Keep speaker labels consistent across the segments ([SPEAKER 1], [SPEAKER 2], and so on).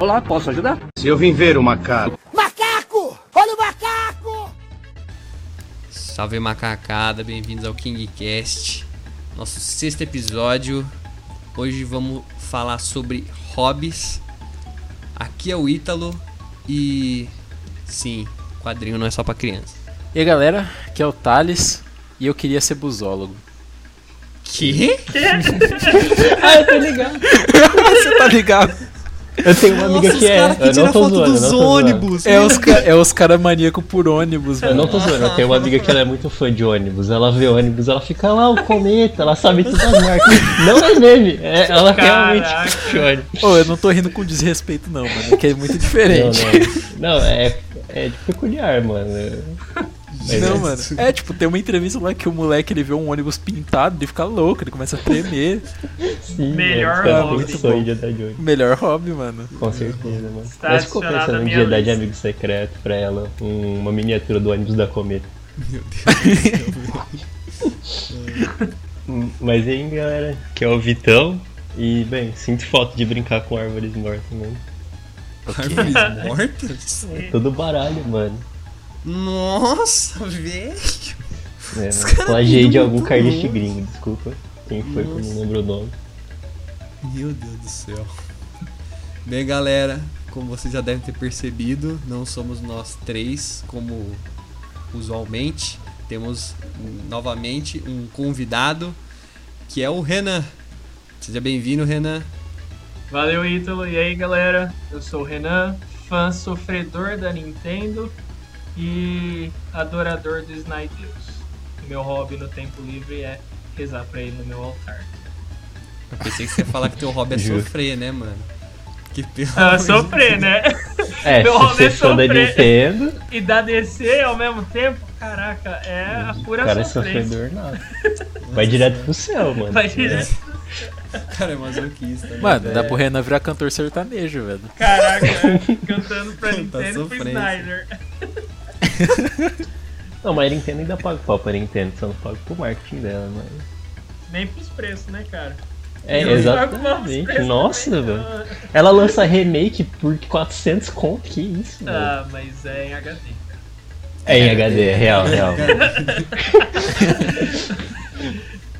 [SPEAKER 1] Olá, posso ajudar?
[SPEAKER 2] Se eu vim ver o macaco.
[SPEAKER 3] Macaco! Olha o macaco!
[SPEAKER 4] Salve macacada, bem-vindos ao KingCast, nosso sexto episódio. Hoje vamos falar sobre hobbies. Aqui é o Ítalo e. Sim, quadrinho não é só pra criança.
[SPEAKER 5] E aí galera, aqui é o Thales e eu queria ser busólogo.
[SPEAKER 4] Que?
[SPEAKER 6] Ah, eu tô ligado.
[SPEAKER 5] Você tá ligado?
[SPEAKER 6] Eu tenho uma amiga que é. eu não tô zoando, eu não tô zoando.
[SPEAKER 5] É os, ca- é os cara maníaco por ônibus,
[SPEAKER 6] Eu
[SPEAKER 5] velho.
[SPEAKER 6] não tô zoando, eu tenho uma amiga que ela é muito fã de ônibus. Ela vê ônibus, ela fica lá, o cometa, ela sabe todas as marcas. Não é meme, é- ela realmente curte ônibus.
[SPEAKER 5] Ô, eu não tô rindo com desrespeito não, mano, é que é muito diferente.
[SPEAKER 6] Não, não. Não, é, é peculiar, mano. Mas
[SPEAKER 5] Não,
[SPEAKER 6] é-
[SPEAKER 5] mano. É, tipo, tem uma entrevista lá que o moleque ele vê um ônibus pintado, ele fica louco, ele começa a tremer.
[SPEAKER 6] Sim,
[SPEAKER 7] Melhor
[SPEAKER 6] mano, cara,
[SPEAKER 7] hobby.
[SPEAKER 6] muito sonho de andar de ônibus.
[SPEAKER 5] Melhor hobby, mano.
[SPEAKER 6] Com certeza, mano.
[SPEAKER 7] Está
[SPEAKER 6] Mas ficou
[SPEAKER 7] adicionado
[SPEAKER 6] pensando
[SPEAKER 7] à
[SPEAKER 6] em
[SPEAKER 7] minha
[SPEAKER 6] dia dar de
[SPEAKER 7] lista.
[SPEAKER 6] amigo secreto pra ela, um- uma miniatura do ônibus da cometa. Hum, Mas e aí, galera, que é o Vitão. E, bem, sinto falta de brincar com árvores mortas, mano.
[SPEAKER 4] Árvores mortas?
[SPEAKER 6] Todo baralho, mano.
[SPEAKER 4] Nossa, velho!
[SPEAKER 6] É,
[SPEAKER 4] Os
[SPEAKER 6] mano.
[SPEAKER 4] cara
[SPEAKER 6] Plagiei de
[SPEAKER 4] tudo
[SPEAKER 6] algum
[SPEAKER 4] muito
[SPEAKER 6] carniche
[SPEAKER 4] louco.
[SPEAKER 6] gringo, desculpa. Quem foi que eu não lembro o nome.
[SPEAKER 4] Meu Deus do céu. Bem, galera, como vocês já devem ter percebido, não somos nós três, como usualmente. Temos hum, novamente um convidado, que é o Renan. Seja bem-vindo, Renan.
[SPEAKER 7] Valeu, Ítalo. E aí, galera? Eu sou o Renan, fã sofredor da Nintendo e adorador do Snydeus. Meu hobby no tempo livre é rezar pra ele no meu altar.
[SPEAKER 4] Eu pensei que você ia falar que teu hobby é sofrer, né, mano? Que pelo amor
[SPEAKER 7] Ah,
[SPEAKER 4] de
[SPEAKER 7] sofrer, né?
[SPEAKER 6] É,
[SPEAKER 7] Meu
[SPEAKER 6] se
[SPEAKER 7] homem
[SPEAKER 6] você for da
[SPEAKER 7] sofre.
[SPEAKER 6] Nintendo,
[SPEAKER 7] E da DC ao mesmo tempo? Caraca, é a
[SPEAKER 6] o
[SPEAKER 7] pura
[SPEAKER 6] cara é
[SPEAKER 7] sofrência.
[SPEAKER 6] sofredor, Tá não. Vai direto pro céu, mano.
[SPEAKER 7] Vai direto.
[SPEAKER 4] Deus, cara é masoquista, né?
[SPEAKER 5] Mano,
[SPEAKER 4] velho?
[SPEAKER 5] dá pro Renan virar cantor sertanejo, velho.
[SPEAKER 7] Caraca, cantando
[SPEAKER 6] Tá
[SPEAKER 7] pra Nintendo e pro
[SPEAKER 4] sofrência.
[SPEAKER 7] Snyder.
[SPEAKER 6] Não, mas a Nintendo ainda paga o pau pra Nintendo, só não paga pro marketing dela, mano.
[SPEAKER 7] Nem pros preços, né, cara?
[SPEAKER 6] É,
[SPEAKER 7] Eu pago mal os
[SPEAKER 6] exatamente.
[SPEAKER 7] preços
[SPEAKER 6] Nossa,
[SPEAKER 7] também,
[SPEAKER 6] velho.
[SPEAKER 7] então-
[SPEAKER 6] Ela lança remake por 400 conto, que isso, mano.
[SPEAKER 7] Ah, mas é em HD.
[SPEAKER 6] É em HD, é real, real.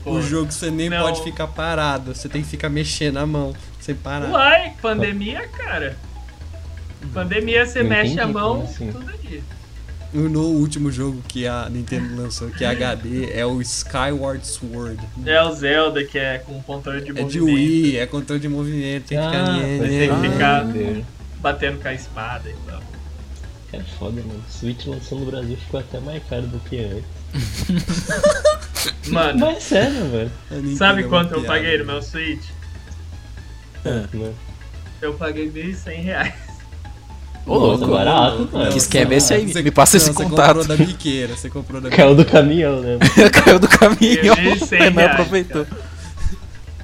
[SPEAKER 4] O jogo você nem
[SPEAKER 7] Não.
[SPEAKER 4] pode ficar parado, você tem que ficar mexendo a mão, sem parar.
[SPEAKER 7] Uai, pandemia, cara. Pandemia, você
[SPEAKER 6] Não
[SPEAKER 7] mexe
[SPEAKER 6] entendi
[SPEAKER 7] a mão,
[SPEAKER 6] como assim.
[SPEAKER 7] tudo ali.
[SPEAKER 4] No no último jogo que a Nintendo lançou, que é HD, é o Skyward Sword.
[SPEAKER 7] É o Zelda, que é com controle de
[SPEAKER 4] É de
[SPEAKER 7] movimento,
[SPEAKER 4] Wii, é controle de movimento, tem que ficar...
[SPEAKER 6] Ah,
[SPEAKER 4] nhê,
[SPEAKER 6] vai
[SPEAKER 4] nhê,
[SPEAKER 6] ter que
[SPEAKER 4] nhê.
[SPEAKER 7] ficar-
[SPEAKER 6] Entendeu?
[SPEAKER 7] batendo com a espada e tal.
[SPEAKER 6] É foda, mano. Switch lançou no Brasil ficou até mais caro do que antes.
[SPEAKER 7] Mano,
[SPEAKER 6] Mas sério, velho.
[SPEAKER 4] A Nintendo é
[SPEAKER 7] sabe
[SPEAKER 4] uma
[SPEAKER 7] quanto eu
[SPEAKER 4] piada. né?
[SPEAKER 7] paguei no meu Switch?
[SPEAKER 6] Mano,
[SPEAKER 7] Eu paguei 1.100 reais.
[SPEAKER 5] Ô, louco.
[SPEAKER 6] barato, mano.
[SPEAKER 5] Que esquema é esse aí?
[SPEAKER 4] Você-
[SPEAKER 5] Me passa esse
[SPEAKER 4] não,
[SPEAKER 5] contato.
[SPEAKER 4] Você comprou da biqueira, você comprou da biqueira.
[SPEAKER 6] Caiu do caminhão, né? mano?
[SPEAKER 5] Caiu do caminho.
[SPEAKER 7] Eu vi cem
[SPEAKER 5] O Renan
[SPEAKER 7] reais,
[SPEAKER 5] aproveitou.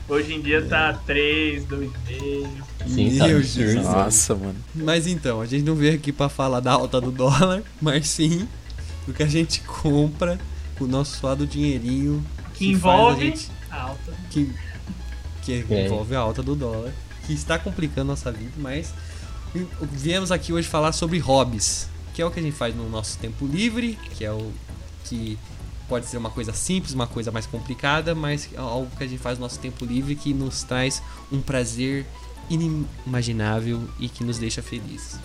[SPEAKER 7] Hoje em dia tá
[SPEAKER 4] É.
[SPEAKER 7] 3, 2,5.
[SPEAKER 6] Sim, tá
[SPEAKER 4] Meu
[SPEAKER 6] absurdo.
[SPEAKER 4] Jesus.
[SPEAKER 5] Nossa, mano.
[SPEAKER 4] Mas então, a gente não veio aqui pra falar da alta do dólar, mas sim do que a gente compra com o nosso suado dinheirinho. faz a
[SPEAKER 7] Que envolve-
[SPEAKER 4] gente-
[SPEAKER 7] Alta.
[SPEAKER 4] que, que
[SPEAKER 6] É.
[SPEAKER 4] envolve a alta do dólar, que está complicando nossa vida, mas viemos aqui hoje falar sobre hobbies, que é o que a gente faz no nosso tempo livre, que é o que pode ser uma coisa simples, uma coisa mais complicada, mas é algo que a gente faz no nosso tempo livre que nos traz um prazer inimaginável e que nos deixa felizes.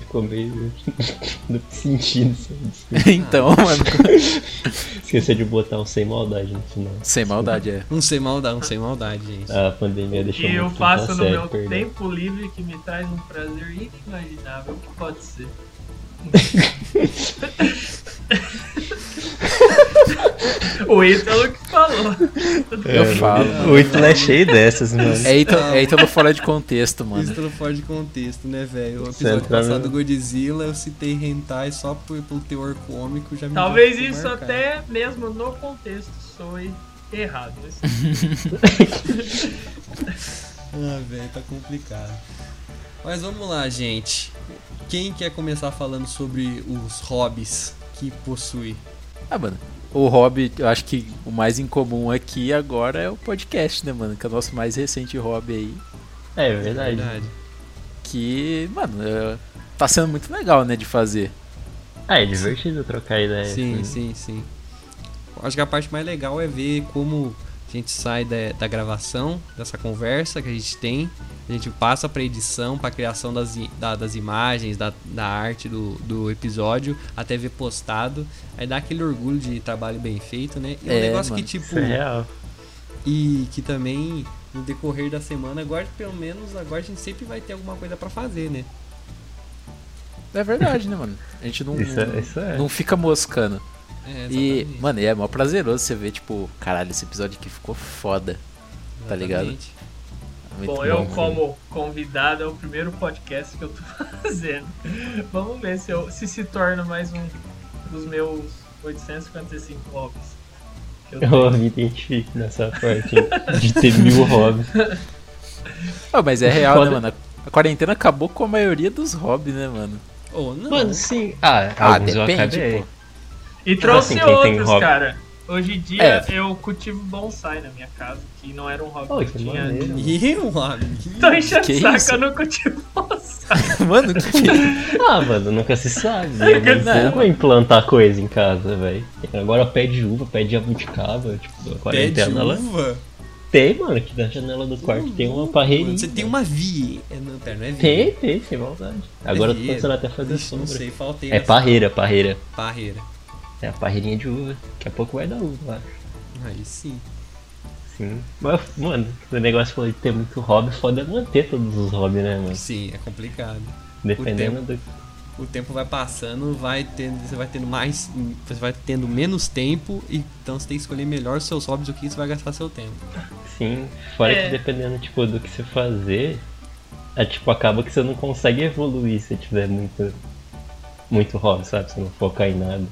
[SPEAKER 6] Ficou meio. Não sentido, sabe?
[SPEAKER 5] Então, mano,
[SPEAKER 6] Esqueceu de botar um sem maldade no final.
[SPEAKER 5] sem maldade, é.
[SPEAKER 4] Não sem maldade, não sem maldade, gente.
[SPEAKER 6] A pandemia deixou
[SPEAKER 7] E eu
[SPEAKER 6] muito quem tá
[SPEAKER 7] faço no
[SPEAKER 6] sério,
[SPEAKER 7] meu
[SPEAKER 6] perdão.
[SPEAKER 7] tempo livre que me traz um prazer inimaginável que pode ser. o Ítalo que falou.
[SPEAKER 6] É.
[SPEAKER 5] Eu falo.
[SPEAKER 6] O Ítalo é cheio dessas, mano.
[SPEAKER 5] É Ítalo, é Ítalo fora de contexto, mano.
[SPEAKER 4] Isso pelo fora de contexto, né, velho? O
[SPEAKER 6] Certo,
[SPEAKER 4] episódio
[SPEAKER 6] tá
[SPEAKER 4] passado do
[SPEAKER 6] vendo?
[SPEAKER 4] Godzilla eu citei Hentai só por, pelo teor cômico já me
[SPEAKER 7] Talvez
[SPEAKER 4] deixou
[SPEAKER 7] isso
[SPEAKER 4] marcado.
[SPEAKER 7] até mesmo no contexto soe errado. mas-
[SPEAKER 4] Ah, velho, tá complicado. Mas vamos lá, gente. Quem quer começar falando sobre os hobbies que possui?
[SPEAKER 5] Ah, mano. O hobby, eu acho que o mais incomum aqui agora é o podcast, né, mano? Que é o nosso mais recente hobby aí.
[SPEAKER 6] É verdade.
[SPEAKER 4] Verdade.
[SPEAKER 5] que, mano, é, tá sendo muito legal, né, de fazer.
[SPEAKER 6] Ah, é divertido trocar ideia.
[SPEAKER 4] Sim,
[SPEAKER 5] né?
[SPEAKER 4] sim,
[SPEAKER 6] assim.
[SPEAKER 4] sim. Eu Acho que a parte mais legal é ver como a gente sai da, da gravação, dessa conversa que a gente tem, a gente passa pra edição, pra criação das, i- da- das imagens, da, da arte do, do episódio, até ver postado. Aí dá aquele orgulho de trabalho bem feito, né? E é um
[SPEAKER 5] É,
[SPEAKER 4] negócio
[SPEAKER 5] mano,
[SPEAKER 4] que, tipo,
[SPEAKER 6] Isso é real.
[SPEAKER 4] e que também no decorrer da semana, agora pelo menos agora a gente sempre vai ter alguma coisa pra fazer, né?
[SPEAKER 5] É verdade, né, mano? A gente não,
[SPEAKER 6] Isso é- isso é.
[SPEAKER 5] não fica moscando.
[SPEAKER 4] É,
[SPEAKER 5] E,
[SPEAKER 4] exatamente.
[SPEAKER 5] mano, e é mó prazeroso você ver, tipo, caralho, esse episódio aqui ficou foda. tá ligado?
[SPEAKER 4] Exatamente.
[SPEAKER 5] Muito
[SPEAKER 7] Bom, eu
[SPEAKER 5] mano.
[SPEAKER 7] como convidado é o primeiro podcast que eu tô fazendo. Vamos ver se, eu, se se torna mais um dos meus 855 hobbies. que eu tenho.
[SPEAKER 6] Eu me identifico nessa parte de ter mil hobbies.
[SPEAKER 5] Ah, mas é real,
[SPEAKER 6] Foda.
[SPEAKER 5] né, mano? A quarentena acabou com a maioria dos hobbies, né, mano?
[SPEAKER 4] Ou não.
[SPEAKER 6] Mano, sim. Ah,
[SPEAKER 5] Ah,
[SPEAKER 6] alguns eu
[SPEAKER 5] depende,
[SPEAKER 6] acabei.
[SPEAKER 5] pô.
[SPEAKER 7] E trouxe
[SPEAKER 6] assim, quem tem
[SPEAKER 7] outros,
[SPEAKER 6] hobby?
[SPEAKER 7] cara. Hoje em dia
[SPEAKER 5] É.
[SPEAKER 7] eu cultivo bonsai na minha casa, que não era um hobby
[SPEAKER 6] Pô,
[SPEAKER 7] que
[SPEAKER 6] que
[SPEAKER 7] eu tinha.
[SPEAKER 6] maneiro.
[SPEAKER 4] E um amigo.
[SPEAKER 7] Tô enchendo
[SPEAKER 5] Que
[SPEAKER 7] o saco,
[SPEAKER 5] isso?
[SPEAKER 7] eu não cultivo bonsai.
[SPEAKER 5] mano, que é que...
[SPEAKER 6] Ah, mano, nunca se sabe. Né? Mas
[SPEAKER 5] Não.
[SPEAKER 6] Como é implantar coisa em casa, velho? Agora pé de uva, pé de abuticaba, tipo, a
[SPEAKER 4] Pé de
[SPEAKER 6] quarentena lá.
[SPEAKER 4] uva? Tá
[SPEAKER 6] Tem, mano, aqui na janela do quarto tem uma parreirinha.
[SPEAKER 4] Você tem uma vie. É, não, pera, não é vie.
[SPEAKER 6] Tem, tem, sem maldade. Agora eu tô
[SPEAKER 4] vie.
[SPEAKER 6] pensando até fazer
[SPEAKER 4] Ixi, Não
[SPEAKER 6] sombra.
[SPEAKER 4] sei, faltei.
[SPEAKER 6] É
[SPEAKER 4] nessa
[SPEAKER 6] parreira, parreira.
[SPEAKER 4] Parreira.
[SPEAKER 6] É a parreirinha de uva. Daqui a pouco vai dar uva, eu acho.
[SPEAKER 4] Aí sim.
[SPEAKER 6] Sim. Mas, mano, o negócio foi ter muito hobby, foda é manter todos os hobbies, né, mano?
[SPEAKER 4] Sim, é complicado.
[SPEAKER 6] Dependendo do.
[SPEAKER 4] O tempo vai passando, vai tendo, você vai tendo mais, você vai tendo menos tempo, então você tem que escolher melhor os seus hobbies, o que você vai gastar seu tempo.
[SPEAKER 6] Sim, fora
[SPEAKER 7] É.
[SPEAKER 6] que dependendo tipo, do que você fazer, é tipo, acaba que você não consegue evoluir se você tiver muito, muito hobby, sabe? Se você não focar em nada.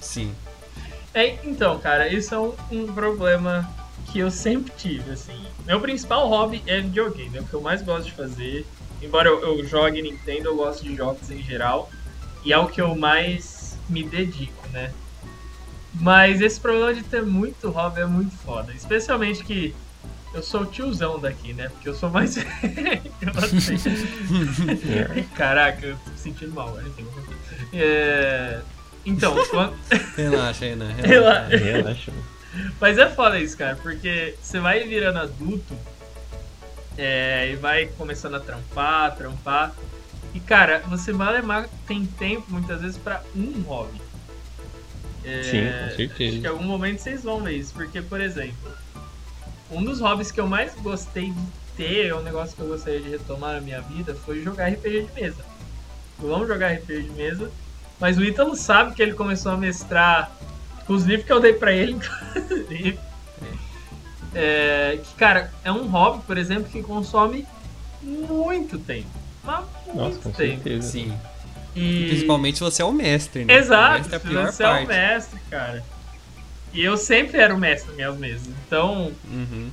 [SPEAKER 4] Sim.
[SPEAKER 7] É, então, cara, isso é um, um problema que eu sempre tive, assim. Meu principal hobby é videogame, é o que eu mais gosto de fazer. Embora eu, eu jogue Nintendo, eu gosto de jogos em geral. E é o que eu mais me dedico, né? Mas esse problema de ter muito hobby é muito foda. Especialmente que eu sou o tiozão daqui, né? Porque eu sou mais velho que você.
[SPEAKER 6] É,
[SPEAKER 7] Caraca, eu tô me sentindo mal. Enfim, vamos lá. É... Então, quan-
[SPEAKER 4] Relaxa, Renan.
[SPEAKER 7] Relaxa.
[SPEAKER 4] Relaxa.
[SPEAKER 6] Relaxa.
[SPEAKER 7] Mas é foda isso, cara, porque você vai virando adulto é, e vai começando a trampar, trampar. E, cara, você vai levar, tem tempo muitas vezes pra um hobby. É,
[SPEAKER 6] Sim, com certeza.
[SPEAKER 7] Acho que em algum momento vocês vão ver isso, porque, por exemplo, um dos hobbies que eu mais gostei de ter, é um negócio que eu gostaria de retomar na minha vida, foi jogar RPG de mesa. Vamos jogar RPG de mesa, mas o Ítalo sabe que ele começou a mestrar com os livros que eu dei pra ele, inclusive. É, que, cara, é um hobby, por exemplo, que consome muito tempo. Mas muito
[SPEAKER 6] Nossa, com
[SPEAKER 7] é um tempo.
[SPEAKER 6] certeza.
[SPEAKER 4] Sim.
[SPEAKER 7] E...
[SPEAKER 4] Principalmente se você é o mestre, né? O
[SPEAKER 7] Exato,
[SPEAKER 4] mestre é a
[SPEAKER 7] se
[SPEAKER 4] pior
[SPEAKER 7] você é o
[SPEAKER 4] parte.
[SPEAKER 7] mestre, cara. E eu sempre era o mestre nas minhas mesas. Então,
[SPEAKER 4] Uhum.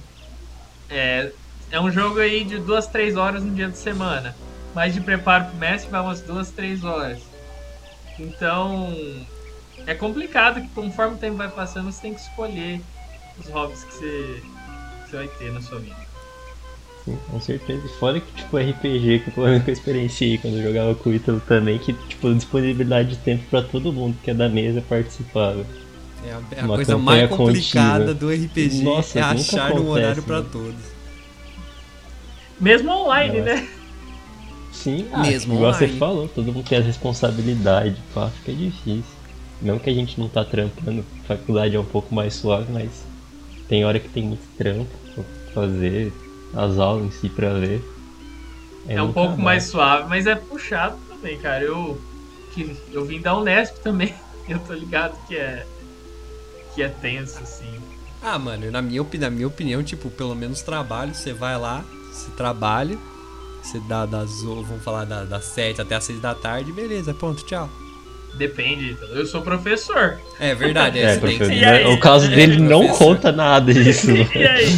[SPEAKER 7] é, é um jogo aí de duas, três horas no dia de semana. Mas de preparo pro mestre vai umas duas, três horas. Então, é complicado que conforme o tempo vai passando, você tem que escolher os hobbies que você, que você vai ter na sua vida.
[SPEAKER 6] Sim, com certeza. Fora que, tipo, RPG, que pelo menos que eu experienciei quando eu jogava com o Ítalo também, que, tipo, disponibilidade de tempo pra todo mundo que é da mesa participar. velho.
[SPEAKER 4] É a, é a
[SPEAKER 6] Uma
[SPEAKER 4] coisa
[SPEAKER 6] campanha
[SPEAKER 4] mais complicada
[SPEAKER 6] contínua.
[SPEAKER 4] do RPG
[SPEAKER 6] Nossa,
[SPEAKER 4] é
[SPEAKER 6] nunca
[SPEAKER 4] achar um
[SPEAKER 6] acontece,
[SPEAKER 4] horário pra
[SPEAKER 6] né?
[SPEAKER 4] todos.
[SPEAKER 7] Mesmo online,
[SPEAKER 6] Nossa.
[SPEAKER 7] né?
[SPEAKER 6] Sim, ah,
[SPEAKER 4] Mesmo
[SPEAKER 6] igual você
[SPEAKER 4] online.
[SPEAKER 6] falou, todo mundo tem as responsabilidades, pá, fica difícil. Não que a gente não tá trampando, faculdade é um pouco mais suave, mas tem hora que tem muito trampo pra fazer, as aulas em si pra ver.
[SPEAKER 7] É,
[SPEAKER 6] nunca
[SPEAKER 7] um pouco mais suave, mas é puxado também, cara. Eu, que, eu vim da Unesp também. Eu tô ligado que é, que é tenso, assim.
[SPEAKER 4] Ah, mano, na minha, opi- na minha opinião, tipo, pelo menos trabalho, você vai lá, você trabalha, você dá das, o- vamos falar, da- das 7 até as 6 da tarde, beleza, pronto, tchau.
[SPEAKER 7] Depende. então. Eu sou professor.
[SPEAKER 4] É verdade, é,
[SPEAKER 6] É,
[SPEAKER 4] você tem
[SPEAKER 6] professor,
[SPEAKER 4] que...
[SPEAKER 7] E aí?
[SPEAKER 6] né? o caso dele não
[SPEAKER 4] Professor.
[SPEAKER 6] conta nada disso.
[SPEAKER 7] E aí?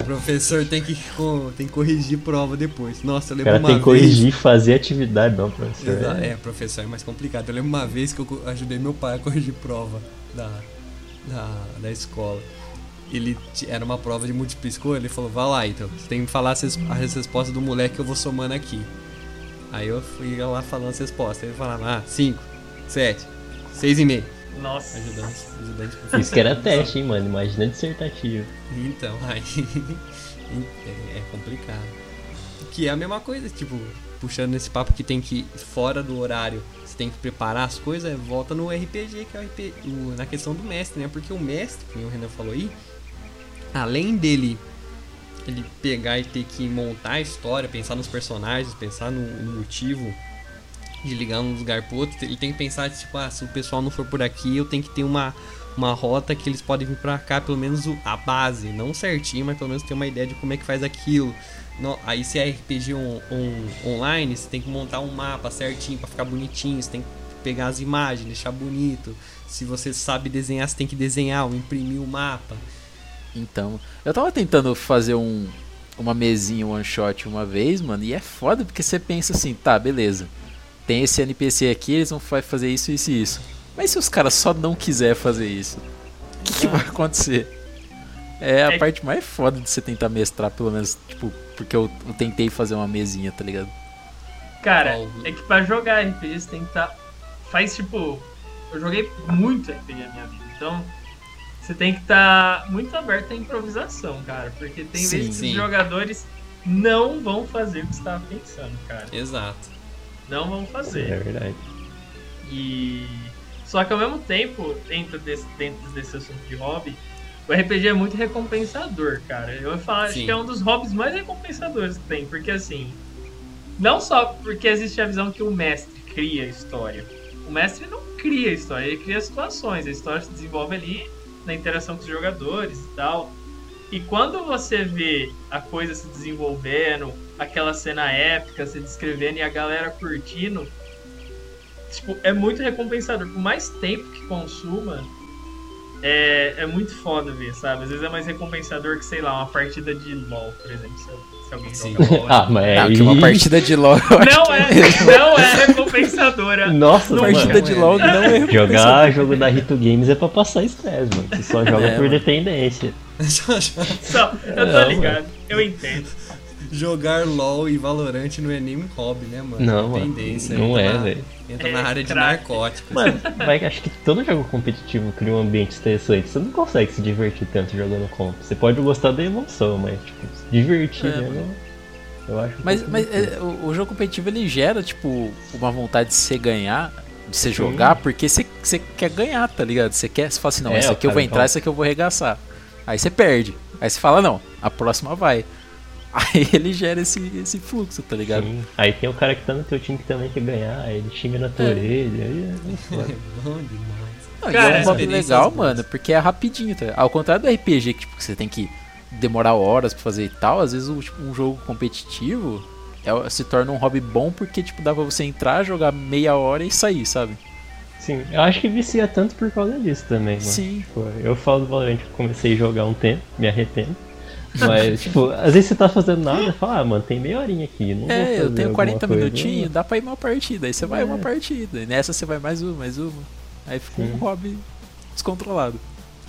[SPEAKER 4] O professor tem que, co- tem que corrigir prova depois. Nossa, eu
[SPEAKER 6] O
[SPEAKER 4] lembro
[SPEAKER 6] cara
[SPEAKER 4] uma
[SPEAKER 6] tem que
[SPEAKER 4] vez...
[SPEAKER 6] corrigir e fazer atividade, não, professor.
[SPEAKER 4] Exa- É, professor, é mais complicado. Eu lembro uma vez que eu co- ajudei meu pai a corrigir prova da, da, da escola. Ele ti- era uma prova de múltipla escolha, ele falou, vai lá então, você tem que me falar as res- a resposta do moleque que eu vou somando aqui. Aí eu ia lá falando as respostas. Ele falava, ah, 5, 7, 6,5.
[SPEAKER 7] Nossa.
[SPEAKER 4] Ajudante, ajudante pro
[SPEAKER 6] Isso que era teste, hein, mano. Imagina dissertativo.
[SPEAKER 4] Então, aí é, é complicado. Que é a mesma coisa, tipo, puxando esse papo que tem que fora do horário, você tem que preparar as coisas, é, volta no RPG, que é o RP, o- na questão do mestre, né? Porque o mestre, como o Renan falou aí, além dele ele pegar e ter que montar a história, pensar nos personagens, pensar no, no motivo de ligar um lugar pro outro, ele tem que pensar, tipo, ah, se o pessoal não for por aqui, eu tenho que ter uma, uma rota que eles podem vir pra cá, pelo menos o- a base, não certinho, mas pelo menos ter uma ideia de como é que faz aquilo. No- aí se é RPG on- on- online, você tem que montar um mapa certinho pra ficar bonitinho, você tem que pegar as imagens, deixar bonito. Se você sabe desenhar, você tem que desenhar ou imprimir o mapa.
[SPEAKER 5] Então, eu tava tentando fazer um uma mesinha um one shot uma vez, mano, e é foda porque você pensa assim, tá, beleza. Tem esse NPC aqui, eles vão fa- fazer isso, isso e isso. Mas se os caras só não quiser fazer isso, o que, que vai acontecer? É a
[SPEAKER 7] É-
[SPEAKER 5] parte mais foda de você tentar mestrar, pelo menos, tipo, porque eu, eu tentei fazer uma mesinha, tá ligado?
[SPEAKER 7] Cara,
[SPEAKER 4] Algo.
[SPEAKER 7] é que pra jogar RPG você tem que estar. Faz tipo. Eu joguei muito RPG na minha vida, então. Você tem que estar muito aberto à improvisação, cara. Porque tem
[SPEAKER 5] Sim,
[SPEAKER 7] vezes que
[SPEAKER 4] sim.
[SPEAKER 7] os jogadores não vão fazer o que você tava pensando, cara.
[SPEAKER 4] Exato.
[SPEAKER 7] Não vão fazer.
[SPEAKER 6] É verdade.
[SPEAKER 7] E só que ao mesmo tempo, dentro desse, dentro desse assunto de hobby, o RPG é muito recompensador, cara. Eu ia falar, acho
[SPEAKER 4] Sim.
[SPEAKER 7] que é um dos hobbies mais recompensadores que tem, porque assim, não só porque existe a visão que o mestre cria a história. O mestre não cria a história, ele cria situações, a história se desenvolve ali na interação com os jogadores e tal. E quando você vê a coisa se desenvolvendo, aquela cena épica se descrevendo e a galera curtindo, tipo, é muito recompensador. Por mais tempo que consuma, é, é muito foda ver, sabe? Às vezes é mais recompensador que, sei lá, uma partida de LOL, por exemplo, se, se alguém
[SPEAKER 4] Sim.
[SPEAKER 7] joga LOL.
[SPEAKER 6] Ah, mas
[SPEAKER 5] Não,
[SPEAKER 6] é.
[SPEAKER 5] Tá, que uma partida de LOL.
[SPEAKER 7] Não é, não é recompensadora.
[SPEAKER 6] Nossa,
[SPEAKER 5] Uma
[SPEAKER 6] mano.
[SPEAKER 5] partida de LOL não é
[SPEAKER 6] Jogar jogo da Rito Games é pra passar estresse, mano. Você só joga
[SPEAKER 5] É,
[SPEAKER 6] por
[SPEAKER 5] mano.
[SPEAKER 6] dependência.
[SPEAKER 4] Só- só-
[SPEAKER 7] Só, eu tô
[SPEAKER 6] Não,
[SPEAKER 7] ligado, eu entendo.
[SPEAKER 4] Jogar LOL e Valorant não é nem um hobby, né, mano?
[SPEAKER 6] Não,
[SPEAKER 4] É
[SPEAKER 6] mano.
[SPEAKER 4] tendência,
[SPEAKER 6] Não
[SPEAKER 4] entra
[SPEAKER 6] é,
[SPEAKER 4] na-
[SPEAKER 6] velho.
[SPEAKER 4] Entra
[SPEAKER 7] É
[SPEAKER 4] na área de
[SPEAKER 7] crack.
[SPEAKER 4] narcóticos.
[SPEAKER 6] Mano, vai, acho que todo jogo competitivo cria um ambiente estressante. Você não consegue se divertir tanto jogando comp. Você pode gostar da emoção, mas, tipo, se divertir,
[SPEAKER 5] É,
[SPEAKER 6] né? não- Eu acho. um
[SPEAKER 5] Mas,
[SPEAKER 6] pouco
[SPEAKER 5] mas
[SPEAKER 6] difícil.
[SPEAKER 5] é, o, o jogo competitivo ele gera, tipo, uma vontade de você ganhar, de você jogar, porque você, você quer ganhar, tá ligado? Você quer, você fala assim, não,
[SPEAKER 6] É,
[SPEAKER 5] essa aqui eu
[SPEAKER 6] cara,
[SPEAKER 5] vou entrar,
[SPEAKER 6] então-
[SPEAKER 5] essa aqui eu vou arregaçar. Aí você perde. Aí você fala, não, a próxima vai. Aí ele gera esse, esse fluxo, tá ligado?
[SPEAKER 6] Sim. Aí tem o cara que tá no teu time que também quer ganhar, aí ele xinga na tua
[SPEAKER 5] É.
[SPEAKER 6] orelha. Aí é muito foda.
[SPEAKER 4] É bom demais.
[SPEAKER 5] Não,
[SPEAKER 7] Cara,
[SPEAKER 5] e é um hobby
[SPEAKER 4] experiências
[SPEAKER 5] legal,
[SPEAKER 4] boas.
[SPEAKER 5] mano, porque é rapidinho, tá? Ao contrário do RPG, que tipo, que você tem que demorar horas pra fazer e tal, às vezes o, tipo, um jogo competitivo é- se torna um hobby bom porque, tipo, dá pra você entrar, jogar meia hora e sair, sabe?
[SPEAKER 6] Sim, assim, eu acho que vicia tanto por causa disso também, mano.
[SPEAKER 5] Sim.
[SPEAKER 6] Tipo, eu falo do Valorant que eu comecei a jogar há um tempo, me arrependo. Mas, tipo, às vezes você tá fazendo nada e fala, ah, mano, tem meia horinha aqui. Não vou
[SPEAKER 5] É, eu
[SPEAKER 6] fazer
[SPEAKER 5] tenho
[SPEAKER 6] alguma
[SPEAKER 5] 40
[SPEAKER 6] coisa."
[SPEAKER 5] minutinhos, dá pra ir uma partida. Aí você vai
[SPEAKER 6] É.
[SPEAKER 5] uma partida. E nessa você vai mais uma, mais uma. Aí fica um
[SPEAKER 6] Sim.
[SPEAKER 5] hobby descontrolado.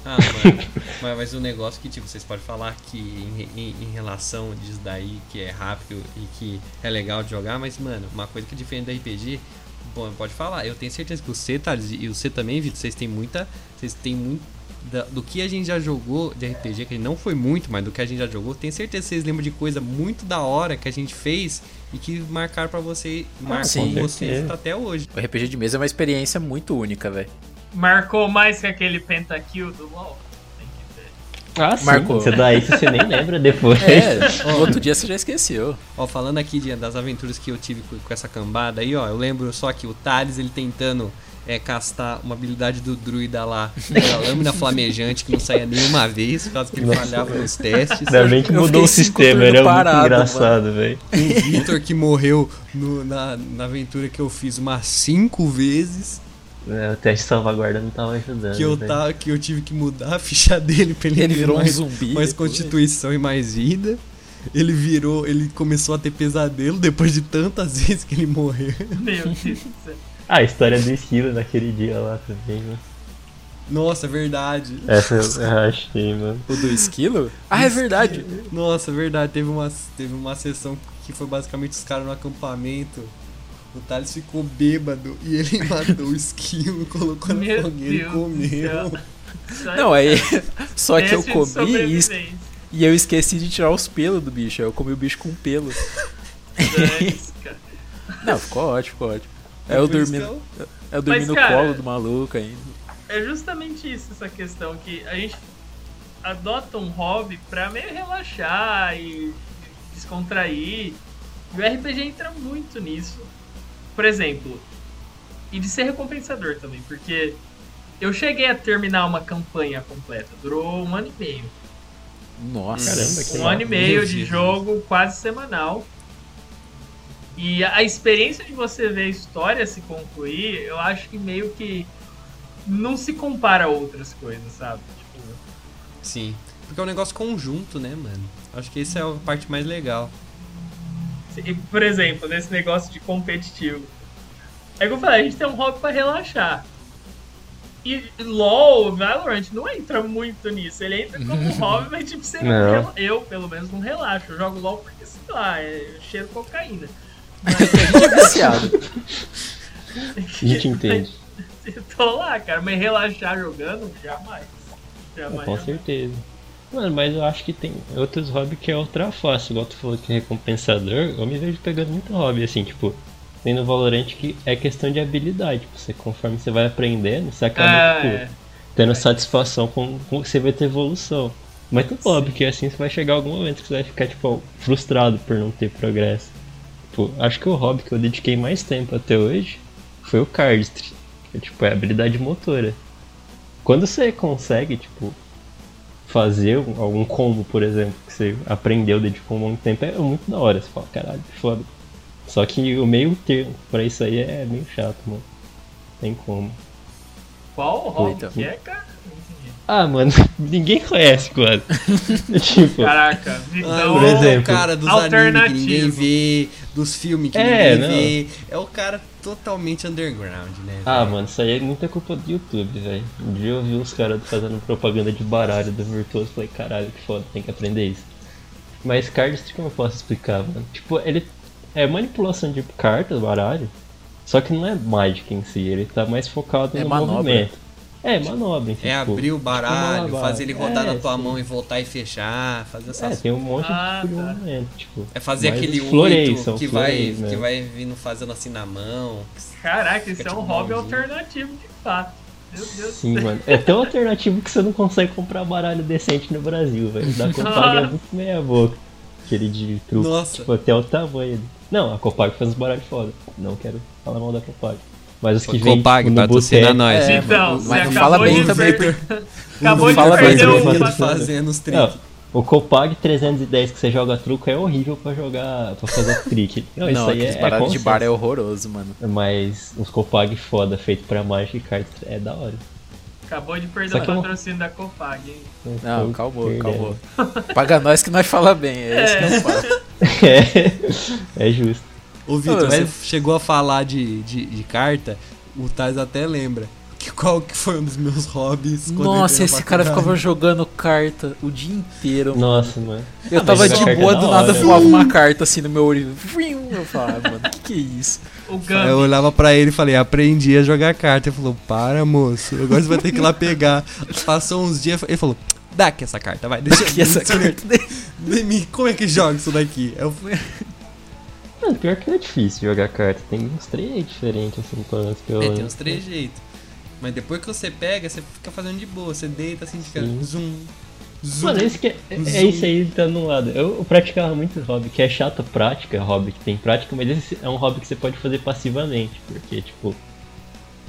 [SPEAKER 4] Ah, mano. mas, mas um negócio que, tipo, vocês podem falar que em, em- em relação disso daí, que é rápido e que é legal de jogar, mas, mano, uma coisa que é diferente do RPG, bom, pode falar. Eu tenho certeza que você, Thales, e você também, Vitor, vocês têm muita. Vocês têm muito. da- do que a gente já jogou de RPG, que não foi muito, mas do que a gente já jogou, tenho certeza que vocês lembram de coisa muito da hora que a gente fez e que marcaram pra você, marcam
[SPEAKER 5] sim.
[SPEAKER 4] vocês
[SPEAKER 6] certeza.
[SPEAKER 4] até hoje.
[SPEAKER 5] O RPG de mesa é uma experiência muito única, velho.
[SPEAKER 7] Marcou mais que aquele pentakill do LOL. Tem que ver.
[SPEAKER 6] Ah, sim,
[SPEAKER 5] Marcou.
[SPEAKER 6] Você dá isso e você nem lembra depois.
[SPEAKER 5] É, no outro dia você já esqueceu.
[SPEAKER 4] Ó, falando aqui de- das aventuras que eu tive com, com essa cambada aí, ó, eu lembro só que o Thales, ele tentando é, castar uma habilidade do druida lá, a lâmina flamejante, que não saía nenhuma vez, por causa que ele falhava nos testes.
[SPEAKER 6] Ainda bem que
[SPEAKER 5] Eu
[SPEAKER 6] mudou
[SPEAKER 5] fiquei
[SPEAKER 6] o
[SPEAKER 5] cinco
[SPEAKER 6] sistema,
[SPEAKER 5] turnos
[SPEAKER 6] era
[SPEAKER 5] parado,
[SPEAKER 6] muito engraçado, velho.
[SPEAKER 4] O Vitor que morreu no- na, na aventura que eu fiz umas cinco vezes,
[SPEAKER 6] É, O teste de salvaguarda não tava ajudando. né?
[SPEAKER 4] que eu,
[SPEAKER 6] velho.
[SPEAKER 4] tava, que eu tive que mudar a ficha dele pra ele,
[SPEAKER 5] Ele
[SPEAKER 4] ter
[SPEAKER 5] virou um
[SPEAKER 4] mais,
[SPEAKER 5] zumbi.
[SPEAKER 4] mais
[SPEAKER 5] depois.
[SPEAKER 4] constituição e mais vida. Ele virou, ele começou a ter pesadelo depois de tantas vezes que ele morreu.
[SPEAKER 7] Meu Deus do céu.
[SPEAKER 6] Ah, a história do Esquilo naquele dia lá também, mano.
[SPEAKER 4] Nossa, é verdade.
[SPEAKER 6] Essa eu eu achei, mano.
[SPEAKER 5] O do esquilo? Ah, é verdade.
[SPEAKER 4] Nossa, verdade, teve uma, teve uma sessão que foi basicamente os caras no acampamento. O Thales ficou bêbado e ele matou o esquilo, colocou na
[SPEAKER 7] Meu
[SPEAKER 4] fogueira e
[SPEAKER 7] Deus do céu.
[SPEAKER 4] comeu.
[SPEAKER 7] Só-
[SPEAKER 5] Não, aí. Só que eu
[SPEAKER 7] teste de
[SPEAKER 5] comi e, es-
[SPEAKER 7] sobrevivência.
[SPEAKER 5] e eu esqueci de tirar os pelos do bicho. Aí eu comi o bicho com pelo.
[SPEAKER 7] Dane-se, É cara.
[SPEAKER 5] Não, ficou ótimo, ficou ótimo.
[SPEAKER 6] É,
[SPEAKER 5] Aí eu
[SPEAKER 4] Por isso
[SPEAKER 5] dormi,
[SPEAKER 4] que eu-
[SPEAKER 5] eu dormi
[SPEAKER 7] Mas,
[SPEAKER 5] no
[SPEAKER 7] cara-
[SPEAKER 5] colo do maluco ainda.
[SPEAKER 7] É justamente isso, essa questão que a gente adota um hobby pra meio relaxar e descontrair. E o RPG entra muito nisso. Por exemplo, e de ser recompensador também, porque eu cheguei a terminar uma campanha completa, durou um ano e meio.
[SPEAKER 5] Nossa.
[SPEAKER 6] Caramba, que
[SPEAKER 7] um
[SPEAKER 6] maravilha.
[SPEAKER 7] ano e meio de
[SPEAKER 4] Entendi.
[SPEAKER 7] jogo, quase semanal. E a a experiência de você ver a história se concluir, eu acho que meio que não se compara a outras coisas, sabe? Tipo,
[SPEAKER 4] Sim. Porque é um negócio conjunto, né, mano? Acho que essa é a parte mais legal.
[SPEAKER 7] se- por exemplo, nesse negócio de competitivo. É que eu falei, a gente tem um hobby pra relaxar. E LOL, Valorant, não entra muito nisso. Ele entra como hobby, mas tipo, você não.
[SPEAKER 6] Não.
[SPEAKER 7] rela- Eu, pelo menos, não relaxo. Eu jogo LOL porque, sei lá, eu cheiro cocaína.
[SPEAKER 5] é viciado.
[SPEAKER 6] A gente entende.
[SPEAKER 7] Eu tô lá, cara, mas relaxar jogando, jamais. Jamais.
[SPEAKER 6] Com certeza. Mano, mas eu acho que tem outros hobbies que é outra face. Igual tu falou que é recompensador, eu me vejo pegando muito hobby, assim, tipo, tem no Valorant que é questão de habilidade. Tipo, você, conforme você vai aprendendo, você acaba,
[SPEAKER 7] É,
[SPEAKER 6] tipo, tendo satisfação com, com você vai ter evolução. Mas tu óbvio que assim você vai chegar algum momento que você vai ficar, tipo, frustrado por não ter progresso. Tipo, acho que o hobby que eu dediquei mais tempo até hoje foi o Cardistry. Que, é, tipo, é a habilidade motora. Quando você consegue, tipo, fazer um- algum combo, por exemplo, que você aprendeu, dedicou um monte de tempo, é muito da hora. Você fala, caralho, que foda. Só que o meio termo pra isso aí é meio chato, mano. Tem como.
[SPEAKER 7] qual o hobby
[SPEAKER 5] Então.
[SPEAKER 7] que é, cara? Não entendi.
[SPEAKER 6] Ah, mano, ninguém conhece quase. tipo,
[SPEAKER 7] Caraca,
[SPEAKER 4] Ah,
[SPEAKER 7] Vitão.
[SPEAKER 6] por
[SPEAKER 4] é
[SPEAKER 6] exemplo.
[SPEAKER 4] o cara dos animes que
[SPEAKER 7] Então, Alternativo.
[SPEAKER 4] ninguém vê, dos filmes que
[SPEAKER 6] É,
[SPEAKER 4] ninguém
[SPEAKER 6] não.
[SPEAKER 4] vê. É o cara totalmente underground, né?
[SPEAKER 6] ah,
[SPEAKER 4] velho?
[SPEAKER 6] mano, isso aí é muita culpa do YouTube, velho. Um dia eu vi os caras fazendo propaganda de baralho do Virtuoso, falei, caralho, que foda, tem que aprender isso. Mas Cardistry como eu posso explicar, mano? Tipo, ele é manipulação de cartas, baralho, só que não é Magic em si, ele tá mais focado
[SPEAKER 5] É
[SPEAKER 6] no
[SPEAKER 5] manobra.
[SPEAKER 6] movimento. É, manobra,
[SPEAKER 4] É
[SPEAKER 6] tipo,
[SPEAKER 4] abrir o baralho,
[SPEAKER 6] tipo uma
[SPEAKER 4] fazer ele
[SPEAKER 6] barra.
[SPEAKER 4] rodar
[SPEAKER 6] É,
[SPEAKER 4] na tua
[SPEAKER 6] sim.
[SPEAKER 4] mão e voltar e fechar, fazer
[SPEAKER 6] É,
[SPEAKER 4] essas
[SPEAKER 6] tem um monte
[SPEAKER 7] Ah,
[SPEAKER 6] de tipo, de
[SPEAKER 7] tá.
[SPEAKER 6] movimento, tipo.
[SPEAKER 4] É fazer
[SPEAKER 6] mas
[SPEAKER 4] aquele
[SPEAKER 6] os floreios
[SPEAKER 4] oito
[SPEAKER 6] são
[SPEAKER 4] que, vai,
[SPEAKER 6] floreios, né?
[SPEAKER 4] que vai vindo fazendo assim na mão.
[SPEAKER 7] Caraca, isso
[SPEAKER 4] Fica
[SPEAKER 7] é um
[SPEAKER 4] tipo
[SPEAKER 7] hobby
[SPEAKER 4] malzinho.
[SPEAKER 7] alternativo de fato. Meu Deus do
[SPEAKER 6] Sim,
[SPEAKER 7] céu.
[SPEAKER 6] mano. É tão alternativo que você não consegue comprar um baralho decente no Brasil, velho. Da Copag é muito meia boca. Aquele de truque.
[SPEAKER 4] Nossa.
[SPEAKER 6] Tipo, até o tamanho dele. Não, a Copag faz uns baralhos foda. Não quero falar mal da Copag. Mas os que vêm tipo, no boteco...
[SPEAKER 4] nós.
[SPEAKER 5] É,
[SPEAKER 7] Vitão,
[SPEAKER 5] mas
[SPEAKER 7] Então, você
[SPEAKER 5] não
[SPEAKER 7] acabou
[SPEAKER 5] fala bem
[SPEAKER 7] de
[SPEAKER 5] também,
[SPEAKER 7] per-
[SPEAKER 4] Não
[SPEAKER 7] Acabou de
[SPEAKER 5] fala bem
[SPEAKER 7] perder
[SPEAKER 4] mas
[SPEAKER 6] também,
[SPEAKER 7] o
[SPEAKER 4] ele
[SPEAKER 6] mano.
[SPEAKER 7] fator.
[SPEAKER 4] fazendo os
[SPEAKER 6] né? Não,
[SPEAKER 4] truques.
[SPEAKER 6] o Copag 310 que você joga truco é horrível pra jogar... pra fazer trick. Não,
[SPEAKER 5] Não,
[SPEAKER 6] isso aí
[SPEAKER 5] aqueles
[SPEAKER 6] é, é
[SPEAKER 5] baralhos de bar é
[SPEAKER 6] consenso.
[SPEAKER 5] horroroso, mano.
[SPEAKER 6] Mas os Copag foda feito pra Magic e Card é da hora.
[SPEAKER 7] Acabou de perder
[SPEAKER 6] Só
[SPEAKER 7] o
[SPEAKER 6] que eu não-
[SPEAKER 7] patrocínio da Copag, hein?
[SPEAKER 5] Não,
[SPEAKER 6] Tô
[SPEAKER 5] calmou,
[SPEAKER 6] perdendo.
[SPEAKER 5] calmou. Paga nós que nós fala bem, é isso que eu falo.
[SPEAKER 6] É, é justo.
[SPEAKER 4] Ô, Vitor,
[SPEAKER 5] Ah,
[SPEAKER 4] você
[SPEAKER 5] mas-
[SPEAKER 4] chegou a falar de, de, de carta, o Thais até lembra. Que qual que foi um dos meus hobbies? quando eu entrei
[SPEAKER 5] Nossa,
[SPEAKER 4] na
[SPEAKER 5] esse cara
[SPEAKER 4] faculdade?
[SPEAKER 5] ficava jogando carta o dia inteiro. mano.
[SPEAKER 6] Nossa, mano.
[SPEAKER 5] Eu tava
[SPEAKER 6] mas
[SPEAKER 5] de
[SPEAKER 6] jogar
[SPEAKER 5] boa,
[SPEAKER 6] carta é
[SPEAKER 5] do
[SPEAKER 6] da
[SPEAKER 5] nada
[SPEAKER 6] hora,
[SPEAKER 5] voava uma carta assim no meu olho. Vrim, Eu falava, "Ah, mano, que que é isso?
[SPEAKER 7] O
[SPEAKER 4] Aí eu
[SPEAKER 7] Gumby.
[SPEAKER 4] olhava pra ele e falei, aprendi a jogar carta. Ele falou, para, moço, agora você vai ter que ir lá pegar. Passou uns dias, ele falou, dá aqui essa carta, vai, deixa
[SPEAKER 5] Que essa
[SPEAKER 4] deixa eu-
[SPEAKER 5] carta
[SPEAKER 4] Me- Como é que joga isso daqui? Eu falei,
[SPEAKER 6] Mano, pior que não é difícil jogar carta. Tem uns três diferentes, assim, pelo menos. Pelo...
[SPEAKER 4] É, tem uns três jeitos. Mas depois que você pega, você fica fazendo de boa. Você deita assim, fica
[SPEAKER 6] Sim.
[SPEAKER 4] zoom, zoom.
[SPEAKER 6] Mano, isso que é, é isso aí, tá num lado. Eu, eu praticava muito hobby, que é chato prática, hobby que tem prática, mas esse é um hobby que você pode fazer passivamente, porque, tipo,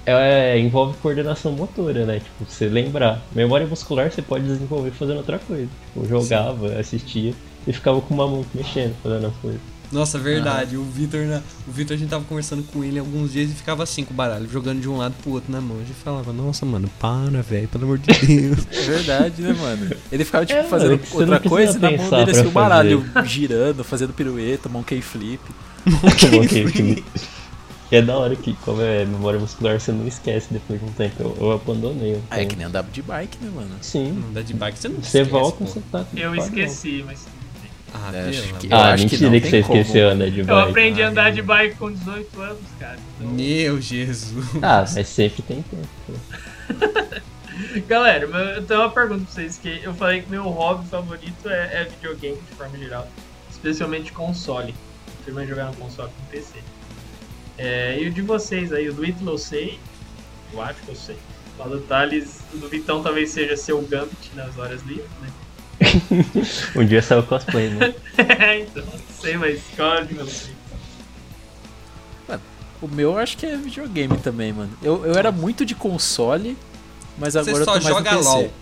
[SPEAKER 6] é, envolve coordenação motora, né? Tipo, você lembrar. Memória muscular você pode desenvolver fazendo outra coisa. Tipo, jogava, assistia e ficava com uma mão mexendo, fazendo as coisas.
[SPEAKER 4] Nossa, verdade. O Vitor, na- o Vitor, a gente tava conversando com ele alguns dias e ficava assim com o baralho, jogando de um lado pro outro na mão. A gente falava, nossa, mano, para, velho, pelo amor de Deus.
[SPEAKER 5] É verdade, né, mano? Ele ficava, tipo,
[SPEAKER 6] É, mano,
[SPEAKER 5] fazendo
[SPEAKER 6] que você
[SPEAKER 5] outra
[SPEAKER 6] não precisa
[SPEAKER 5] coisa e na mão
[SPEAKER 6] pensar
[SPEAKER 5] dele, assim,
[SPEAKER 6] pra
[SPEAKER 5] o baralho girando, fazendo pirueta, monkey flip.
[SPEAKER 6] Ok, ok. E é da hora que, como é memória muscular, você não esquece depois de um tempo. Eu, eu abandonei. um
[SPEAKER 5] Ah, é
[SPEAKER 6] tempo.
[SPEAKER 5] que nem andava de bike, né, mano?
[SPEAKER 6] Sim.
[SPEAKER 4] Não dá de bike, você não
[SPEAKER 6] Você
[SPEAKER 4] esquece, pô.
[SPEAKER 6] volta, você tá.
[SPEAKER 7] Eu
[SPEAKER 6] tá bom.
[SPEAKER 7] esqueci, mas tudo bem.
[SPEAKER 4] Ah,
[SPEAKER 5] É, acho
[SPEAKER 4] pelo
[SPEAKER 5] que-
[SPEAKER 4] amor-
[SPEAKER 5] Eu
[SPEAKER 6] ah,
[SPEAKER 5] acho que
[SPEAKER 6] mentira
[SPEAKER 5] não,
[SPEAKER 6] que,
[SPEAKER 5] tem
[SPEAKER 6] você
[SPEAKER 5] como.
[SPEAKER 6] esqueceu a andar de
[SPEAKER 7] Eu
[SPEAKER 6] bike.
[SPEAKER 7] aprendi a andar de bike com 18 anos, cara. Então,
[SPEAKER 4] Meu Jesus.
[SPEAKER 6] Ah, mas sempre tem tempo. pô.
[SPEAKER 7] Galera, mas eu tenho uma pergunta pra vocês, que eu falei que meu hobby favorito é, é videogame de forma geral. Especialmente console. Vocês vão jogar no console com PC. É, e o de vocês aí, o do Ítalo eu sei. Eu acho que eu sei. O do Thales, o do Vitão talvez seja seu Gambit nas horas livres, né?
[SPEAKER 6] Um dia saiu cosplay, né?
[SPEAKER 7] então, não sei, mas qual é o de vocês?
[SPEAKER 5] O meu eu acho que é videogame também, mano. Eu, eu era muito de console, mas agora
[SPEAKER 4] Você
[SPEAKER 5] eu tô
[SPEAKER 4] só
[SPEAKER 5] mais no
[SPEAKER 4] joga
[SPEAKER 5] PC.
[SPEAKER 4] LOL.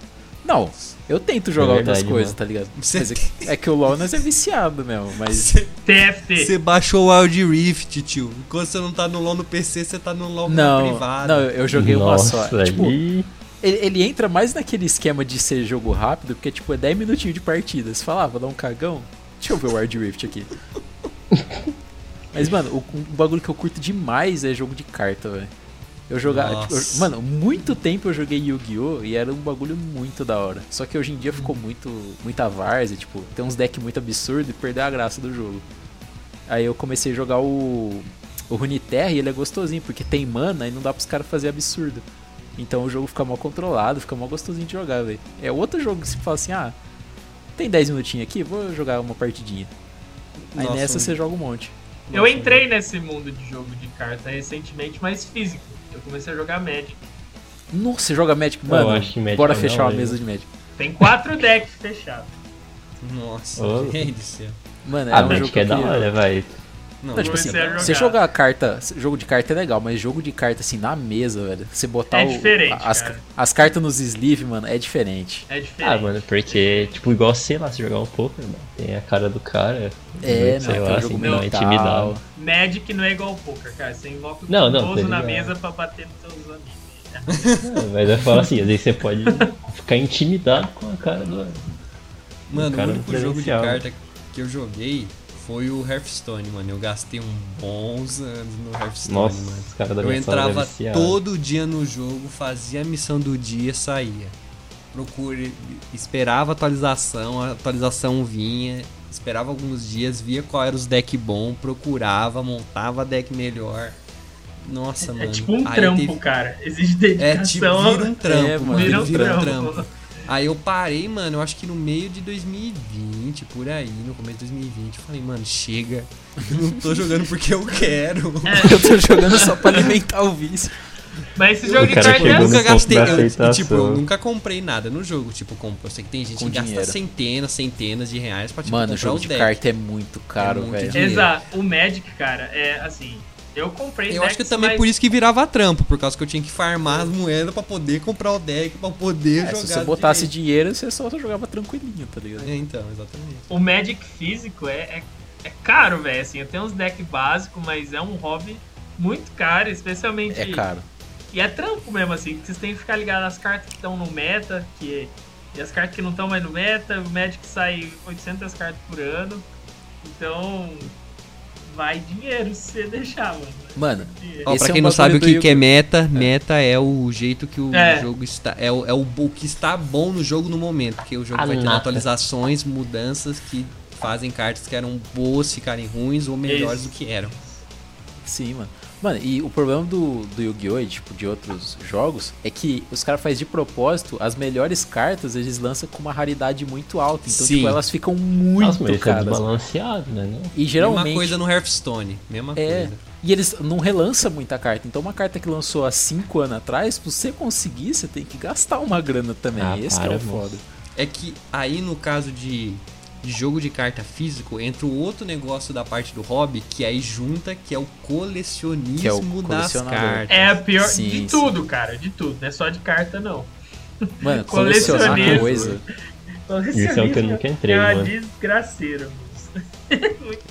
[SPEAKER 5] Não, eu tento jogar
[SPEAKER 6] É
[SPEAKER 5] outras
[SPEAKER 6] verdade,
[SPEAKER 5] coisas,
[SPEAKER 6] mano.
[SPEAKER 5] tá ligado? Quer
[SPEAKER 4] Você-
[SPEAKER 5] dizer, é que o LoL nós é viciado mesmo, mas
[SPEAKER 7] TFT.
[SPEAKER 4] Você baixou o Wild Rift, tio. Enquanto você não tá no LOL no PC, você tá no LOL
[SPEAKER 5] não,
[SPEAKER 4] privado.
[SPEAKER 5] não, eu joguei
[SPEAKER 6] Nossa,
[SPEAKER 5] uma só. Tipo,
[SPEAKER 6] aí...
[SPEAKER 5] ele, ele entra mais naquele esquema de ser jogo rápido, porque tipo, é 10 minutinhos de partida. Você fala, ah, vou dar um cagão. Deixa eu ver o Wild Rift aqui. Mas, mano, o, um bagulho que eu curto demais é jogo de carta, velho. Eu jogava. tipo, eu-
[SPEAKER 4] Nossa.
[SPEAKER 5] mano, muito tempo eu joguei Yu-Gi-Oh! e era um bagulho muito da hora. Só que hoje em dia ficou muito. muita várzea, tipo, tem uns decks muito absurdos e perdeu a graça do jogo. Aí eu comecei a jogar o. O Runeterra e ele é gostosinho, porque tem mana e não dá pros caras fazer absurdo. Então o jogo fica mal controlado, fica mal gostosinho de jogar, velho. É outro jogo que você fala assim, ah, tem 10 minutinhos aqui, vou jogar uma partidinha. Aí
[SPEAKER 4] Nossa,
[SPEAKER 5] nessa
[SPEAKER 4] um-
[SPEAKER 5] você joga um monte.
[SPEAKER 7] Eu entrei nesse mundo de jogo de carta recentemente, mas físico. Eu comecei a jogar Magic.
[SPEAKER 5] Nossa, você joga Magic, mano.
[SPEAKER 6] acho que Magic
[SPEAKER 5] bora
[SPEAKER 6] é
[SPEAKER 5] fechar
[SPEAKER 6] da
[SPEAKER 5] uma
[SPEAKER 6] hora,
[SPEAKER 5] mesa de Magic.
[SPEAKER 7] Tem quatro decks fechados.
[SPEAKER 4] Nossa,
[SPEAKER 6] Ô.
[SPEAKER 4] gente do céu.
[SPEAKER 5] Mano, é
[SPEAKER 6] Ah,
[SPEAKER 5] um
[SPEAKER 6] mas
[SPEAKER 5] jogo
[SPEAKER 6] que é da
[SPEAKER 5] eu-
[SPEAKER 6] hora, vai.
[SPEAKER 4] Não, tá
[SPEAKER 5] Não, tipo
[SPEAKER 7] Comecei
[SPEAKER 5] assim,
[SPEAKER 7] a jogar.
[SPEAKER 5] você jogar carta, jogo de carta é legal, mas jogo de carta assim na mesa, velho. Você botar
[SPEAKER 7] É
[SPEAKER 5] o-
[SPEAKER 7] diferente,
[SPEAKER 5] as,
[SPEAKER 7] cara.
[SPEAKER 5] as cartas nos sleeve, mano, é diferente.
[SPEAKER 7] É
[SPEAKER 6] Ah,
[SPEAKER 7] diferente.
[SPEAKER 6] mano, porque, tipo, igual, sei lá, se jogar um poker, mano, tem a cara do cara.
[SPEAKER 5] É,
[SPEAKER 6] sei
[SPEAKER 5] não,
[SPEAKER 6] lá,
[SPEAKER 5] tem
[SPEAKER 6] assim,
[SPEAKER 5] jogo
[SPEAKER 6] não,
[SPEAKER 5] mental.
[SPEAKER 6] é intimidado.
[SPEAKER 7] Magic não é igual ao poker, cara. Você invoca o
[SPEAKER 6] Não, não,
[SPEAKER 7] famoso
[SPEAKER 6] tô
[SPEAKER 7] na
[SPEAKER 6] ligado.
[SPEAKER 7] mesa pra bater nos seus amigos.
[SPEAKER 6] Ah, Mas eu falo assim, às vezes você pode ficar intimidado com a cara do.
[SPEAKER 4] Mano,
[SPEAKER 6] Cara,
[SPEAKER 4] o único jogo de
[SPEAKER 6] presencial.
[SPEAKER 4] carta que eu joguei foi o Hearthstone, mano. Eu gastei uns bons anos no Hearthstone,
[SPEAKER 6] Nossa,
[SPEAKER 4] mano.
[SPEAKER 6] os caras da
[SPEAKER 4] Eu
[SPEAKER 6] minha sala
[SPEAKER 4] entrava
[SPEAKER 6] devem ser-
[SPEAKER 4] todo dia no jogo, fazia a missão do dia, saía. Procure, esperava a atualização, a atualização vinha, esperava alguns dias, via qual era os deck bom, procurava, montava deck melhor. Nossa,
[SPEAKER 7] É
[SPEAKER 4] mano.
[SPEAKER 7] tipo um
[SPEAKER 4] Aí
[SPEAKER 7] trampo,
[SPEAKER 4] teve-
[SPEAKER 7] cara. Exige
[SPEAKER 4] É
[SPEAKER 7] dedicação.
[SPEAKER 4] tipo, vira um trampo,
[SPEAKER 5] É,
[SPEAKER 4] mano.
[SPEAKER 7] Vira um trampo.
[SPEAKER 4] trampo. Aí eu parei, mano, eu acho que no meio de 2020, por aí, no começo de 2020, eu falei, mano, chega. Eu não tô jogando porque eu quero.
[SPEAKER 5] Eu tô jogando só pra alimentar o vício.
[SPEAKER 7] Mas esse
[SPEAKER 6] O
[SPEAKER 7] jogo de
[SPEAKER 6] cara
[SPEAKER 7] carta é
[SPEAKER 4] Tipo, eu
[SPEAKER 6] chegou no
[SPEAKER 7] assim.
[SPEAKER 4] nunca
[SPEAKER 6] ponto
[SPEAKER 4] gastei.
[SPEAKER 6] da
[SPEAKER 4] eu-
[SPEAKER 6] aceitação.
[SPEAKER 4] tipo, eu nunca comprei nada no jogo. Tipo, compro. Eu sei que tem gente
[SPEAKER 5] Com
[SPEAKER 4] que gasta
[SPEAKER 5] dinheiro.
[SPEAKER 4] centenas, centenas de reais pra tipo,
[SPEAKER 5] Mano,
[SPEAKER 4] comprar
[SPEAKER 5] jogo
[SPEAKER 4] os
[SPEAKER 5] de
[SPEAKER 4] decks.
[SPEAKER 5] carta é muito caro,
[SPEAKER 4] muito
[SPEAKER 5] velho.
[SPEAKER 4] dinheiro.
[SPEAKER 7] Exato. O Magic, cara, é assim. Eu comprei
[SPEAKER 4] Eu acho que
[SPEAKER 7] decks,
[SPEAKER 4] também é
[SPEAKER 7] mas
[SPEAKER 4] por isso que virava trampo, por causa que eu tinha que farmar as moedas pra poder comprar o deck, pra
[SPEAKER 5] É,
[SPEAKER 4] poder jogar.
[SPEAKER 5] se você botasse
[SPEAKER 4] direito.
[SPEAKER 5] dinheiro, você só jogava tranquilinho, tá ligado?
[SPEAKER 4] É, então, exatamente.
[SPEAKER 7] O Magic físico é, é, é caro, velho. Assim, eu tenho uns decks básicos, mas é um hobby muito caro, especialmente.
[SPEAKER 5] É caro.
[SPEAKER 7] E é trampo mesmo, assim, que vocês têm que ficar ligados nas cartas que estão no meta, que, é, e as cartas que não estão mais no meta, o Magic sai 800 cartas por ano, então vai dinheiro se você deixar, mano.
[SPEAKER 5] Mano,
[SPEAKER 7] Dinheiro.
[SPEAKER 4] Ó,
[SPEAKER 5] Esse é
[SPEAKER 4] pra quem
[SPEAKER 5] um
[SPEAKER 4] não sabe o
[SPEAKER 5] bagulho
[SPEAKER 4] que,
[SPEAKER 5] do
[SPEAKER 4] que é meta, meta é o jeito que o
[SPEAKER 7] É.
[SPEAKER 4] jogo está. É, o, é o, o que está bom no jogo no momento. Porque o jogo
[SPEAKER 6] A
[SPEAKER 4] vai tendo
[SPEAKER 6] nata.
[SPEAKER 4] atualizações, mudanças que fazem cartas que eram boas ficarem ruins ou melhores
[SPEAKER 7] Isso.
[SPEAKER 4] do que eram.
[SPEAKER 5] Sim, mano. Mano, e o problema do, do Yu-Gi-Oh! e tipo, de outros jogos é que os caras fazem de propósito as melhores cartas, eles lançam com uma raridade muito alta. Então,
[SPEAKER 4] Sim.
[SPEAKER 5] tipo, elas ficam muito
[SPEAKER 6] Nossa, mas isso é
[SPEAKER 5] caras.
[SPEAKER 6] desbalanceado, né? né?
[SPEAKER 5] E
[SPEAKER 4] Mesma
[SPEAKER 5] geralmente.
[SPEAKER 4] coisa no Hearthstone. Mesma
[SPEAKER 5] É.
[SPEAKER 4] coisa.
[SPEAKER 5] E eles não relançam muita carta. Então, uma carta que lançou há 5 anos atrás, pra você conseguir, você tem que gastar uma grana também.
[SPEAKER 6] Ah,
[SPEAKER 5] Esse que é
[SPEAKER 6] para,
[SPEAKER 5] o
[SPEAKER 6] moço.
[SPEAKER 5] foda.
[SPEAKER 4] É que aí no caso de, de jogo de carta físico, entra o outro negócio da parte do hobby, que aí junta, que é o colecionismo
[SPEAKER 5] Que é o
[SPEAKER 4] das
[SPEAKER 5] colecionador.
[SPEAKER 4] cartas.
[SPEAKER 7] É a pior
[SPEAKER 5] Sim,
[SPEAKER 7] de
[SPEAKER 5] sim.
[SPEAKER 7] tudo, cara, de tudo, não é só de carta, não.
[SPEAKER 5] Mano, colecionar
[SPEAKER 7] Colecionismo.
[SPEAKER 5] coisa.
[SPEAKER 6] Isso é o que eu nunca entrei,
[SPEAKER 7] é uma
[SPEAKER 6] mano.
[SPEAKER 7] desgraceira, moço.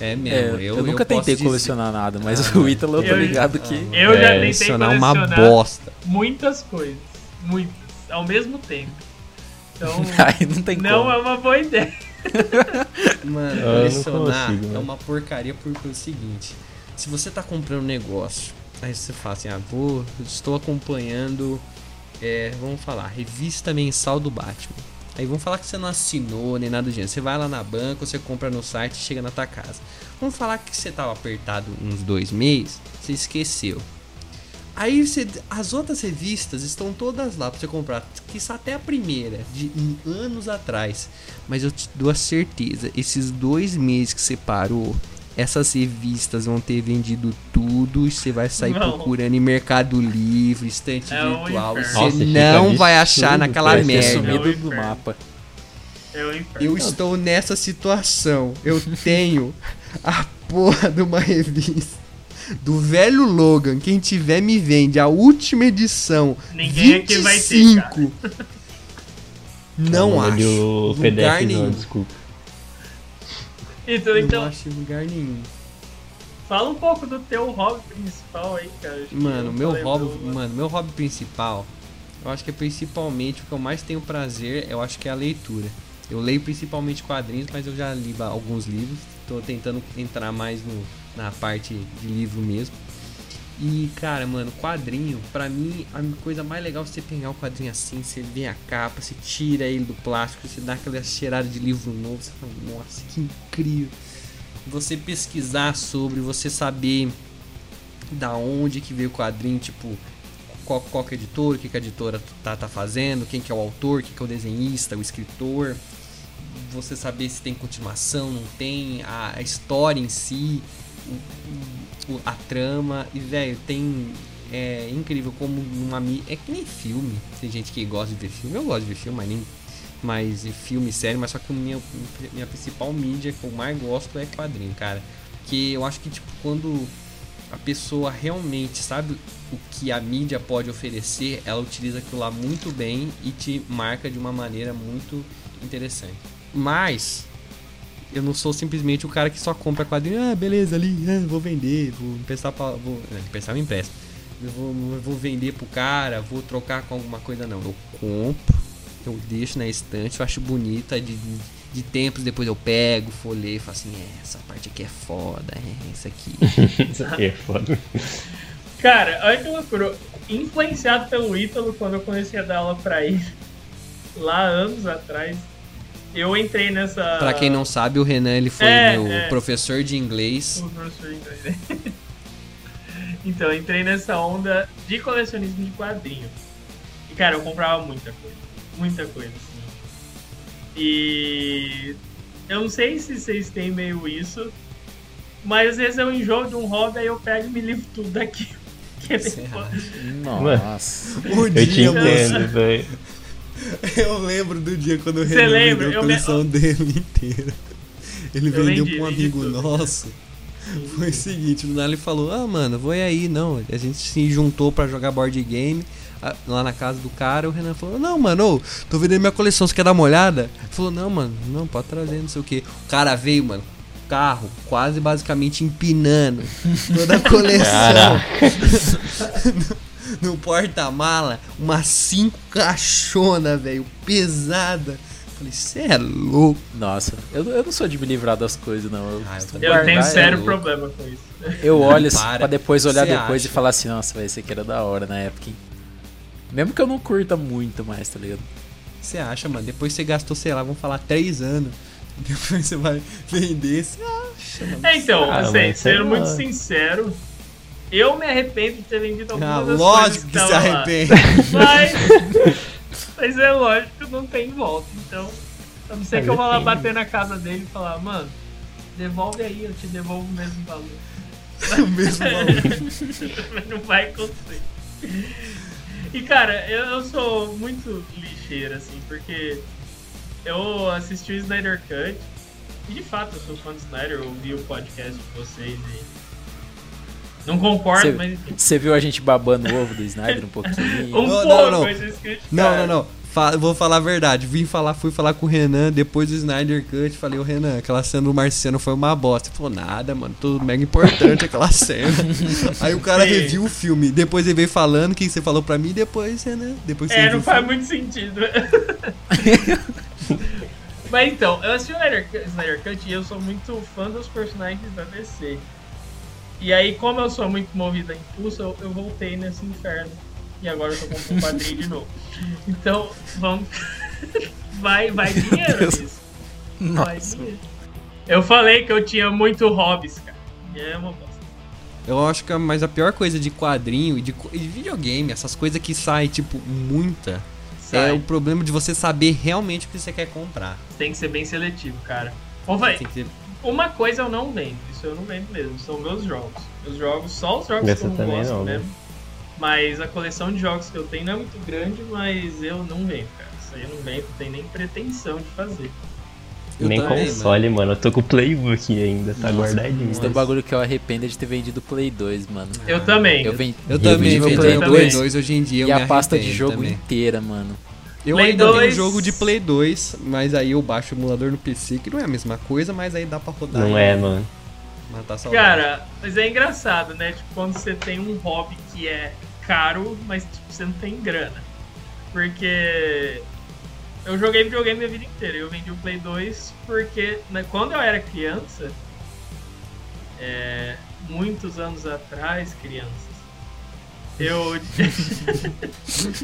[SPEAKER 4] É
[SPEAKER 5] É,
[SPEAKER 4] mesmo.
[SPEAKER 5] eu,
[SPEAKER 4] eu,
[SPEAKER 5] nunca
[SPEAKER 4] posso
[SPEAKER 5] tentei
[SPEAKER 4] dizer-
[SPEAKER 5] colecionar nada, mas
[SPEAKER 4] Ah,
[SPEAKER 5] o Ítalo eu tô
[SPEAKER 7] eu-
[SPEAKER 5] ligado que.
[SPEAKER 7] Eu já
[SPEAKER 6] É,
[SPEAKER 7] tentei
[SPEAKER 4] Colecionar
[SPEAKER 7] colecionar
[SPEAKER 4] uma bosta.
[SPEAKER 7] muitas coisas, muitas, ao mesmo tempo. Então,
[SPEAKER 5] Aí não tem
[SPEAKER 7] não
[SPEAKER 5] como.
[SPEAKER 7] é uma boa ideia.
[SPEAKER 4] Mano,
[SPEAKER 6] Ah, Eu não
[SPEAKER 4] colecionar
[SPEAKER 6] consigo, né?
[SPEAKER 4] é uma porcaria porque é o seguinte: se você tá comprando um negócio, aí você fala assim, ah, vou, estou acompanhando, é, vamos falar, revista mensal do Batman. Aí vão falar que você não assinou nem nada do gênero. Você vai lá na banca, você compra no site e chega na tua casa. Vamos falar que você tava apertado uns dois meses, você esqueceu. Aí você, as outras revistas estão todas lá pra você comprar, que até a primeira, de em anos atrás. Mas eu te dou a certeza, esses dois meses que você parou, essas revistas vão ter vendido tudo e você vai sair
[SPEAKER 7] Não.
[SPEAKER 4] procurando em Mercado Livre, estante
[SPEAKER 7] É um
[SPEAKER 4] virtual.
[SPEAKER 7] inferno.
[SPEAKER 4] Você
[SPEAKER 6] Nossa, fica
[SPEAKER 4] não vai
[SPEAKER 6] absurdo,
[SPEAKER 4] achar naquela
[SPEAKER 6] cara.
[SPEAKER 5] Vai ter
[SPEAKER 6] merda.
[SPEAKER 5] sumido
[SPEAKER 7] É o
[SPEAKER 5] do
[SPEAKER 7] inferno.
[SPEAKER 5] mapa.
[SPEAKER 7] Eu
[SPEAKER 4] eu
[SPEAKER 7] É um inferno.
[SPEAKER 4] estou nessa situação. Eu tenho a porra de uma revista do velho Logan. Quem tiver me vende a última edição.
[SPEAKER 7] Ninguém
[SPEAKER 4] 25.
[SPEAKER 7] aqui vai ter, cara.
[SPEAKER 4] Não
[SPEAKER 6] Olha
[SPEAKER 4] acho.
[SPEAKER 6] O
[SPEAKER 4] lugar
[SPEAKER 6] PDF não,
[SPEAKER 4] nenhum.
[SPEAKER 6] desculpa.
[SPEAKER 7] Então,
[SPEAKER 4] Não
[SPEAKER 7] então
[SPEAKER 4] acho em lugar nenhum.
[SPEAKER 7] fala um pouco do teu hobby principal aí, cara. Acho que
[SPEAKER 4] Mano,
[SPEAKER 7] eu
[SPEAKER 4] meu
[SPEAKER 7] falei
[SPEAKER 4] hobby,
[SPEAKER 7] do-
[SPEAKER 4] mano, meu hobby principal, eu acho que é principalmente o que eu mais tenho prazer, eu acho que é a leitura. Eu leio principalmente quadrinhos, mas eu já li ba- alguns livros. Tô tentando entrar mais no, na parte de livro mesmo. E, cara, mano, quadrinho, pra mim, a coisa mais legal é você pegar o quadrinho assim, você vê a capa, você tira ele do plástico, você dá aquela cheirada de livro novo, você fala, nossa, que incrível. Você pesquisar sobre, você saber da onde que veio o quadrinho, tipo, qual, qual que é a editora, o que, que a editora tá, tá fazendo, quem que é o autor, quem que é o desenhista, o escritor. Você saber se tem continuação, não tem, a, a história em si, o- o- a trama. E, velho, tem. É incrível como numa mídia. É que nem filme. Tem gente que gosta de ver filme. Eu gosto de ver filme, mas nem. Mas e filme, série, mas só que minha, minha principal mídia que eu mais gosto é quadrinho, cara. Que eu acho que, tipo, quando a pessoa realmente sabe o que a mídia pode oferecer, ela utiliza aquilo lá muito bem e te marca de uma maneira muito interessante. Mas eu não sou simplesmente o cara que só compra quadrinho, ah, beleza, ali, ah, vou vender, vou emprestar pra, vou, não, emprestar eu empresto. Eu vou, eu vou vender pro cara, vou trocar com alguma coisa não. Eu compro, eu deixo na estante, eu acho bonita de, de, de tempos depois eu pego, folheio, e falo assim, é, essa parte aqui é foda, é, essa aqui
[SPEAKER 6] Isso aqui é foda.
[SPEAKER 7] Cara, olha que loucura. Influenciado pelo Ítalo, quando eu comecei a dar aula pra ele, lá anos atrás, eu entrei nessa.
[SPEAKER 4] Pra quem não sabe, o Renan ele foi
[SPEAKER 7] É,
[SPEAKER 4] meu
[SPEAKER 7] é.
[SPEAKER 4] professor de inglês.
[SPEAKER 7] O professor de inglês, né? Então, eu entrei nessa onda de colecionismo de quadrinhos. E, cara, eu comprava muita coisa. Muita coisa, assim. E. Eu não sei se vocês têm meio isso, mas às vezes eu enjoo de um hobby, aí eu pego e me livro tudo daquilo. Que é
[SPEAKER 4] Você
[SPEAKER 7] depois...
[SPEAKER 4] é?
[SPEAKER 5] Nossa.
[SPEAKER 4] O
[SPEAKER 6] Eu te
[SPEAKER 4] dia, mano,
[SPEAKER 6] entendo, velho.
[SPEAKER 4] eu lembro do dia quando o
[SPEAKER 7] Você
[SPEAKER 4] Renan
[SPEAKER 7] lembra?
[SPEAKER 4] vendeu a
[SPEAKER 7] Eu me-
[SPEAKER 4] coleção dele inteira. Ele
[SPEAKER 7] Eu
[SPEAKER 4] vendeu
[SPEAKER 7] vendi,
[SPEAKER 4] pra um
[SPEAKER 7] vendi
[SPEAKER 4] amigo
[SPEAKER 7] tudo.
[SPEAKER 4] nosso. Foi o seguinte, o Nali falou, ah mano, vou ir aí, não. A gente se juntou pra jogar board game ah, lá na casa do cara, o Renan falou, não, mano, ô, tô vendendo minha coleção, você quer dar uma olhada? Ele falou, não, mano, não, pode trazer, não sei o que. O cara veio, mano, carro, quase basicamente empinando toda a coleção. no porta-mala, umas cinco caixona, velho, pesada. Falei, você é louco.
[SPEAKER 5] Nossa. Eu, eu não sou de me livrar das coisas, não. Eu,
[SPEAKER 4] Ah, eu
[SPEAKER 5] costumo
[SPEAKER 4] também.
[SPEAKER 7] Eu tenho
[SPEAKER 5] guardar,
[SPEAKER 7] sério
[SPEAKER 4] louco.
[SPEAKER 7] problema com isso.
[SPEAKER 5] Eu olho assim,
[SPEAKER 4] Para.
[SPEAKER 5] pra depois olhar
[SPEAKER 4] Cê
[SPEAKER 5] depois
[SPEAKER 4] acha?
[SPEAKER 5] e falar assim, nossa, vai ser que era da hora na época, hein? Mesmo que eu não curta muito mais, tá ligado?
[SPEAKER 4] Você acha, mano? Depois você gastou, sei lá, vamos falar, três anos. Depois você vai vender. Você acha, mano?
[SPEAKER 7] É, então,
[SPEAKER 6] Ah, mas
[SPEAKER 7] assim,
[SPEAKER 6] sei
[SPEAKER 7] sendo
[SPEAKER 6] lá.
[SPEAKER 7] muito sincero, eu me arrependo de ter vendido É, algumas
[SPEAKER 4] Ah,
[SPEAKER 7] das
[SPEAKER 4] lógico que,
[SPEAKER 7] coisas
[SPEAKER 4] se
[SPEAKER 7] tava lá.
[SPEAKER 4] arrepende.
[SPEAKER 7] Mas, mas é lógico, não tem volta. Então, a não ser que eu vá lá bater na casa dele e falar, mano, devolve aí, eu te devolvo o mesmo valor.
[SPEAKER 4] o mesmo valor.
[SPEAKER 7] Mas não vai acontecer. E cara, eu, eu sou muito lixeiro, assim, porque eu assisti o Snyder Cut e de fato eu sou fã do Snyder, eu ouvi o podcast de vocês e. Não concordo,
[SPEAKER 5] Você-
[SPEAKER 7] Ah, mas enfim.
[SPEAKER 5] Você viu a gente babando o ovo do Snyder um pouquinho?
[SPEAKER 7] Um
[SPEAKER 4] Não, não,
[SPEAKER 7] pouco
[SPEAKER 4] não.
[SPEAKER 7] eu já esqueci,
[SPEAKER 4] Não,
[SPEAKER 7] cara.
[SPEAKER 4] não, não. Fa- vou falar a verdade. Vim falar, fui falar com o Renan depois do Snyder Cut. Falei, ô Renan, aquela cena do Marciano foi uma bosta. Ele falou, nada, mano. Tudo mega importante aquela cena. Aí o cara
[SPEAKER 7] Sim.
[SPEAKER 4] reviu o filme. Depois ele veio falando o que você falou pra mim. Depois, Renan. Depois você
[SPEAKER 7] É,
[SPEAKER 4] reviu
[SPEAKER 7] não
[SPEAKER 4] o
[SPEAKER 7] faz
[SPEAKER 4] filme.
[SPEAKER 7] muito sentido. Mas então, eu assisti o Snyder, Cut- Snyder Cut e eu sou muito fã dos personagens da DC. E aí, como eu sou muito movido a impulso, eu, eu voltei nesse inferno. E agora eu tô comprando um quadrinho de novo. Então, vamos. Vai, vai dinheiro
[SPEAKER 5] Deus.
[SPEAKER 7] nisso. Vai
[SPEAKER 5] Nossa.
[SPEAKER 7] dinheiro. Eu falei que eu tinha muito hobbies, cara. E é uma bosta.
[SPEAKER 4] Eu acho que a, mas a pior coisa de quadrinho e de, co- e de videogame, essas coisas que saem, tipo, muita, é o
[SPEAKER 7] Sai.
[SPEAKER 4] problema de você saber realmente o que você quer comprar.
[SPEAKER 7] Tem que ser bem seletivo, cara. Ou vai,
[SPEAKER 4] Tem que ter-
[SPEAKER 7] uma coisa eu não vendo, isso eu não vendo mesmo, são meus jogos. Meus jogos, só os jogos
[SPEAKER 6] Essa
[SPEAKER 7] que eu não
[SPEAKER 6] também
[SPEAKER 7] gosto
[SPEAKER 6] não, né?
[SPEAKER 7] mesmo. Mas a coleção de jogos que eu tenho não é muito grande, mas eu não vendo, cara. Isso aí eu não vendo, não tem nem pretensão de fazer.
[SPEAKER 4] Eu
[SPEAKER 6] Nem
[SPEAKER 4] também,
[SPEAKER 6] console, mano. Eu tô com o Playbook ainda, tá
[SPEAKER 4] Nossa,
[SPEAKER 6] guardadinho.
[SPEAKER 4] nossa.
[SPEAKER 5] Tem um bagulho que eu arrependo é de ter vendido o Play 2, mano.
[SPEAKER 7] Eu também.
[SPEAKER 5] Eu, ven-
[SPEAKER 4] Eu
[SPEAKER 5] vendi
[SPEAKER 4] também,
[SPEAKER 5] meu
[SPEAKER 4] velho.
[SPEAKER 5] Play
[SPEAKER 4] eu
[SPEAKER 7] também.
[SPEAKER 4] Play
[SPEAKER 5] 2
[SPEAKER 4] 2 hoje em dia eu
[SPEAKER 5] e
[SPEAKER 4] me
[SPEAKER 5] a pasta de
[SPEAKER 4] arrependo
[SPEAKER 5] jogo
[SPEAKER 4] também.
[SPEAKER 5] inteira, mano.
[SPEAKER 4] Eu
[SPEAKER 7] Play
[SPEAKER 4] ainda tenho um
[SPEAKER 7] dois.
[SPEAKER 4] jogo de Play 2, mas aí eu baixo o emulador no PC, que não é a mesma coisa, mas aí dá pra rodar. tá
[SPEAKER 6] Não
[SPEAKER 4] e
[SPEAKER 6] é, mano.
[SPEAKER 4] Matar a saudade.
[SPEAKER 7] Cara, mas é engraçado, né? Tipo, quando você tem um hobby que é caro, mas tipo, você não tem grana. Porque eu joguei videogame minha vida inteira. Eu vendi o Play 2 porque né, quando eu era criança, é, muitos anos atrás, crianças, eu.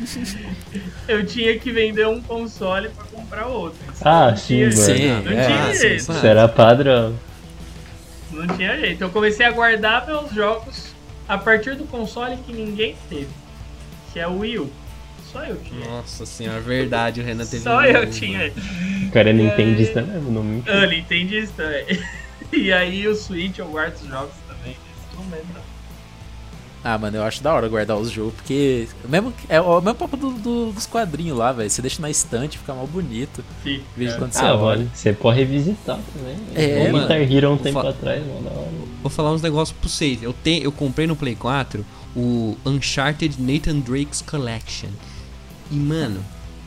[SPEAKER 7] eu tinha que vender um console pra comprar outro.
[SPEAKER 6] Ah, sim, mano.
[SPEAKER 5] Sim,
[SPEAKER 7] Não
[SPEAKER 5] é.
[SPEAKER 7] tinha
[SPEAKER 4] Ah,
[SPEAKER 7] direito.
[SPEAKER 4] sim, sim.
[SPEAKER 6] Isso era padrão.
[SPEAKER 7] Não tinha jeito. Eu comecei a guardar meus jogos a partir do console que ninguém teve, que é o Wii U. Só eu tinha.
[SPEAKER 4] Nossa senhora, verdade, o Renan teve.
[SPEAKER 7] Só
[SPEAKER 4] um,
[SPEAKER 7] eu
[SPEAKER 4] mano.
[SPEAKER 7] tinha.
[SPEAKER 6] O cara não entende isso também, mano. Não me-
[SPEAKER 7] Ah, entendi isso também. E aí o Switch eu guardo os jogos também. Isso não lembro.
[SPEAKER 5] Ah, mano, eu acho da hora guardar os jogos, porque. Mesmo, que- é o mesmo papo do- do- dos quadrinhos lá, velho. Você deixa na estante, fica mal bonito.
[SPEAKER 7] Fica.
[SPEAKER 5] De vez em quando você
[SPEAKER 6] Ah,
[SPEAKER 5] olha.
[SPEAKER 6] mano, você pode revisitar também.
[SPEAKER 5] É,
[SPEAKER 6] mano. Guitar Hero um tempo
[SPEAKER 4] Fa-
[SPEAKER 6] atrás, mano. da hora.
[SPEAKER 4] Vou falar uns negócios pra vocês. Eu, tenho, eu comprei no Play 4 o Uncharted Nathan Drake's Collection. E, mano,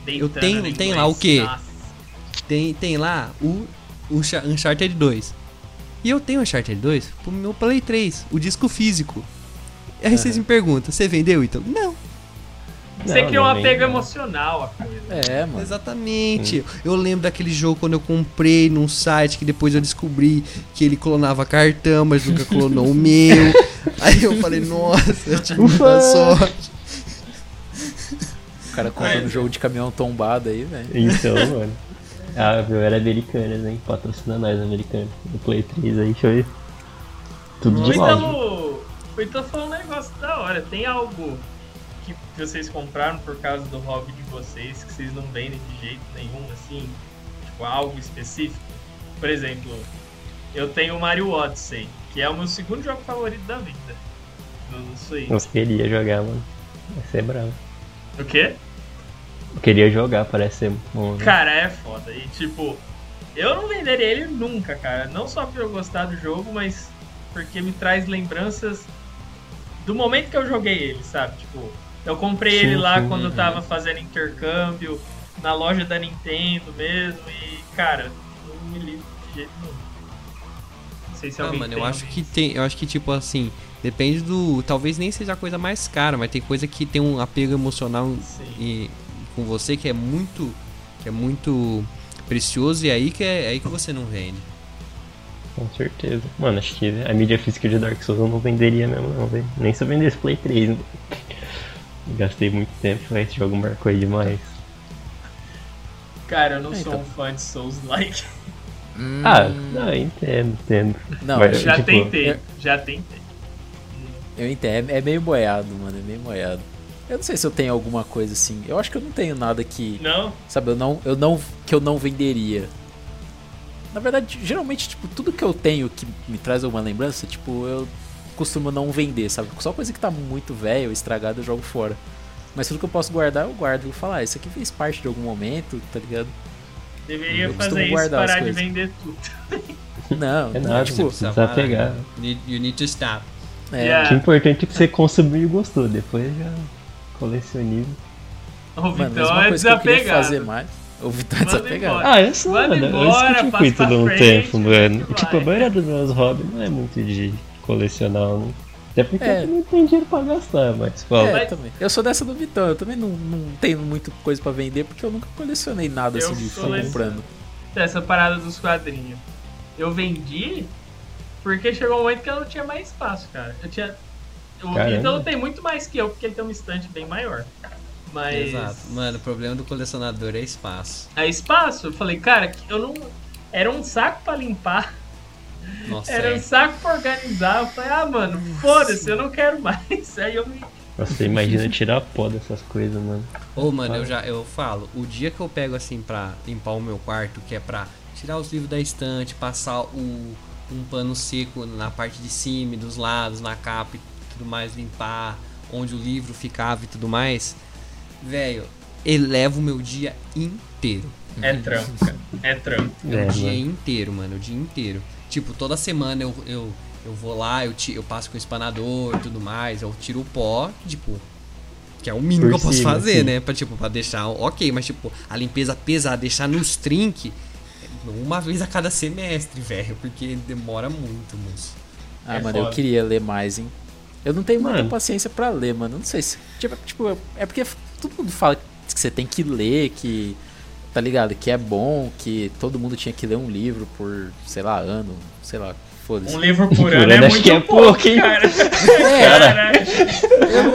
[SPEAKER 4] Eu
[SPEAKER 7] Deitando
[SPEAKER 4] tenho-
[SPEAKER 7] em
[SPEAKER 4] tem
[SPEAKER 7] inglês.
[SPEAKER 4] lá o quê?
[SPEAKER 7] Nossa.
[SPEAKER 4] tem, tem lá o, o Uncha- Uncharted 2. E eu tenho o Uncharted 2 pro meu Play 3, o disco físico. Aí vocês me perguntam, você vendeu então? Não,
[SPEAKER 7] Você
[SPEAKER 6] Não,
[SPEAKER 7] criou um
[SPEAKER 6] não vem,
[SPEAKER 7] apego
[SPEAKER 6] não.
[SPEAKER 7] emocional à coisa.
[SPEAKER 5] É, mano.
[SPEAKER 4] exatamente. Eu lembro daquele jogo quando eu comprei num site que depois eu descobri que ele clonava cartão, mas nunca clonou o meu. Aí eu falei, nossa, eu tive muita sorte.
[SPEAKER 5] O cara comprando jogo de caminhão tombado aí, velho.
[SPEAKER 6] Então, mano. Ah, meu, era americanas, hein? Patrocina nós, americanos. O Play 3 aí foi tudo de mal.
[SPEAKER 7] Então, o Ito falou um negócio da hora. Tem algo que vocês compraram por causa do hobby de vocês que vocês não vendem de jeito nenhum, assim? Tipo, algo específico? Por exemplo, eu tenho o Mario Odyssey, que é o meu segundo jogo favorito da vida. No Switch.
[SPEAKER 6] Não queria jogar, mano. Vai ser bravo.
[SPEAKER 7] O quê?
[SPEAKER 6] Eu queria jogar, parece ser bom. Né?
[SPEAKER 7] Cara, é foda. E tipo, eu não venderia ele nunca, cara. Não só por eu gostar do jogo, mas porque me traz lembranças do momento que eu joguei ele, sabe? Tipo, eu comprei
[SPEAKER 6] Sim,
[SPEAKER 7] ele lá
[SPEAKER 6] sim, uhum.
[SPEAKER 7] quando eu tava fazendo intercâmbio, na loja da Nintendo mesmo, e, cara, não me livro de jeito nenhum. Não sei se
[SPEAKER 4] Ah,
[SPEAKER 7] alguém
[SPEAKER 4] mano,
[SPEAKER 7] tem um
[SPEAKER 4] eu acho que
[SPEAKER 7] alguém.
[SPEAKER 4] tem, eu acho que tipo assim, depende do, talvez nem seja a coisa mais cara, mas tem coisa que tem um apego emocional
[SPEAKER 7] Sim.
[SPEAKER 4] e com você que é muito que é muito precioso e aí que é, é aí que você não vende.
[SPEAKER 6] Com certeza. Mano, acho que a mídia física de Dark Souls eu não venderia mesmo, não, velho. Nem se eu vendesse Play 3. né? Gastei muito tempo, mas esse jogo marcou aí demais.
[SPEAKER 7] Cara, eu não
[SPEAKER 5] É,
[SPEAKER 7] sou
[SPEAKER 5] então.
[SPEAKER 7] um fã de Souls-like.
[SPEAKER 6] Ah,
[SPEAKER 5] Hum.
[SPEAKER 6] não, eu entendo, entendo.
[SPEAKER 5] Não,
[SPEAKER 6] Mas-
[SPEAKER 5] eu,
[SPEAKER 7] Já
[SPEAKER 6] tipo,
[SPEAKER 7] tentei,
[SPEAKER 5] eu-
[SPEAKER 7] já tentei.
[SPEAKER 5] eu entendo. É, é meio boiado, mano. É meio boiado. Eu não sei se eu tenho alguma coisa assim. Eu acho que eu não tenho nada que.
[SPEAKER 7] Não?
[SPEAKER 5] Sabe, eu não, eu não. Que eu não venderia. Na verdade, geralmente, tipo, tudo que eu tenho que me traz alguma lembrança, tipo, eu costumo não vender, sabe? Só coisa que tá muito velha ou estragada eu jogo fora. Mas tudo que eu posso guardar, eu guardo. Eu vou falar, ah, isso aqui fez parte de algum momento, tá ligado?
[SPEAKER 7] Deveria
[SPEAKER 5] Eu costumo
[SPEAKER 7] fazer isso,
[SPEAKER 5] guardar as
[SPEAKER 7] parar de
[SPEAKER 5] coisas.
[SPEAKER 7] vender tudo.
[SPEAKER 5] Não,
[SPEAKER 6] É
[SPEAKER 5] não,
[SPEAKER 6] nada,
[SPEAKER 5] tipo,
[SPEAKER 6] você precisa pegar.
[SPEAKER 4] Need- You need to stop.
[SPEAKER 5] é,
[SPEAKER 6] O
[SPEAKER 7] Yeah.
[SPEAKER 6] que é importante é que você consumiu e gostou, depois já colecionismo.
[SPEAKER 7] O
[SPEAKER 5] mano, mas
[SPEAKER 7] Vitão
[SPEAKER 5] uma
[SPEAKER 7] é
[SPEAKER 5] coisa que eu queria
[SPEAKER 7] desapegado.
[SPEAKER 5] fazer mais. O Vitor é
[SPEAKER 7] Manda
[SPEAKER 5] desapegado.
[SPEAKER 7] embora.
[SPEAKER 6] Ah, eu sou,
[SPEAKER 7] Vai
[SPEAKER 6] mano.
[SPEAKER 7] embora,
[SPEAKER 6] eu
[SPEAKER 7] passa
[SPEAKER 6] escutei
[SPEAKER 7] pra
[SPEAKER 6] tudo um
[SPEAKER 7] frente,
[SPEAKER 6] tempo, mano.
[SPEAKER 7] vai.
[SPEAKER 6] Tipo, a maioria dos meus hobbies não é muito de colecionar, né? Até porque
[SPEAKER 5] É.
[SPEAKER 6] eu não tenho dinheiro pra gastar, mas fala.
[SPEAKER 5] É, eu também. Eu sou dessa do Vitão, eu também não, não tenho muita coisa pra vender porque eu nunca colecionei nada
[SPEAKER 7] Eu
[SPEAKER 5] assim de ficar
[SPEAKER 7] coleciono.
[SPEAKER 5] comprando.
[SPEAKER 7] Essa parada dos quadrinhos. Eu vendi porque chegou um momento que eu não tinha mais espaço, cara. Eu tinha. O
[SPEAKER 6] Caramba.
[SPEAKER 7] Ítalo tem muito mais que eu, porque ele tem uma estante bem um maior. Mas.
[SPEAKER 4] Exato. Mano, o problema do colecionador é espaço.
[SPEAKER 7] A espaço, eu falei, cara, eu não. Era um saco pra limpar,
[SPEAKER 4] Nossa,
[SPEAKER 7] era um
[SPEAKER 4] é.
[SPEAKER 7] saco pra organizar. Eu falei, ah, mano, foda-se, eu não quero mais. Aí eu me.
[SPEAKER 6] Nossa, imagina tirar pó dessas coisas, mano.
[SPEAKER 4] Ô, mano, eu já eu falo, o dia que eu pego assim pra limpar o meu quarto, que é pra tirar os livros da estante, passar o, um pano seco na parte de cima, e dos lados, na capa e tudo mais, limpar onde o livro ficava e tudo mais, velho, eleva o meu dia inteiro.
[SPEAKER 7] É trampo, cara. É trampo.
[SPEAKER 4] É, o
[SPEAKER 6] É,
[SPEAKER 4] dia
[SPEAKER 6] mano.
[SPEAKER 4] inteiro, mano, o dia inteiro. Tipo, toda semana eu, eu, eu vou lá, eu, ti- eu passo com o espanador e tudo mais, eu tiro o pó, tipo. Que é o mínimo
[SPEAKER 6] Por
[SPEAKER 4] que eu posso
[SPEAKER 6] cima,
[SPEAKER 4] fazer,
[SPEAKER 6] sim.
[SPEAKER 4] né? Pra, tipo, pra deixar ok, mas tipo, a limpeza pesada, deixar nos trinque uma vez a cada semestre, velho. Porque demora muito, moço.
[SPEAKER 5] Ah,
[SPEAKER 7] É
[SPEAKER 5] mano, eu
[SPEAKER 7] foda.
[SPEAKER 5] queria ler mais, hein? Eu não tenho muita
[SPEAKER 6] Mano.
[SPEAKER 5] paciência pra ler, mano. Não sei se. Tipo, tipo, eu- é porque todo mundo fala que você tem que ler, que. Tá ligado? Que é bom, que todo mundo tinha que ler um livro por, sei lá, ano, sei lá, foda-se. É,
[SPEAKER 7] Um livro por
[SPEAKER 6] Por
[SPEAKER 7] ano é
[SPEAKER 6] ano, acho
[SPEAKER 7] muito
[SPEAKER 6] que é
[SPEAKER 7] pouco,
[SPEAKER 6] pouco, hein?
[SPEAKER 7] cara. Caraca.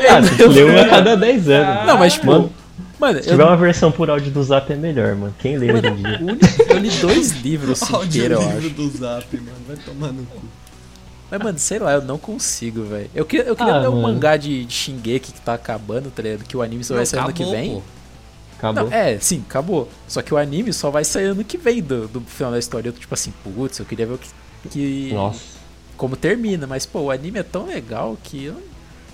[SPEAKER 6] Ah, você lê um a cada 10 anos.
[SPEAKER 5] Não, mas tipo.
[SPEAKER 6] Mano,
[SPEAKER 5] mano,
[SPEAKER 6] Se tiver
[SPEAKER 5] eu,
[SPEAKER 6] uma versão por áudio do Zap é melhor, mano. Quem lê hoje em dia?
[SPEAKER 5] o único- eu li dois livros inteiro, eu acho.
[SPEAKER 4] do zap, mano. Vai tomar no cu.
[SPEAKER 5] Mas, mano, sei lá, eu não consigo, velho. Eu queria, eu queria
[SPEAKER 6] Ah,
[SPEAKER 5] ler um
[SPEAKER 6] mano.
[SPEAKER 5] mangá de, de Shingeki que tá acabando, tá ligado? Que o anime só vai sair ano que vem.
[SPEAKER 6] Acabou.
[SPEAKER 5] Não, é, sim, acabou. Só que o anime só vai sair ano que vem do, do final da história. Eu tô tipo assim, putz, eu queria ver o que, que-
[SPEAKER 6] Nossa.
[SPEAKER 5] como termina. Mas, pô, o anime é tão legal que eu,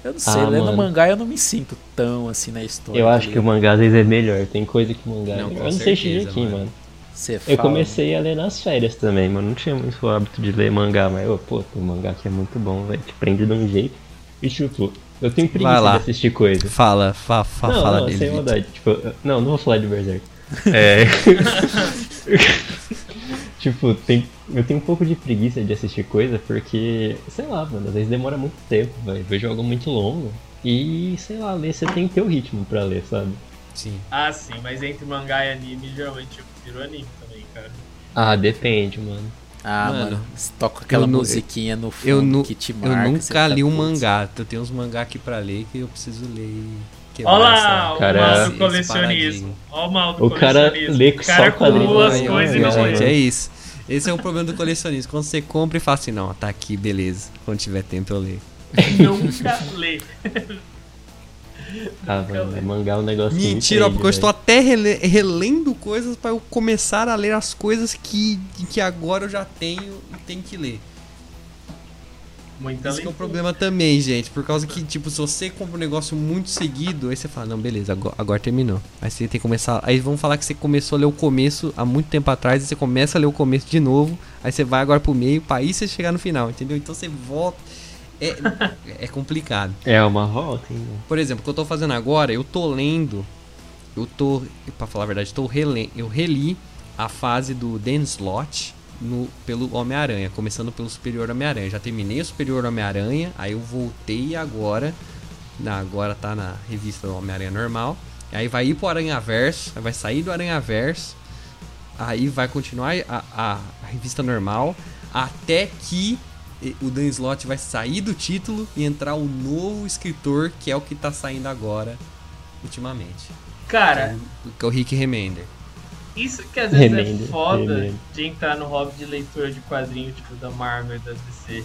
[SPEAKER 5] eu não sei.
[SPEAKER 6] Ah,
[SPEAKER 5] lendo
[SPEAKER 6] mano.
[SPEAKER 5] mangá eu não me sinto tão assim na história.
[SPEAKER 6] Eu acho que o mangá às vezes é melhor. Tem coisa que o mangá é
[SPEAKER 4] Não,
[SPEAKER 6] melhor.
[SPEAKER 4] com
[SPEAKER 6] Eu não sei
[SPEAKER 4] certeza,
[SPEAKER 6] Shingeki,
[SPEAKER 4] mano.
[SPEAKER 6] mano.
[SPEAKER 5] Você
[SPEAKER 6] Eu
[SPEAKER 5] fala,
[SPEAKER 6] comecei a ler nas férias também, mano. Não tinha muito o hábito de ler mangá, mas, ô, pô, tem mangá que é muito bom, velho. Te prende de um jeito. E, tipo, eu tenho preguiça
[SPEAKER 4] lá.
[SPEAKER 6] de assistir coisa.
[SPEAKER 4] Fala, fa, fa,
[SPEAKER 6] não,
[SPEAKER 4] fala
[SPEAKER 6] não,
[SPEAKER 4] dele.
[SPEAKER 6] sem
[SPEAKER 4] Vitor.
[SPEAKER 6] maldade. Tipo, eu- não, não vou falar de Berserk. É. tipo, tem, eu tenho um pouco de preguiça de assistir coisa porque, sei lá, mano, às vezes demora muito tempo, velho. Vejo algo muito longo. E, sei lá, ler, você tem que ter o ritmo pra ler, sabe?
[SPEAKER 4] Sim.
[SPEAKER 7] Ah, sim, mas entre mangá e anime, geralmente eu prefiro anime também, cara.
[SPEAKER 6] Ah, depende, mano.
[SPEAKER 5] Ah, mano,
[SPEAKER 4] Mano,
[SPEAKER 5] toca aquela
[SPEAKER 4] nu-
[SPEAKER 5] musiquinha no fundo
[SPEAKER 4] Eu, nu,
[SPEAKER 5] que te
[SPEAKER 4] eu
[SPEAKER 5] marca. você tá
[SPEAKER 4] nunca
[SPEAKER 5] fica,
[SPEAKER 4] li um
[SPEAKER 5] "Putz".
[SPEAKER 4] mangá. Eu tenho uns mangá aqui pra ler que eu preciso ler. e quebrar
[SPEAKER 7] Olha lá, o
[SPEAKER 4] essa-
[SPEAKER 6] Cara,
[SPEAKER 7] mal
[SPEAKER 4] esse-
[SPEAKER 7] do
[SPEAKER 4] esse
[SPEAKER 7] colecionismo.
[SPEAKER 4] paradigma.
[SPEAKER 7] Olha o mal do
[SPEAKER 6] O cara
[SPEAKER 7] colecionismo.
[SPEAKER 6] lê que
[SPEAKER 7] o cara
[SPEAKER 6] só
[SPEAKER 7] com
[SPEAKER 6] quadrinho.
[SPEAKER 7] duas
[SPEAKER 6] Ai,
[SPEAKER 4] Aí, ó,
[SPEAKER 7] coisas e
[SPEAKER 6] olha,
[SPEAKER 7] não
[SPEAKER 6] olha.
[SPEAKER 4] gente,
[SPEAKER 7] lê.
[SPEAKER 4] é isso. Esse é o problema do colecionismo. Quando você compra e fala assim, não, tá aqui, beleza. Quando tiver tempo eu leio.
[SPEAKER 7] Nunca lê.
[SPEAKER 6] Ah, mano, mangá é um negócio que me
[SPEAKER 4] Mentira,
[SPEAKER 6] prende,
[SPEAKER 4] porque eu
[SPEAKER 6] velho.
[SPEAKER 4] estou até rele- relendo coisas pra eu começar a ler as coisas que, que agora eu já tenho e tenho que ler.
[SPEAKER 7] Muita
[SPEAKER 4] Isso que é o
[SPEAKER 7] leitura.
[SPEAKER 4] problema também, gente. Por causa que, tipo, se você compra um negócio muito seguido, aí você fala, não, beleza, agora, agora terminou. Aí você tem que começar. Aí vão falar que você começou a ler o começo há muito tempo atrás, e você começa a ler o começo de novo, aí você vai agora pro meio, pra aí você chegar no final, entendeu? Então você volta. É, é complicado.
[SPEAKER 6] É uma volta, hein? mano.
[SPEAKER 4] Por exemplo, o que eu tô fazendo agora, eu tô lendo. Eu tô. Pra falar a verdade, tô rele, eu reli a fase do Dan Slott no, pelo Homem-Aranha, começando pelo Superior Homem-Aranha. Já terminei o Superior Homem-Aranha, aí eu voltei agora. na- agora tá na revista do Homem-Aranha normal. Aí vai ir pro Aranha Verso, aí vai sair do Aranha Verso. Aí vai continuar a, a- a revista normal até que eh, o Dan Slott vai sair do título e entrar o novo escritor, que é o que tá saindo agora, ultimamente.
[SPEAKER 7] Cara,
[SPEAKER 4] Que é o Rick Remender.
[SPEAKER 7] Isso que às vezes é
[SPEAKER 6] Remendo,
[SPEAKER 7] foda
[SPEAKER 6] remendo.
[SPEAKER 7] de entrar no hobby de leitura de quadrinho, tipo da Marvel e da DC.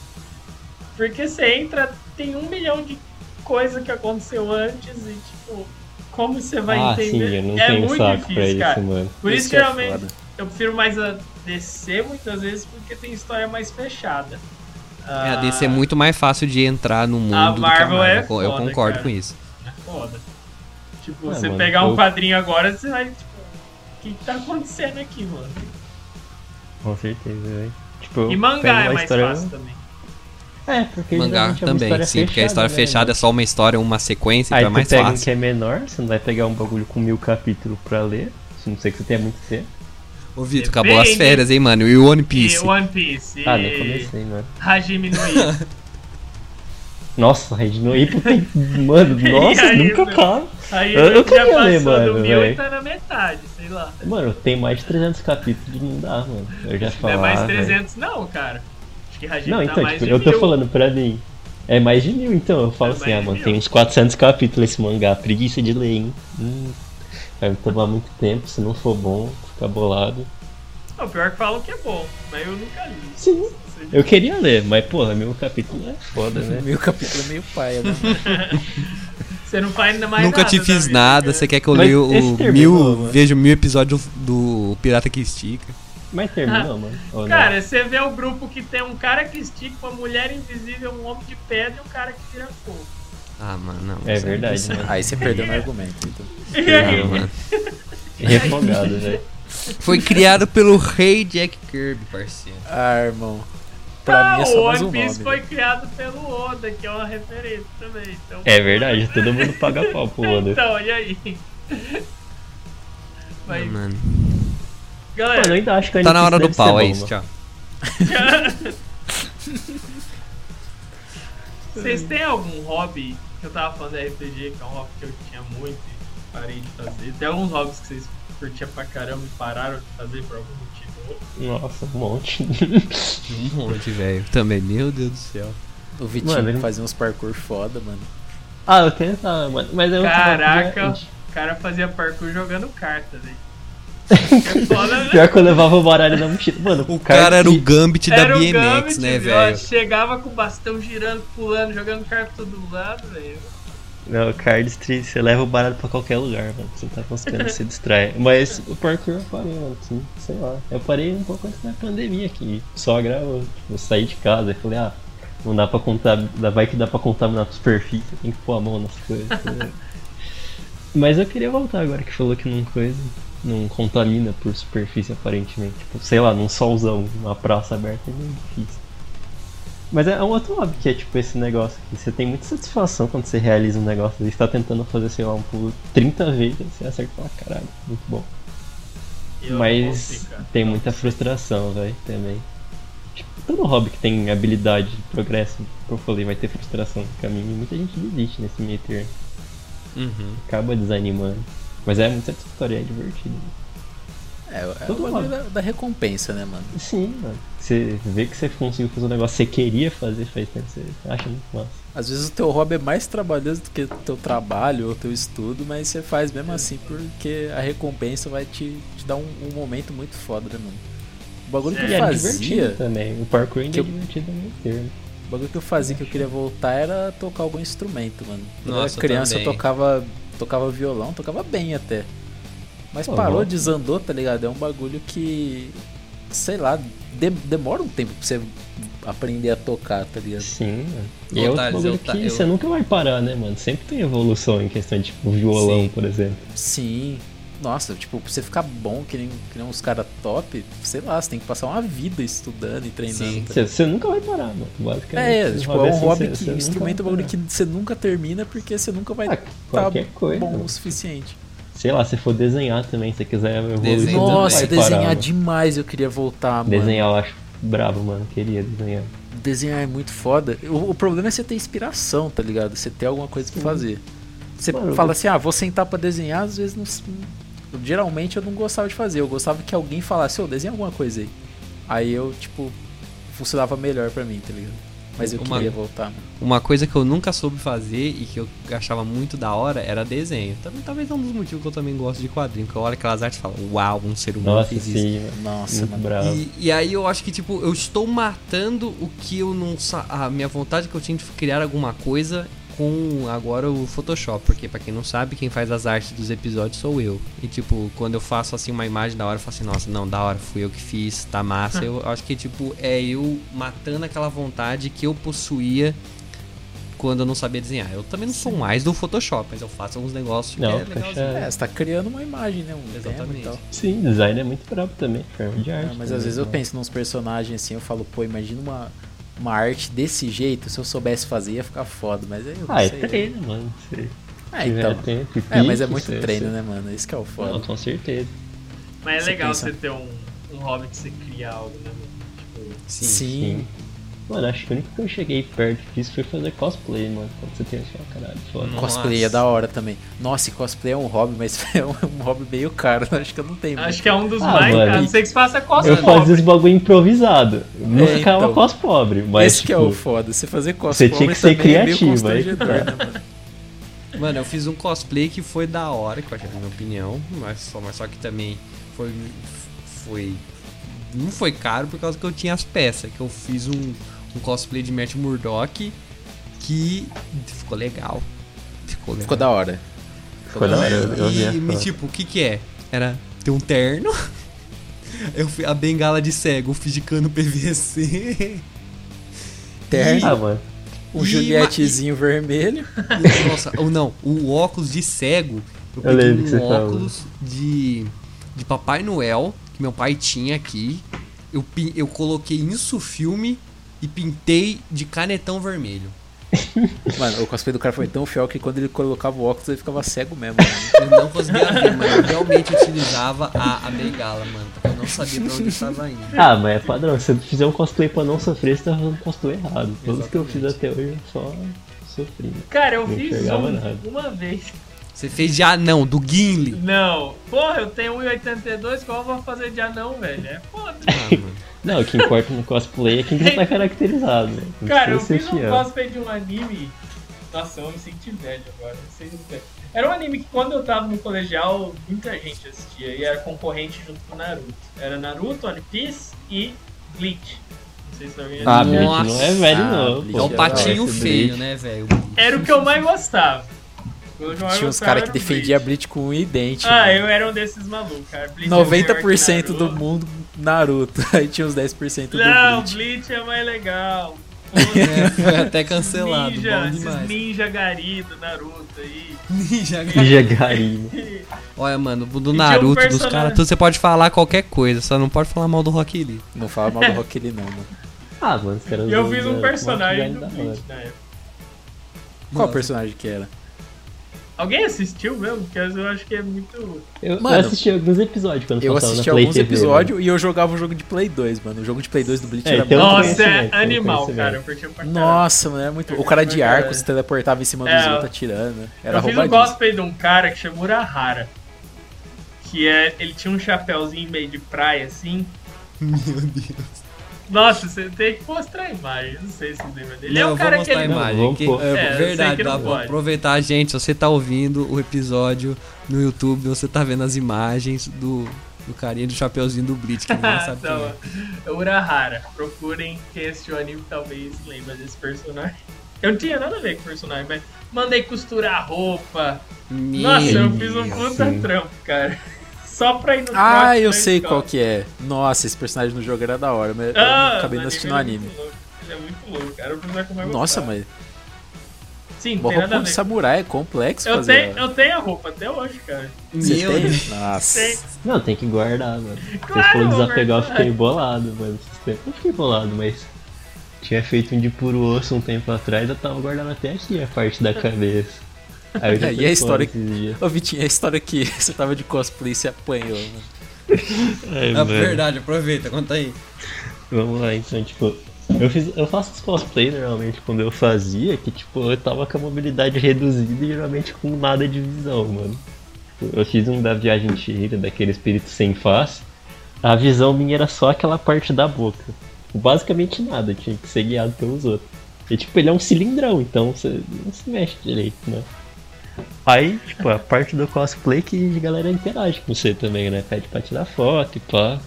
[SPEAKER 7] Porque você entra, tem um milhão de coisa que aconteceu antes e, tipo, como você vai
[SPEAKER 6] ah, sim,
[SPEAKER 7] entender?
[SPEAKER 6] eu não
[SPEAKER 7] é
[SPEAKER 6] tenho
[SPEAKER 7] muito
[SPEAKER 6] saco pra
[SPEAKER 7] difícil,
[SPEAKER 6] isso,
[SPEAKER 7] cara.
[SPEAKER 6] mano.
[SPEAKER 7] Por isso,
[SPEAKER 5] Isso que é
[SPEAKER 7] geralmente,
[SPEAKER 5] foda.
[SPEAKER 7] eu prefiro mais a DC muitas vezes porque tem história mais fechada. Ah,
[SPEAKER 4] É, a DC é muito mais fácil de entrar no mundo do que a
[SPEAKER 7] Marvel é
[SPEAKER 4] Marvel. Eu- eu
[SPEAKER 7] foda,
[SPEAKER 4] concordo
[SPEAKER 7] cara.
[SPEAKER 4] com isso.
[SPEAKER 7] É foda. Tipo,
[SPEAKER 6] É,
[SPEAKER 7] você
[SPEAKER 6] mano,
[SPEAKER 7] pegar um
[SPEAKER 6] eu-
[SPEAKER 7] quadrinho agora, você vai, tipo, o que que tá acontecendo aqui, mano?
[SPEAKER 6] Com certeza, velho. Tipo,
[SPEAKER 7] E
[SPEAKER 6] pega
[SPEAKER 7] mangá
[SPEAKER 6] uma
[SPEAKER 7] é mais
[SPEAKER 6] história-
[SPEAKER 7] fácil também.
[SPEAKER 6] É, porque
[SPEAKER 4] Mangá
[SPEAKER 6] geralmente é uma
[SPEAKER 4] também,
[SPEAKER 6] história
[SPEAKER 4] sim, porque a história
[SPEAKER 6] né,
[SPEAKER 4] fechada é só uma história, uma sequência,
[SPEAKER 6] Aí
[SPEAKER 4] então é mais
[SPEAKER 6] tu pega um
[SPEAKER 4] fácil.
[SPEAKER 6] que é menor, você não vai pegar um bagulho com mil capítulos pra ler, se não sei que você tenha muito tempo. um
[SPEAKER 4] Ô, Vitor, acabou as
[SPEAKER 7] Depende.
[SPEAKER 4] férias, hein, mano? E o One Piece?
[SPEAKER 7] E One Piece.
[SPEAKER 6] Ah,
[SPEAKER 7] e
[SPEAKER 6] nem comecei, mano.
[SPEAKER 7] Hajime no Ippo.
[SPEAKER 6] Nossa, Red No Hippo tem. Mano,
[SPEAKER 7] E
[SPEAKER 6] nossa,
[SPEAKER 7] aí,
[SPEAKER 6] nunca
[SPEAKER 7] meu?
[SPEAKER 6] acaba.
[SPEAKER 7] Aí
[SPEAKER 6] Eu- eu
[SPEAKER 7] já
[SPEAKER 6] queria
[SPEAKER 7] passou
[SPEAKER 6] ler,
[SPEAKER 7] do
[SPEAKER 6] mano,
[SPEAKER 7] mil e
[SPEAKER 6] velho.
[SPEAKER 7] tá na metade, sei lá.
[SPEAKER 6] Mano, tem mais de 300 capítulos, não dá, mano. Eu já
[SPEAKER 7] não
[SPEAKER 6] falei.
[SPEAKER 7] é mais 300 não, cara. Acho que Hajime
[SPEAKER 6] Não,
[SPEAKER 7] tá
[SPEAKER 6] então,
[SPEAKER 7] mais
[SPEAKER 6] tipo,
[SPEAKER 7] de
[SPEAKER 6] eu tô
[SPEAKER 7] mil.
[SPEAKER 6] falando pra mim. É mais de mil, então. Eu falo
[SPEAKER 7] É
[SPEAKER 6] assim,
[SPEAKER 7] mais
[SPEAKER 6] ah,
[SPEAKER 7] de
[SPEAKER 6] mano,
[SPEAKER 7] mil.
[SPEAKER 6] tem uns 400 capítulos esse mangá. Preguiça de ler, hein? Hum, vai me tomar muito tempo. Se não for bom, fica bolado.
[SPEAKER 7] O pior que falam que é bom, mas eu nunca li.
[SPEAKER 6] Sim.
[SPEAKER 7] Você
[SPEAKER 6] Eu queria ler, mas, porra, meu capítulo é foda, né?
[SPEAKER 5] Meio capítulo é meio paia, né?
[SPEAKER 7] Você não faz ainda mais
[SPEAKER 4] Nunca
[SPEAKER 7] nada né,
[SPEAKER 4] te
[SPEAKER 7] da
[SPEAKER 4] fiz
[SPEAKER 7] vida,
[SPEAKER 4] nada,
[SPEAKER 7] cara.
[SPEAKER 4] você quer que eu
[SPEAKER 6] Mas
[SPEAKER 4] leia o
[SPEAKER 6] esse terminou,
[SPEAKER 4] mil.
[SPEAKER 6] mano.
[SPEAKER 4] Vejo mil episódios do Pirata que Estica.
[SPEAKER 6] Mas terminou, mano. Ou não?
[SPEAKER 7] Cara, você vê o grupo que tem um cara que estica, uma mulher invisível, um homem de pedra e um cara que vira fogo.
[SPEAKER 4] Ah, mano, não.
[SPEAKER 6] É verdade, mano.
[SPEAKER 5] Aí você perdeu no argumento, então.
[SPEAKER 7] E
[SPEAKER 4] Ah,
[SPEAKER 7] aí?
[SPEAKER 4] mano.
[SPEAKER 6] Refogado, né? velho.
[SPEAKER 4] Foi criado pelo rei Jack Kirby, parceiro.
[SPEAKER 5] Ah, irmão. Pra mim é
[SPEAKER 7] Ah, o
[SPEAKER 5] só mais um
[SPEAKER 7] One
[SPEAKER 5] nome.
[SPEAKER 7] Piece foi
[SPEAKER 5] né?
[SPEAKER 7] criado pelo Oda, que é uma referência também. Então,
[SPEAKER 6] É verdade, todo mundo paga pau pro Oda.
[SPEAKER 7] Então, e aí? Mas,
[SPEAKER 4] Ah, mano.
[SPEAKER 7] galera,
[SPEAKER 6] Mano, eu ainda acho que
[SPEAKER 4] Tá na hora do
[SPEAKER 6] deve ser
[SPEAKER 4] pau,
[SPEAKER 6] bom,
[SPEAKER 4] é isso,
[SPEAKER 6] mano.
[SPEAKER 4] tchau.
[SPEAKER 7] vocês têm algum hobby que eu tava falando da RPG, que é um hobby que eu tinha muito e parei de fazer? Tem alguns hobbies que vocês curtiam pra caramba e pararam de fazer por algum motivo?
[SPEAKER 6] Nossa, um monte.
[SPEAKER 4] Um monte, velho. Também, meu Deus do céu.
[SPEAKER 5] O Vitinho
[SPEAKER 6] Mano,
[SPEAKER 5] fazia
[SPEAKER 6] ele-
[SPEAKER 5] uns parkour foda, mano.
[SPEAKER 6] ah, eu tentava, mano. Mas eu
[SPEAKER 7] Caraca,
[SPEAKER 6] Tava...
[SPEAKER 7] o cara fazia parkour jogando carta, velho. É foda, né?
[SPEAKER 6] Pior que eu levava o baralho na mochila. Mano,
[SPEAKER 4] O cara era o
[SPEAKER 6] que-
[SPEAKER 4] Gambit da
[SPEAKER 7] Era o
[SPEAKER 4] BMX,
[SPEAKER 7] Gambit,
[SPEAKER 4] né,
[SPEAKER 7] viu?
[SPEAKER 4] velho?
[SPEAKER 7] Chegava com o bastão girando, pulando, jogando carta pra todo lado, velho.
[SPEAKER 6] Não, o Card Street, você leva o baralho pra qualquer lugar, mano. Você tá conseguindo se distrair. Mas o parkour eu parei, mano. Assim, sei lá. Eu parei um pouco antes da pandemia aqui. Só gravou. Tipo, eu saí de casa e falei, ah, não dá pra contar. Vai que dá pra contaminar a superfície, tem que pôr a mão nas coisas. né? Mas eu queria voltar agora que falou que não coisa. Não contamina por superfície aparentemente. Tipo, sei lá, num solzão, numa praça aberta é meio difícil. Mas é um outro hobby que é tipo esse negócio que você tem muita satisfação quando você realiza um negócio. Você está tentando fazer, sei lá, um pulo 30 vezes, você acerta pra caralho, muito bom.
[SPEAKER 7] Eu não
[SPEAKER 6] Mas
[SPEAKER 7] consigo, cara.
[SPEAKER 6] tem muita frustração, velho, também. Tipo, todo hobby que tem habilidade, progresso, como eu falei, vai ter frustração no caminho. E muita gente desiste nesse meio termo,
[SPEAKER 4] Uhum.
[SPEAKER 6] acaba desanimando. Mas é muito satisfatório, é divertido.
[SPEAKER 5] É, é o
[SPEAKER 6] Todo
[SPEAKER 5] bagulho
[SPEAKER 6] lado.
[SPEAKER 5] da, da recompensa, né, mano?
[SPEAKER 6] Sim, mano. Você vê que você conseguiu fazer um negócio que você queria fazer faz tempo, você acha muito massa.
[SPEAKER 5] Às vezes o teu hobby é mais trabalhoso do que o teu trabalho ou teu estudo, mas você faz mesmo
[SPEAKER 6] É.
[SPEAKER 5] assim porque a recompensa vai te, te dar um, um momento muito foda, né, mano? O bagulho que
[SPEAKER 6] É. E
[SPEAKER 5] eu
[SPEAKER 6] era
[SPEAKER 5] fazia,
[SPEAKER 6] divertido também. O parkour ainda
[SPEAKER 5] Que
[SPEAKER 6] é
[SPEAKER 5] eu-
[SPEAKER 6] divertido ao mesmo termo.
[SPEAKER 5] o bagulho que eu fazia que eu queria voltar era tocar algum instrumento, mano. Quando eu
[SPEAKER 4] Nossa,
[SPEAKER 5] era criança eu
[SPEAKER 4] também.
[SPEAKER 5] tocava, tocava violão, tocava bem até. Mas
[SPEAKER 6] Pô,
[SPEAKER 5] parou,
[SPEAKER 6] louco.
[SPEAKER 5] desandou, tá ligado? É um bagulho que, sei lá, de- demora um tempo pra você aprender a tocar, tá ligado?
[SPEAKER 6] Sim, mano. E
[SPEAKER 4] Ô,
[SPEAKER 6] é outro
[SPEAKER 4] Thales,
[SPEAKER 6] bagulho
[SPEAKER 4] eu ta-
[SPEAKER 6] que
[SPEAKER 4] eu-
[SPEAKER 6] você nunca vai parar, né, mano? Sempre tem evolução em questão de tipo, violão,
[SPEAKER 4] Sim.
[SPEAKER 6] por exemplo.
[SPEAKER 5] Sim. Nossa, tipo, pra você ficar bom que nem, que nem uns caras top, sei lá, você tem que passar uma vida estudando e treinando.
[SPEAKER 4] Sim.
[SPEAKER 5] tá
[SPEAKER 6] Você, você nunca vai parar, mano. Basicamente.
[SPEAKER 5] É,
[SPEAKER 6] Esses
[SPEAKER 5] tipo, é
[SPEAKER 6] hobbies
[SPEAKER 5] um
[SPEAKER 6] assim,
[SPEAKER 5] hobby
[SPEAKER 6] você-
[SPEAKER 5] que,
[SPEAKER 6] você
[SPEAKER 5] um
[SPEAKER 6] nunca
[SPEAKER 5] instrumento, é um
[SPEAKER 6] vai
[SPEAKER 5] bagulho que
[SPEAKER 6] parar.
[SPEAKER 5] você nunca termina porque você nunca vai
[SPEAKER 6] Ah,
[SPEAKER 5] estar
[SPEAKER 6] qualquer coisa.
[SPEAKER 5] bom
[SPEAKER 6] mano.
[SPEAKER 5] o suficiente.
[SPEAKER 6] Sei lá, se for desenhar também, se você quiser evoluir,
[SPEAKER 4] Desenho
[SPEAKER 6] você não
[SPEAKER 4] também.
[SPEAKER 5] Nossa,
[SPEAKER 6] vai
[SPEAKER 5] desenhar
[SPEAKER 6] parar, né? mano.
[SPEAKER 5] demais, eu queria voltar, mano.
[SPEAKER 6] Desenhar eu acho brabo, mano. Queria desenhar.
[SPEAKER 5] Desenhar é muito foda. O, o problema é você ter inspiração, tá ligado? Você ter alguma coisa pra fazer. Você
[SPEAKER 6] Mano,
[SPEAKER 5] fala
[SPEAKER 6] eu-
[SPEAKER 5] assim, ah, vou sentar pra desenhar, às vezes não. s- Geralmente eu não gostava de fazer. Eu gostava que alguém falasse, ô, desenha alguma coisa aí. Aí eu, tipo, funcionava melhor pra mim, tá ligado? Mas eu
[SPEAKER 4] Uma-
[SPEAKER 5] queria voltar, mano.
[SPEAKER 4] Uma coisa que eu nunca soube fazer e que eu achava muito da hora era desenho. Também, talvez é um dos motivos que eu também gosto de quadrinho. Que eu olho aquelas artes e falo, uau, um ser humano
[SPEAKER 6] Nossa,
[SPEAKER 4] fez isso.
[SPEAKER 6] sim, mano.
[SPEAKER 5] Nossa,
[SPEAKER 6] Muito
[SPEAKER 5] mano.
[SPEAKER 6] bravo.
[SPEAKER 4] E, e aí eu acho que, tipo, eu estou matando o que eu não. sa- A minha vontade que eu tinha de criar alguma coisa com agora o Photoshop. Porque, pra quem não sabe, quem faz as artes dos episódios sou eu. E, tipo, quando eu faço, assim, uma imagem da hora, eu falo assim, nossa, não, da hora, fui eu que fiz, tá massa. Eu acho que, tipo, é eu matando aquela vontade que eu possuía. Quando eu não sabia desenhar. Eu também não sou mais do Photoshop, mas eu faço alguns negócios
[SPEAKER 6] Não,
[SPEAKER 4] que é legalzinho.
[SPEAKER 6] fecha-
[SPEAKER 5] É, você tá criando uma imagem, né? Um tema e
[SPEAKER 4] Exatamente.
[SPEAKER 5] tal.
[SPEAKER 6] Sim, design é muito brabo também. Forma de
[SPEAKER 5] É,
[SPEAKER 6] arte.
[SPEAKER 5] mas
[SPEAKER 6] também,
[SPEAKER 5] às vezes eu
[SPEAKER 6] mano.
[SPEAKER 5] penso nos personagens assim, eu falo, pô, imagina uma, uma arte desse jeito, se eu soubesse fazer ia ficar foda, mas aí eu não
[SPEAKER 6] Ah, é né?
[SPEAKER 5] sei.
[SPEAKER 6] treino, mano. Se
[SPEAKER 5] Ah,
[SPEAKER 6] tiver
[SPEAKER 5] então.
[SPEAKER 6] tempo e
[SPEAKER 5] É, mas é
[SPEAKER 6] pique,
[SPEAKER 5] muito
[SPEAKER 6] você-
[SPEAKER 5] treino,
[SPEAKER 6] você-
[SPEAKER 5] né, mano? Esse que é o
[SPEAKER 6] Não,
[SPEAKER 5] foda.
[SPEAKER 6] com certeza.
[SPEAKER 7] Mas é
[SPEAKER 5] Você
[SPEAKER 7] legal
[SPEAKER 5] pensa-
[SPEAKER 7] você ter um, um hobby que você cria algo, né? mano? Tipo,
[SPEAKER 5] Sim.
[SPEAKER 6] Mano, acho que o único que eu cheguei perto disso foi fazer cosplay, mano. Quando você tem assim, ó, caralho, foda.
[SPEAKER 4] Nossa.
[SPEAKER 5] Cosplay é da hora também. Nossa, e cosplay é um hobby, mas é um, um hobby meio caro. Acho que eu não tenho. muito.
[SPEAKER 7] Acho que é um dos
[SPEAKER 6] Ah,
[SPEAKER 7] mais.
[SPEAKER 6] mano.
[SPEAKER 7] A não ser que você faça cosplay.
[SPEAKER 6] Eu fazia os bagulho improvisado. Não
[SPEAKER 5] É,
[SPEAKER 6] ficava
[SPEAKER 5] então.
[SPEAKER 6] cos pobre, mas.
[SPEAKER 5] Esse que é o
[SPEAKER 6] tipo,
[SPEAKER 5] foda. Você fazer cosplay
[SPEAKER 6] tinha que ser
[SPEAKER 5] também é meio
[SPEAKER 6] criativo, aí que
[SPEAKER 5] constrangedor,
[SPEAKER 6] tá.
[SPEAKER 5] né, mano?
[SPEAKER 4] Mano, eu fiz um cosplay que foi da hora, que eu achei, na minha opinião, mas só, mas só que também foi, foi. Não foi caro por causa que eu tinha as peças. Que eu fiz um, um cosplay de Matt Murdock que ficou legal. Ficou legal.
[SPEAKER 5] Ficou da hora.
[SPEAKER 6] Ficou da hora, eu, eu vi
[SPEAKER 4] e
[SPEAKER 6] a
[SPEAKER 4] me,
[SPEAKER 6] foto.
[SPEAKER 4] tipo, o que que é? Era ter um terno. Eu fi- a bengala de cego, eu fiz de cano PVC.
[SPEAKER 5] Terno,
[SPEAKER 6] Ah, mano.
[SPEAKER 5] um
[SPEAKER 4] e-
[SPEAKER 5] Julietezinho vermelho.
[SPEAKER 4] E, Nossa, ou não, o óculos de cego. Eu
[SPEAKER 6] Eu
[SPEAKER 4] peguei
[SPEAKER 6] lembro que você
[SPEAKER 4] um
[SPEAKER 6] falou.
[SPEAKER 4] óculos de, de Papai Noel, que meu pai tinha aqui. Eu, pin- eu coloquei isso filme e pintei de canetão vermelho.
[SPEAKER 5] Mano, o cosplay do cara foi tão fiel que quando ele colocava o óculos ele ficava cego mesmo. mano.
[SPEAKER 4] Eu não conseguia ver, mas eu realmente utilizava a, a bengala, mano. porque Eu não sabia pra onde eu tava indo.
[SPEAKER 6] Ah, mas é padrão. Se você fizer um cosplay pra não sofrer, você tá fazendo um cosplay errado. Todos que eu fiz até hoje eu só sofri.
[SPEAKER 7] Cara, eu
[SPEAKER 6] Não
[SPEAKER 7] fiz
[SPEAKER 6] enxergava
[SPEAKER 7] um
[SPEAKER 6] nada.
[SPEAKER 7] uma vez.
[SPEAKER 4] Você fez de anão, do Gimli.
[SPEAKER 7] Não. Porra, eu tenho 1,82, qual eu vou fazer de anão, velho? É foda.
[SPEAKER 4] Ah, mano.
[SPEAKER 6] Não, o que importa no cosplay é quem já tá caracterizado. né? Não
[SPEAKER 7] Cara, eu
[SPEAKER 6] precisa
[SPEAKER 7] fiz
[SPEAKER 6] ser
[SPEAKER 7] um
[SPEAKER 6] fiel.
[SPEAKER 7] cosplay de um anime. Nossa, eu me senti velho agora. não sei se- Era um anime que quando eu tava no colegial, muita gente assistia e era concorrente junto com Naruto. Era Naruto, One Piece e Bleach. Não sei se alguém
[SPEAKER 5] Ah,
[SPEAKER 6] Gente,
[SPEAKER 7] assistiu.
[SPEAKER 6] não é
[SPEAKER 4] Nossa.
[SPEAKER 6] velho,
[SPEAKER 5] Ah,
[SPEAKER 6] não.
[SPEAKER 5] Bleach
[SPEAKER 6] pô.
[SPEAKER 4] É um
[SPEAKER 5] Esse
[SPEAKER 4] patinho
[SPEAKER 6] Esse
[SPEAKER 4] feio,
[SPEAKER 6] Bleach.
[SPEAKER 4] né, velho?
[SPEAKER 7] Era o que eu mais gostava. Eu já
[SPEAKER 5] Tinha uns
[SPEAKER 7] gostava
[SPEAKER 5] caras que
[SPEAKER 7] era do
[SPEAKER 5] defendiam a
[SPEAKER 7] Bleach.
[SPEAKER 5] Bleach com um idêntico.
[SPEAKER 7] Ah, eu era um desses malucos, cara. Bleach é melhor
[SPEAKER 5] 90%
[SPEAKER 7] que
[SPEAKER 5] do
[SPEAKER 7] Naruto.
[SPEAKER 5] mundo Naruto. Aí tinha uns 10% do
[SPEAKER 7] Não,
[SPEAKER 5] Bleach.
[SPEAKER 7] Bleach é mais legal. Foda-se.
[SPEAKER 4] É, foi até cancelado,
[SPEAKER 7] ninja,
[SPEAKER 4] bom
[SPEAKER 7] esses
[SPEAKER 4] demais.
[SPEAKER 7] ninja garido, Naruto aí.
[SPEAKER 4] Ninja, cara.
[SPEAKER 6] Ninja Garim.
[SPEAKER 4] Olha, mano, do
[SPEAKER 7] um
[SPEAKER 4] Naruto, dos
[SPEAKER 7] personagem-
[SPEAKER 4] caras, tudo você pode falar qualquer coisa, só não pode falar mal do Rock Lee.
[SPEAKER 5] Não fala mal do Rock Lee, não, mano.
[SPEAKER 6] Ah, mano, os caras
[SPEAKER 7] E eu
[SPEAKER 6] usam
[SPEAKER 7] fiz um
[SPEAKER 6] uma design
[SPEAKER 7] personagem do
[SPEAKER 6] da hora.
[SPEAKER 7] Bleach na época.
[SPEAKER 5] Qual
[SPEAKER 4] Mano.
[SPEAKER 5] personagem que era?
[SPEAKER 7] Alguém assistiu mesmo? Porque eu acho que é muito.
[SPEAKER 6] Eu,
[SPEAKER 5] Mano,
[SPEAKER 6] eu assisti alguns episódios quando
[SPEAKER 5] Eu
[SPEAKER 6] passava
[SPEAKER 5] assisti
[SPEAKER 6] na Play
[SPEAKER 5] alguns
[SPEAKER 6] TV, mano.
[SPEAKER 5] episódios e eu jogava o jogo de Play 2, mano. O jogo de Play 2 do Bleach
[SPEAKER 6] É,
[SPEAKER 5] era
[SPEAKER 6] então-
[SPEAKER 5] muito.
[SPEAKER 7] Nossa, é
[SPEAKER 6] conhecimento,
[SPEAKER 7] animal,
[SPEAKER 6] conhecimento.
[SPEAKER 7] cara. Eu curti pra caralho.
[SPEAKER 5] Nossa, mano, era muito. O cara de
[SPEAKER 7] Cara,
[SPEAKER 5] arco se teleportava em cima dos
[SPEAKER 7] é.
[SPEAKER 5] outros atirando. Era
[SPEAKER 7] eu fiz um
[SPEAKER 5] roubadinho.
[SPEAKER 7] cosplay de um cara que chama Urahara. Que é. Ele tinha um chapéuzinho meio de praia, assim.
[SPEAKER 4] Meu Deus.
[SPEAKER 7] Nossa, você tem que mostrar a imagem. Não sei se você lembra dele. Ele
[SPEAKER 4] não,
[SPEAKER 7] é
[SPEAKER 4] eu
[SPEAKER 7] um cara
[SPEAKER 4] vou
[SPEAKER 7] que
[SPEAKER 4] mostrar a
[SPEAKER 7] ele.
[SPEAKER 4] imagem.
[SPEAKER 6] Não,
[SPEAKER 4] que-
[SPEAKER 6] vamos pôr.
[SPEAKER 7] É, eu sei
[SPEAKER 4] verdade,
[SPEAKER 7] que não
[SPEAKER 4] dá pra
[SPEAKER 7] pode.
[SPEAKER 4] aproveitar, gente. Se você tá ouvindo o episódio no YouTube, você tá vendo as imagens do, do carinha do chapeuzinho do Blitz, que ninguém sabe quem
[SPEAKER 7] Então,
[SPEAKER 4] é.
[SPEAKER 7] é Urahara. Procurem quem assistiu o anime talvez lembra desse personagem. Eu não tinha nada a ver com o personagem, mas mandei costurar a roupa. Nossa, eu
[SPEAKER 4] Meu
[SPEAKER 7] fiz um
[SPEAKER 4] Deus.
[SPEAKER 7] puta trampo, cara. Só pra ir no
[SPEAKER 5] Ah,
[SPEAKER 7] trote
[SPEAKER 5] eu
[SPEAKER 7] da
[SPEAKER 5] sei
[SPEAKER 7] escola.
[SPEAKER 5] qual que é. Nossa, esse personagem no jogo era da hora, mas eu
[SPEAKER 7] Ah,
[SPEAKER 5] acabei não
[SPEAKER 7] o
[SPEAKER 5] assistindo o anime.
[SPEAKER 7] Ele é muito louco, ele é muito louco, cara. Eu preciso comer
[SPEAKER 5] Nossa, mas
[SPEAKER 7] Sim,
[SPEAKER 5] uma
[SPEAKER 7] tem nada
[SPEAKER 5] roupa
[SPEAKER 7] a
[SPEAKER 5] de
[SPEAKER 7] ver.
[SPEAKER 5] samurai é complexo
[SPEAKER 7] Eu
[SPEAKER 5] fazer.
[SPEAKER 7] tenho, eu tenho a roupa até hoje, cara.
[SPEAKER 5] Você
[SPEAKER 4] Meu
[SPEAKER 5] tem?
[SPEAKER 4] Deus.
[SPEAKER 5] Nossa.
[SPEAKER 7] Tem.
[SPEAKER 6] Não, tem que guardar, mano. Vocês
[SPEAKER 7] Claro,
[SPEAKER 6] foram desapegar, eu
[SPEAKER 7] Roberto,
[SPEAKER 6] fiquei bolado, mano. Esses tempos eu fiquei bolado, mas. Tinha feito um de puro osso um tempo atrás, eu tava guardando até aqui a parte da cabeça. Aí eu já
[SPEAKER 5] É, e
[SPEAKER 6] fui
[SPEAKER 5] a história
[SPEAKER 6] fora esses dias.
[SPEAKER 5] Ô Vitinho, a história que você tava de cosplay e se apanhou, mano.
[SPEAKER 6] É,
[SPEAKER 4] É
[SPEAKER 6] mano.
[SPEAKER 4] verdade, aproveita, conta aí.
[SPEAKER 6] Vamos lá, então, tipo. Eu, fiz, eu faço os cosplay normalmente quando eu fazia, que tipo, eu tava com a mobilidade reduzida e geralmente com nada de visão, mano. Tipo, Eu fiz um da viagem inteira, daquele espírito sem face. A visão minha era só aquela parte da boca. Tipo, Basicamente nada, eu tinha que ser guiado pelos outros. E tipo, ele é um cilindrão, então você não se mexe direito, né? Aí, tipo, a parte do cosplay que a galera interage com você também, né? Pede pra tirar foto e pá.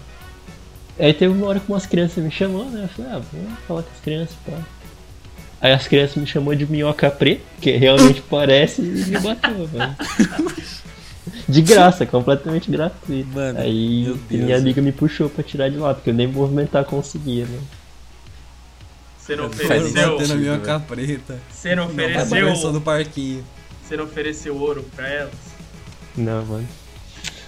[SPEAKER 6] Aí teve uma hora que umas crianças me chamou, né? Eu falei, ah, vou falar com as crianças, pá. Aí as crianças me chamou de minhoca preta, que realmente parece, e me bateu, velho. De graça, completamente gratuito.
[SPEAKER 5] Mano,
[SPEAKER 6] Aí
[SPEAKER 5] meu Deus,
[SPEAKER 6] minha
[SPEAKER 5] velho.
[SPEAKER 6] amiga me puxou pra tirar de lá, porque eu nem movimentar conseguia, né?
[SPEAKER 7] Você não
[SPEAKER 5] Faz
[SPEAKER 4] Foram
[SPEAKER 5] sentido, né?
[SPEAKER 7] ofereceu.
[SPEAKER 4] batendo a minha
[SPEAKER 5] velho.
[SPEAKER 4] capreta.
[SPEAKER 7] Você não
[SPEAKER 4] Não, mas conversou
[SPEAKER 7] ofereceu.
[SPEAKER 4] no parquinho.
[SPEAKER 7] Você não ofereceu ouro pra elas.
[SPEAKER 6] Não, mano.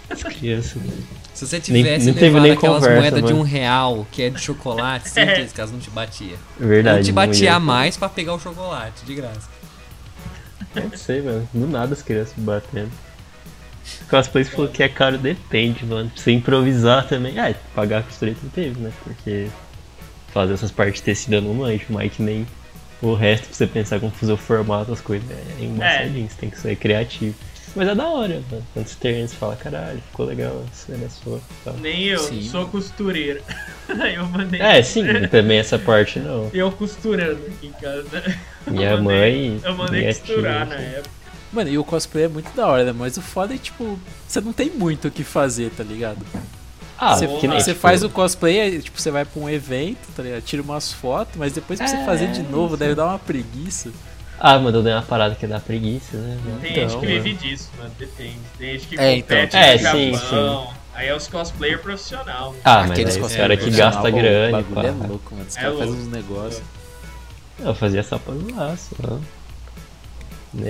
[SPEAKER 6] As crianças, velho.
[SPEAKER 4] Se você
[SPEAKER 6] Nem-
[SPEAKER 4] tivesse
[SPEAKER 6] não teve
[SPEAKER 4] levado
[SPEAKER 6] nem
[SPEAKER 4] aquelas
[SPEAKER 6] conversa,
[SPEAKER 4] moedas de
[SPEAKER 6] mano.
[SPEAKER 4] um real, que é de chocolate, certeza que elas não te batia.
[SPEAKER 6] Verdade.
[SPEAKER 4] Não te
[SPEAKER 6] ia.
[SPEAKER 4] batia mais pra pegar o chocolate, de graça.
[SPEAKER 6] Não É, sei, mano. Do nada as crianças me batendo. Cosplay você falou que é caro, depende, mano. Pra você improvisar também. Ah, pagar a costura que teve, né? Porque fazer essas partes de tecido eu não manjo, mas que nem o resto pra você pensar como fazer o formato, as coisas. É embaçadinho, você tem que ser criativo. Mas é da hora, mano. Quando você termina, você fala, caralho, ficou legal a cena sua. tal.
[SPEAKER 7] Nem eu,
[SPEAKER 5] Sim.
[SPEAKER 7] sou costureira. Aí eu mandei.
[SPEAKER 6] É, sim, também essa parte não.
[SPEAKER 7] Eu costurando aqui em casa.
[SPEAKER 6] Minha
[SPEAKER 7] Eu mandei-
[SPEAKER 6] mãe.
[SPEAKER 7] Eu mandei
[SPEAKER 6] minha
[SPEAKER 7] costurar
[SPEAKER 6] tia,
[SPEAKER 7] na época.
[SPEAKER 5] Mano, e o cosplay é muito da hora, né? Mas o foda é, tipo, você não tem muito o que fazer, tá ligado?
[SPEAKER 6] Ah,
[SPEAKER 5] você
[SPEAKER 6] porque nem,
[SPEAKER 5] você
[SPEAKER 6] tipo,
[SPEAKER 5] faz o cosplay, aí, tipo, você vai pra um evento, tá ligado? Tira umas fotos, mas depois pra você
[SPEAKER 6] É,
[SPEAKER 5] fazer de novo, deve dar uma preguiça.
[SPEAKER 6] Ah, mas eu dei uma parada que dá preguiça, né?
[SPEAKER 7] Tem
[SPEAKER 5] Então,
[SPEAKER 7] gente que
[SPEAKER 5] mano.
[SPEAKER 7] vive disso, mano. Depende. Tem gente que
[SPEAKER 5] É,
[SPEAKER 7] compete
[SPEAKER 5] então.
[SPEAKER 7] no
[SPEAKER 6] É, sim,
[SPEAKER 7] Japão. Aí é os cosplayer profissional. mano.
[SPEAKER 6] Ah, mas
[SPEAKER 5] Aqueles
[SPEAKER 6] aí, os
[SPEAKER 5] cosplay
[SPEAKER 6] cara que
[SPEAKER 5] profissional,
[SPEAKER 6] gasta
[SPEAKER 5] pô,
[SPEAKER 6] grana,
[SPEAKER 5] O
[SPEAKER 6] pá.
[SPEAKER 5] um bagulho é louco, mano. Os
[SPEAKER 7] É
[SPEAKER 5] caras fazem
[SPEAKER 7] louco.
[SPEAKER 5] uns negócios.
[SPEAKER 6] Eu fazia só pra zoar, só. Né,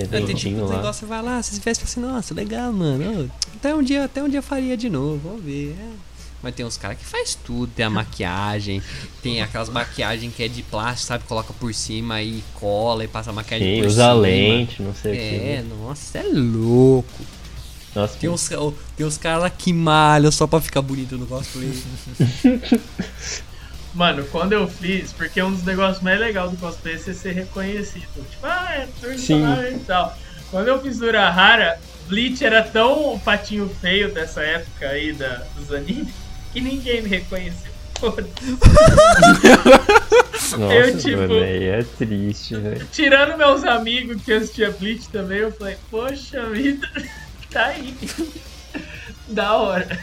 [SPEAKER 4] É, tem tipo
[SPEAKER 6] dedinho
[SPEAKER 4] um
[SPEAKER 6] lá.
[SPEAKER 4] negócio, vai lá, se você tivesse assim, nossa, legal, mano. ó, Até um dia, até um dia eu faria de novo, vamos ver. é. Mas tem uns caras que faz tudo, tem a maquiagem, tem aquelas maquiagem que é de plástico, sabe? Coloca por cima e cola e passa a maquiagem
[SPEAKER 6] Sim,
[SPEAKER 4] por
[SPEAKER 6] usa
[SPEAKER 4] cima.
[SPEAKER 6] lente, não sei
[SPEAKER 4] É,
[SPEAKER 6] o
[SPEAKER 4] nossa, é louco.
[SPEAKER 6] que. Nossa,
[SPEAKER 4] Tem um uns, ó, tem uns caras lá que malham só pra ficar bonito no cosplay.
[SPEAKER 7] Mano, quando eu fiz, porque um dos negócios mais legais do cosplay é você ser reconhecido. Tipo, ah, é tradicional e tal. Quando eu fiz Urahara, Bleach era tão o patinho feio dessa época aí da, dos animes que ninguém me reconheceu. Foda-se.
[SPEAKER 6] nossa
[SPEAKER 7] eu, tipo-
[SPEAKER 6] mano, aí é triste, velho.
[SPEAKER 7] Tirando meus amigos que assistia Bleach também, eu falei, poxa vida, tá aí. da hora.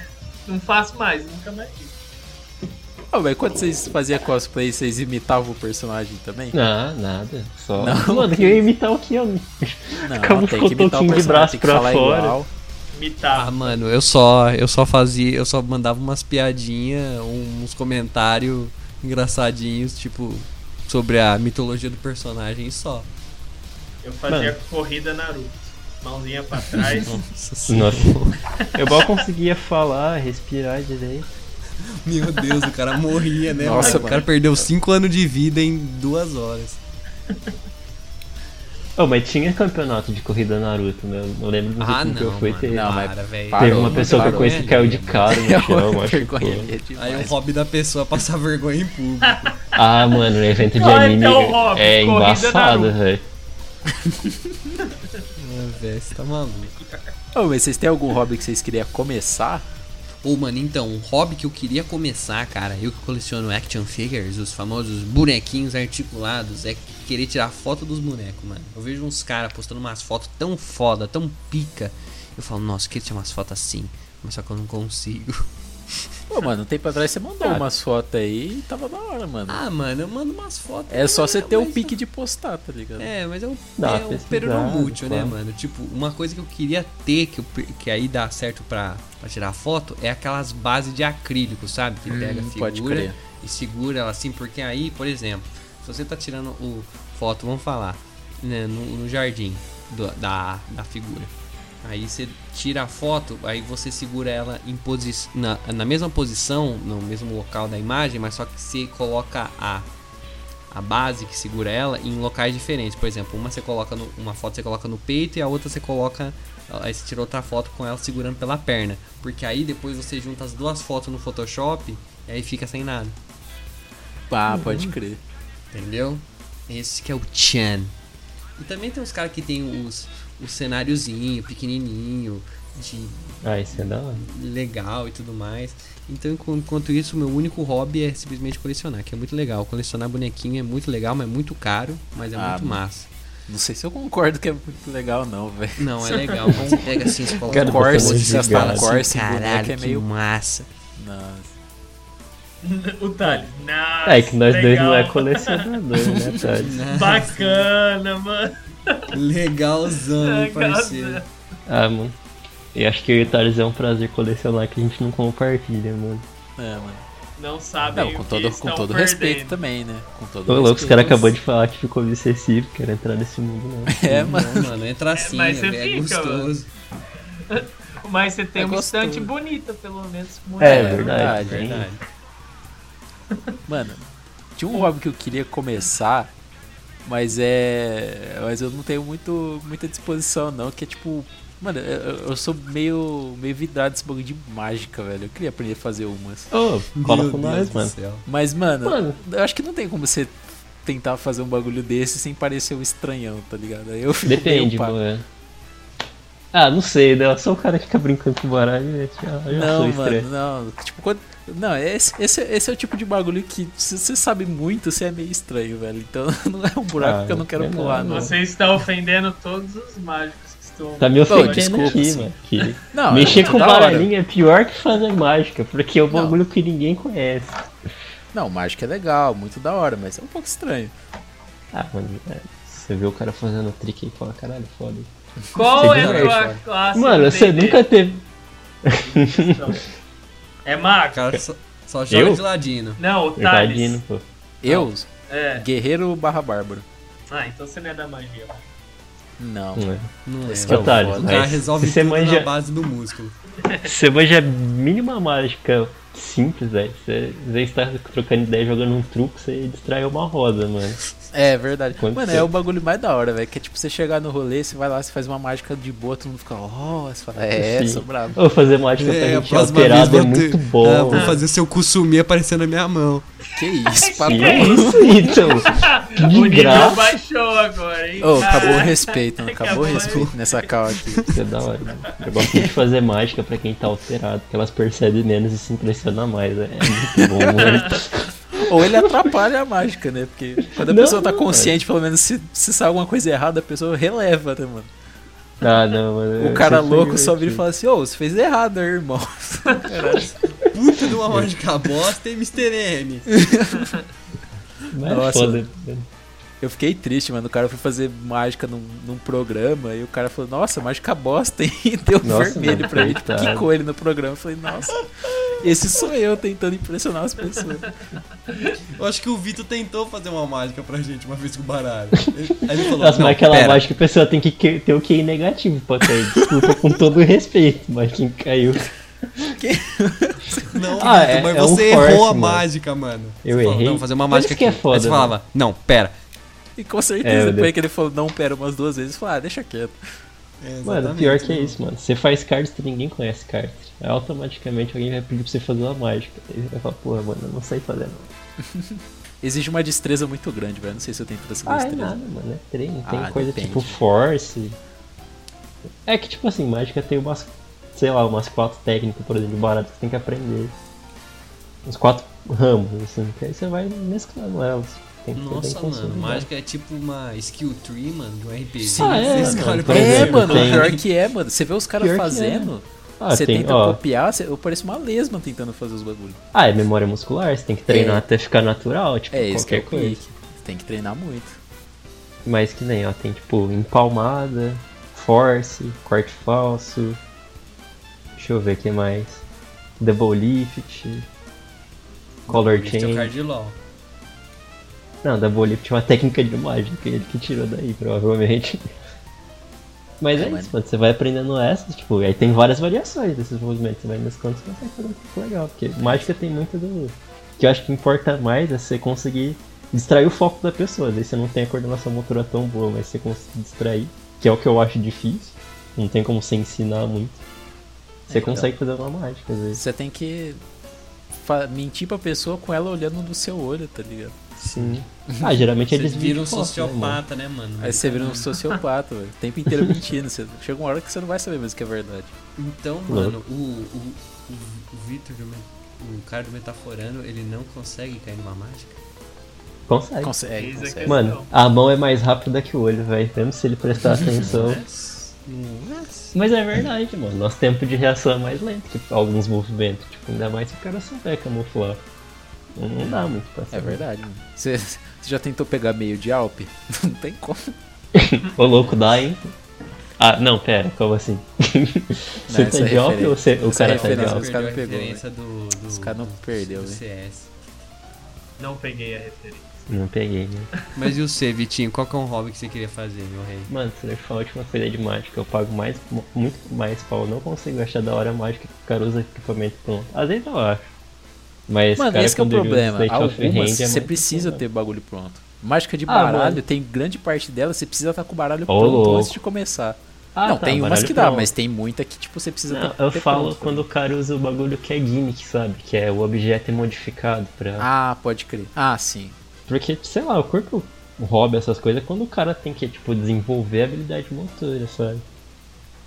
[SPEAKER 7] Não faço mais, nunca mais fiz.
[SPEAKER 5] Ah, mas quando vocês faziam cosplay, vocês imitavam o personagem também?
[SPEAKER 6] Ah, nada. Só.
[SPEAKER 5] Não.
[SPEAKER 6] Mano, eu ia imitar o que eu. Como ficou toquinho de braço
[SPEAKER 5] tem que
[SPEAKER 6] pra
[SPEAKER 5] falar
[SPEAKER 6] fora?
[SPEAKER 5] igual.
[SPEAKER 4] Ah,
[SPEAKER 7] Imitar.
[SPEAKER 4] mano, eu só, eu só fazia, eu só mandava umas piadinhas, uns comentários engraçadinhos, tipo, sobre a mitologia do personagem e só.
[SPEAKER 7] Eu fazia
[SPEAKER 6] Mano.
[SPEAKER 7] corrida Naruto. Mãozinha pra trás.
[SPEAKER 4] Nossa senhora.
[SPEAKER 6] Nossa. Eu mal conseguia falar, respirar direito.
[SPEAKER 4] Meu Deus, o cara morria, né?
[SPEAKER 5] Nossa,
[SPEAKER 4] mano? O cara
[SPEAKER 5] mano.
[SPEAKER 4] perdeu 5 anos de vida em duas horas.
[SPEAKER 6] Oh, mas tinha campeonato de corrida Naruto, né? Eu lembro do
[SPEAKER 4] Ah,
[SPEAKER 6] último que eu
[SPEAKER 4] não,
[SPEAKER 6] fui
[SPEAKER 4] mano,
[SPEAKER 6] ter.
[SPEAKER 5] Não, mas
[SPEAKER 4] Para, velho.
[SPEAKER 5] parou,
[SPEAKER 6] Teve
[SPEAKER 5] mano,
[SPEAKER 6] uma pessoa que eu
[SPEAKER 5] parou.
[SPEAKER 6] conheci que caiu de cara
[SPEAKER 5] É
[SPEAKER 6] no chão,
[SPEAKER 5] uma
[SPEAKER 6] eu acho.
[SPEAKER 5] vergonha minha demais.
[SPEAKER 4] Aí o hobby da pessoa é passar vergonha em público.
[SPEAKER 6] Ah, mano, evento de
[SPEAKER 7] Ah,
[SPEAKER 6] anime
[SPEAKER 7] então, Rob,
[SPEAKER 6] é
[SPEAKER 7] corrida
[SPEAKER 6] embaçado,
[SPEAKER 7] Naruto.
[SPEAKER 6] velho.
[SPEAKER 4] Ah, velho, você tá maluco.
[SPEAKER 5] Ô, mas vocês têm algum hobby que vocês queriam começar?
[SPEAKER 4] Ô, mano, então, um hobby que eu queria começar, cara, eu que coleciono action figures, os famosos bonequinhos articulados, é querer tirar foto dos bonecos, mano. Eu vejo uns caras postando umas fotos tão foda, tão pica. Eu falo, nossa, eu queria tirar umas fotos assim, mas só que eu não consigo.
[SPEAKER 5] Pô, mano, um tempo atrás você mandou
[SPEAKER 6] Ah.
[SPEAKER 5] umas fotos aí e tava da hora, mano.
[SPEAKER 4] Ah, mano, eu mando umas fotos. né,
[SPEAKER 5] é só você ter o
[SPEAKER 4] mas-
[SPEAKER 5] pique de postar, tá ligado?
[SPEAKER 4] É, mas é um,
[SPEAKER 6] Dá uma
[SPEAKER 4] é um
[SPEAKER 6] pesquisada,
[SPEAKER 4] peronomútil, né,
[SPEAKER 6] claro.
[SPEAKER 4] mano? Tipo, uma coisa que eu queria ter, que, eu pe- que aí dá certo pra, pra tirar foto, é aquelas bases de acrílico, sabe? Que pega a
[SPEAKER 5] Hum, pode
[SPEAKER 4] figura
[SPEAKER 5] crer.
[SPEAKER 4] e segura ela assim, porque aí, por exemplo, se você tá tirando o foto, vamos falar, né, no, no jardim do- da, da figura. Aí você tira a foto, aí você segura ela em posi na, na mesma posição, no mesmo local da imagem, mas só que você coloca a a base que segura ela em locais diferentes. Por exemplo, uma você coloca no, uma foto você coloca no peito e a outra você coloca aí você tira outra foto com ela segurando pela perna, porque aí depois você junta as duas fotos no Photoshop e aí fica sem nada,
[SPEAKER 5] Ah, pode crer.
[SPEAKER 4] entendeu? Esse que é o Chan. E também tem uns caras que tem os o cenáriozinho pequenininho de
[SPEAKER 6] Ah, isso é da hora.
[SPEAKER 4] legal e tudo mais. Então, enqu- enquanto isso, meu único hobby é simplesmente colecionar, que é muito legal. Colecionar bonequinho é muito legal, mas é muito caro, mas é
[SPEAKER 5] Ah,
[SPEAKER 4] muito
[SPEAKER 5] mano.
[SPEAKER 4] massa.
[SPEAKER 5] Não sei se eu concordo que é muito legal, não, velho.
[SPEAKER 4] Não, é legal. Quando você pega assim, você coloca
[SPEAKER 6] Cara,
[SPEAKER 4] um
[SPEAKER 6] Corsa,
[SPEAKER 4] monte de
[SPEAKER 6] você
[SPEAKER 4] fala assim,
[SPEAKER 6] gasta um
[SPEAKER 5] Corsa em boneco
[SPEAKER 4] caralho,
[SPEAKER 5] é
[SPEAKER 4] que
[SPEAKER 5] meio-
[SPEAKER 4] massa.
[SPEAKER 5] Nossa.
[SPEAKER 7] o Thales. Nossa,
[SPEAKER 6] É que nós dois não é
[SPEAKER 7] legal.
[SPEAKER 6] colecionador, né, Thales?
[SPEAKER 7] Bacana, mano.
[SPEAKER 4] Legalzão, hein,
[SPEAKER 7] Legalzão.
[SPEAKER 4] parceiro.
[SPEAKER 6] Ah, mano. Eu acho que eu e o Thales é um prazer colecionar que a gente não compartilha, mano.
[SPEAKER 5] É, mano.
[SPEAKER 7] Não sabem
[SPEAKER 5] Não,
[SPEAKER 7] o
[SPEAKER 5] com
[SPEAKER 7] que
[SPEAKER 5] todo, com
[SPEAKER 7] estão
[SPEAKER 5] todo
[SPEAKER 7] perdendo.
[SPEAKER 5] respeito também, né? Com todo
[SPEAKER 6] Ô, louco, os
[SPEAKER 5] respeito.
[SPEAKER 6] caras acabou de falar que ficou obsessivo, quero entrar nesse mundo, né? não.
[SPEAKER 5] É, mano.
[SPEAKER 4] Não, mano, entra assim, é,
[SPEAKER 7] mas você
[SPEAKER 4] velho, é
[SPEAKER 7] fica,
[SPEAKER 4] gostoso.
[SPEAKER 7] Mas você tem
[SPEAKER 5] É
[SPEAKER 7] um
[SPEAKER 5] gostoso.
[SPEAKER 7] estante bonita, pelo menos. com
[SPEAKER 6] É,
[SPEAKER 7] mulher.
[SPEAKER 6] verdade. tem.
[SPEAKER 4] Verdade.
[SPEAKER 5] Mano, tinha um hobby que eu queria começar, mas é. Mas eu não tenho muito, muita disposição, não, que é tipo Mano, eu, eu sou meio, meio vidrado nesse bagulho de mágica, velho. Eu queria aprender a fazer umas.
[SPEAKER 6] Ô, cola
[SPEAKER 4] Meu
[SPEAKER 6] com
[SPEAKER 4] Deus
[SPEAKER 6] nós,
[SPEAKER 4] do
[SPEAKER 6] mano.
[SPEAKER 4] céu.
[SPEAKER 5] Mas, mano,
[SPEAKER 6] Mano.
[SPEAKER 5] eu acho que não tem como você tentar fazer um bagulho desse sem parecer um estranhão, tá ligado? Aí eu fico meio
[SPEAKER 6] Depende,
[SPEAKER 5] pá.
[SPEAKER 6] mano. Ah, não sei, né? Só o cara que fica brincando com o baralho, né? Tipo, eu já, eu já sou
[SPEAKER 5] Não,
[SPEAKER 6] estranho.
[SPEAKER 5] mano, não. Tipo, quando. Não, esse, esse, esse é o tipo de bagulho que se você sabe muito, você é meio estranho, velho. Então não é um buraco
[SPEAKER 6] Ah,
[SPEAKER 5] que eu não quero
[SPEAKER 6] é
[SPEAKER 5] pular, não.
[SPEAKER 6] não.
[SPEAKER 5] Não,
[SPEAKER 7] Você está ofendendo todos os mágicos que estão.
[SPEAKER 6] Tá me
[SPEAKER 5] Pô,
[SPEAKER 6] ofendendo
[SPEAKER 5] desculpa,
[SPEAKER 6] aqui,
[SPEAKER 5] assim.
[SPEAKER 6] mano. que-
[SPEAKER 5] é
[SPEAKER 6] Mexer com
[SPEAKER 5] da hora.
[SPEAKER 6] baralhinho é pior que fazer mágica, porque é um
[SPEAKER 5] Não.
[SPEAKER 6] bagulho que ninguém conhece.
[SPEAKER 5] Não, mágica é legal, muito da hora, mas é um pouco estranho.
[SPEAKER 6] Ah, mano, é, você vê o cara fazendo trick aí e fala, caralho, foda.
[SPEAKER 7] Qual
[SPEAKER 6] Você
[SPEAKER 7] é a
[SPEAKER 4] viu,
[SPEAKER 7] tua
[SPEAKER 4] Alex?
[SPEAKER 7] classe?
[SPEAKER 6] mano,
[SPEAKER 7] de
[SPEAKER 6] Ah, você
[SPEAKER 7] D&D?
[SPEAKER 6] nunca teve.
[SPEAKER 7] É
[SPEAKER 4] O
[SPEAKER 7] mago?
[SPEAKER 4] cara só, só joga
[SPEAKER 6] Eu?
[SPEAKER 4] de ladino.
[SPEAKER 7] Não, o
[SPEAKER 6] Verdadino,
[SPEAKER 7] Thales.
[SPEAKER 6] pô.
[SPEAKER 5] Eu,
[SPEAKER 6] né?
[SPEAKER 7] É.
[SPEAKER 5] guerreiro barra bárbaro.
[SPEAKER 7] Ah, então você não é da magia.
[SPEAKER 5] Não.
[SPEAKER 6] Não é.
[SPEAKER 4] Não
[SPEAKER 5] Esse
[SPEAKER 4] é.
[SPEAKER 5] que é
[SPEAKER 6] Ô, Thales,
[SPEAKER 5] foda.
[SPEAKER 4] O cara
[SPEAKER 6] mas
[SPEAKER 4] resolve
[SPEAKER 6] se você
[SPEAKER 4] tudo
[SPEAKER 6] manja,
[SPEAKER 4] na base do músculo.
[SPEAKER 6] você manja mínima mágica simples, velho. Você, você está trocando ideia jogando um truque, você distraiu uma roda, mano.
[SPEAKER 5] É verdade.
[SPEAKER 6] Quando
[SPEAKER 5] Mano,
[SPEAKER 6] você-
[SPEAKER 5] é o bagulho mais da hora, velho. Que é tipo você chegar no rolê, você vai lá, você faz uma mágica de boa, todo mundo fica, ó, você fala, é,
[SPEAKER 6] Sim.
[SPEAKER 5] sou bravo.
[SPEAKER 6] Ou fazer mágica pra gente alterada é muito bom.
[SPEAKER 4] é, vou fazer seu cu sumir aparecendo na minha mão.
[SPEAKER 5] Que isso, papo.
[SPEAKER 6] E é isso, então.
[SPEAKER 7] o
[SPEAKER 6] De
[SPEAKER 7] nível
[SPEAKER 6] graça.
[SPEAKER 7] baixou agora, hein?
[SPEAKER 5] Ô, acabou o
[SPEAKER 7] Caraca.
[SPEAKER 5] respeito, mano. Acabou
[SPEAKER 7] Acabou,
[SPEAKER 5] o
[SPEAKER 7] hein?
[SPEAKER 5] respeito nessa cal aqui.
[SPEAKER 6] Isso é da hora. mano. Eu gosto muito de fazer mágica pra quem tá alterado, porque elas percebem menos e se impressionam mais. É muito bom, né? mano.
[SPEAKER 5] Ou ele atrapalha a mágica, né? Porque quando a
[SPEAKER 6] Não,
[SPEAKER 5] pessoa tá
[SPEAKER 6] não, é.
[SPEAKER 5] consciente, pelo menos se, se sai alguma coisa errada, a pessoa releva, né, mano?
[SPEAKER 6] Ah, não, mano.
[SPEAKER 5] O cara
[SPEAKER 6] sempre
[SPEAKER 5] louco só vira e
[SPEAKER 6] divertido.
[SPEAKER 5] fala assim, ô, você fez errado, né, irmão.
[SPEAKER 4] Puta de uma mágica bosta e Mr. M.
[SPEAKER 6] Mas é
[SPEAKER 5] Nossa.
[SPEAKER 6] foda.
[SPEAKER 5] Eu fiquei triste, mano. O cara foi fazer mágica num, num programa e o cara falou, nossa, mágica bosta, hein? e deu
[SPEAKER 6] Nossa,
[SPEAKER 5] vermelho
[SPEAKER 6] mano,
[SPEAKER 5] pra mim. Tipo,
[SPEAKER 6] coitado.
[SPEAKER 5] quicou ele no programa. Eu falei, nossa, esse sou eu tentando impressionar as pessoas.
[SPEAKER 4] Eu acho que o Vitor tentou fazer uma mágica pra gente uma vez com o baralho. Ele- Aí ele falou,
[SPEAKER 6] Nossa,
[SPEAKER 4] não,
[SPEAKER 6] mas aquela
[SPEAKER 4] pera,
[SPEAKER 6] mágica a pessoa tem que que- ter o QI negativo pra cair. Desculpa com todo o respeito, mas quem caiu.
[SPEAKER 4] não,
[SPEAKER 6] Ah,
[SPEAKER 4] Vitor,
[SPEAKER 6] é-
[SPEAKER 4] mas
[SPEAKER 6] é um
[SPEAKER 4] você
[SPEAKER 6] forte,
[SPEAKER 4] errou a
[SPEAKER 6] mano.
[SPEAKER 4] mágica, mano.
[SPEAKER 6] Eu
[SPEAKER 4] Você falou,
[SPEAKER 6] errei.
[SPEAKER 4] Não, fazer uma
[SPEAKER 6] Mas
[SPEAKER 4] mágica
[SPEAKER 6] isso que é
[SPEAKER 4] aqui. Aí
[SPEAKER 6] foda,
[SPEAKER 4] você falava, não, pera.
[SPEAKER 5] E com certeza,
[SPEAKER 6] É,
[SPEAKER 5] depois
[SPEAKER 6] eu-
[SPEAKER 5] que ele falou, não, pera, umas duas vezes, eu falei, ah, deixa quieto.
[SPEAKER 4] É,
[SPEAKER 6] Mano,
[SPEAKER 4] exatamente,
[SPEAKER 6] pior que é
[SPEAKER 5] né?
[SPEAKER 4] mano.
[SPEAKER 6] isso, mano. Você faz cards que ninguém conhece cards. Aí automaticamente alguém vai pedir pra você fazer uma mágica. Aí você vai falar, porra, mano, eu não sei fazer não.
[SPEAKER 5] Exige uma destreza muito grande, velho. Não sei se eu tenho toda essa
[SPEAKER 6] Ah, é
[SPEAKER 5] destreza.
[SPEAKER 6] nada, mano. É treino. Tem
[SPEAKER 5] Ah,
[SPEAKER 6] coisa
[SPEAKER 5] depende.
[SPEAKER 6] tipo force. É que tipo assim, mágica tem umas, sei lá, umas quatro técnicas, por exemplo, de barato que você tem que aprender. Uns quatro ramos, assim, que aí você vai mesclando elas. Tem que ter bem
[SPEAKER 4] Nossa,
[SPEAKER 5] né?
[SPEAKER 4] mano,
[SPEAKER 6] consolidado.
[SPEAKER 4] mágica é tipo uma skill tree, mano, de um RPG.
[SPEAKER 5] Sim,
[SPEAKER 6] Ah, é,
[SPEAKER 4] você escolhe
[SPEAKER 6] mano,
[SPEAKER 4] pra
[SPEAKER 6] por
[SPEAKER 5] é,
[SPEAKER 4] você.
[SPEAKER 6] exemplo,
[SPEAKER 5] mano,
[SPEAKER 6] tem-
[SPEAKER 5] pior que é, mano. Você vê os caras
[SPEAKER 6] Pior que é.
[SPEAKER 5] fazendo,
[SPEAKER 6] Ah,
[SPEAKER 5] você
[SPEAKER 6] tem,
[SPEAKER 5] tenta
[SPEAKER 6] ó,
[SPEAKER 5] copiar, você- eu pareço uma lesma tentando fazer os bagulhos.
[SPEAKER 6] Ah, é memória muscular, você tem que treinar
[SPEAKER 5] É.
[SPEAKER 6] até ficar natural, tipo,
[SPEAKER 5] É isso que é
[SPEAKER 6] qualquer
[SPEAKER 5] o
[SPEAKER 6] coisa.
[SPEAKER 5] pique. Você tem que treinar muito.
[SPEAKER 6] Mas que nem, ó, tem tipo empalmada, force, corte falso. Deixa eu ver o que mais. Double lift, color
[SPEAKER 4] Esse é o
[SPEAKER 6] change.
[SPEAKER 4] card de LOL.
[SPEAKER 6] Não, double lift é uma técnica de mágica, ele que tirou daí, provavelmente. Mas
[SPEAKER 5] É,
[SPEAKER 6] é,
[SPEAKER 5] mano.
[SPEAKER 6] isso, mano. Você vai aprendendo essas, tipo, e aí tem várias variações desses movimentos, você vai mesclando, você consegue fazer um pouco legal, porque mágica tem muito do. O que eu acho que importa mais é você conseguir distrair o foco da pessoa. Daí você não tem a coordenação motora tão boa, mas você consegue distrair, que é o que eu acho difícil. Não tem como você ensinar muito. Você
[SPEAKER 5] É, então.
[SPEAKER 6] consegue fazer uma mágica, às vezes.
[SPEAKER 5] Você tem que fa- mentir pra pessoa com ela olhando no seu olho, tá ligado?
[SPEAKER 6] Sim. Ah, geralmente
[SPEAKER 4] Você
[SPEAKER 6] eles
[SPEAKER 4] vira um
[SPEAKER 6] foco, né, mano?
[SPEAKER 4] sociopata, né, mano?
[SPEAKER 5] Aí você vira um sociopata, velho. O tempo inteiro mentindo. Você... Chega uma hora que você não vai saber mesmo que é verdade.
[SPEAKER 4] Então, mano, o, o, o, o Vitor, do Met- o cara do Metaforando, ele não consegue cair numa mágica?
[SPEAKER 6] Consegue.
[SPEAKER 5] é, Consegue,
[SPEAKER 7] Eis a
[SPEAKER 5] consegue.
[SPEAKER 7] questão.
[SPEAKER 6] Mano, a mão é mais rápida que o olho, velho. Mesmo se ele prestar atenção.
[SPEAKER 4] Nossa.
[SPEAKER 6] Mas é verdade, mano. Nosso tempo de reação é mais lento que alguns movimentos. Tipo, ainda mais se o cara souber camuflar. Não, não dá muito pra
[SPEAKER 5] É
[SPEAKER 6] saber.
[SPEAKER 5] verdade, mano. Você, você já tentou pegar meio de Alpe? Não tem como.
[SPEAKER 6] Ô louco, dá, hein? Ah, não, pera, como assim?
[SPEAKER 5] essa
[SPEAKER 6] você
[SPEAKER 5] é
[SPEAKER 6] tá de off
[SPEAKER 5] referência-
[SPEAKER 6] ou você, o
[SPEAKER 5] essa é
[SPEAKER 6] cara tá de
[SPEAKER 5] referência
[SPEAKER 6] off?
[SPEAKER 5] os caras não pegou, né?
[SPEAKER 4] referência do, do,
[SPEAKER 5] Os caras não
[SPEAKER 4] do-
[SPEAKER 5] perdeu,
[SPEAKER 4] do
[SPEAKER 5] né?
[SPEAKER 4] CS.
[SPEAKER 7] Não peguei a referência.
[SPEAKER 6] Não peguei, né?
[SPEAKER 4] Mas e o C, Vitinho? Qual que é um hobby que você queria fazer, meu rei?
[SPEAKER 6] Mano, você deixa eu falar a última coisa de mágica. Eu pago mais, mu- muito mais pau. Eu não consigo achar da hora a mágica que o cara usa equipamento pronto. Às vezes eu acho. Mas
[SPEAKER 5] Mano,
[SPEAKER 6] cara,
[SPEAKER 5] esse que é o
[SPEAKER 6] quando ele usa
[SPEAKER 5] problema.
[SPEAKER 6] Sleight of Hand, é
[SPEAKER 5] Algumas você
[SPEAKER 6] mais
[SPEAKER 5] precisa
[SPEAKER 6] complicado.
[SPEAKER 5] ter bagulho pronto. Mágica de
[SPEAKER 6] Ah,
[SPEAKER 5] baralho,
[SPEAKER 6] mano.
[SPEAKER 5] tem grande parte dela, você precisa estar com o baralho
[SPEAKER 6] Ô,
[SPEAKER 5] pronto
[SPEAKER 6] louco.
[SPEAKER 5] antes de começar.
[SPEAKER 6] Ah,
[SPEAKER 5] não,
[SPEAKER 6] tá,
[SPEAKER 5] tem umas
[SPEAKER 6] baralho
[SPEAKER 5] que dá,
[SPEAKER 6] pronto.
[SPEAKER 5] mas tem muita que tipo você precisa
[SPEAKER 6] Não,
[SPEAKER 5] ter-
[SPEAKER 6] eu
[SPEAKER 5] ter
[SPEAKER 6] falo
[SPEAKER 5] pronto.
[SPEAKER 6] quando o cara usa o bagulho que é gimmick, sabe? Que é o objeto é modificado pra.
[SPEAKER 5] Ah, pode crer. Ah, sim.
[SPEAKER 6] Porque, sei lá, eu curto o hobby, essas coisas, quando o cara tem que, tipo, desenvolver a habilidade motora, sabe?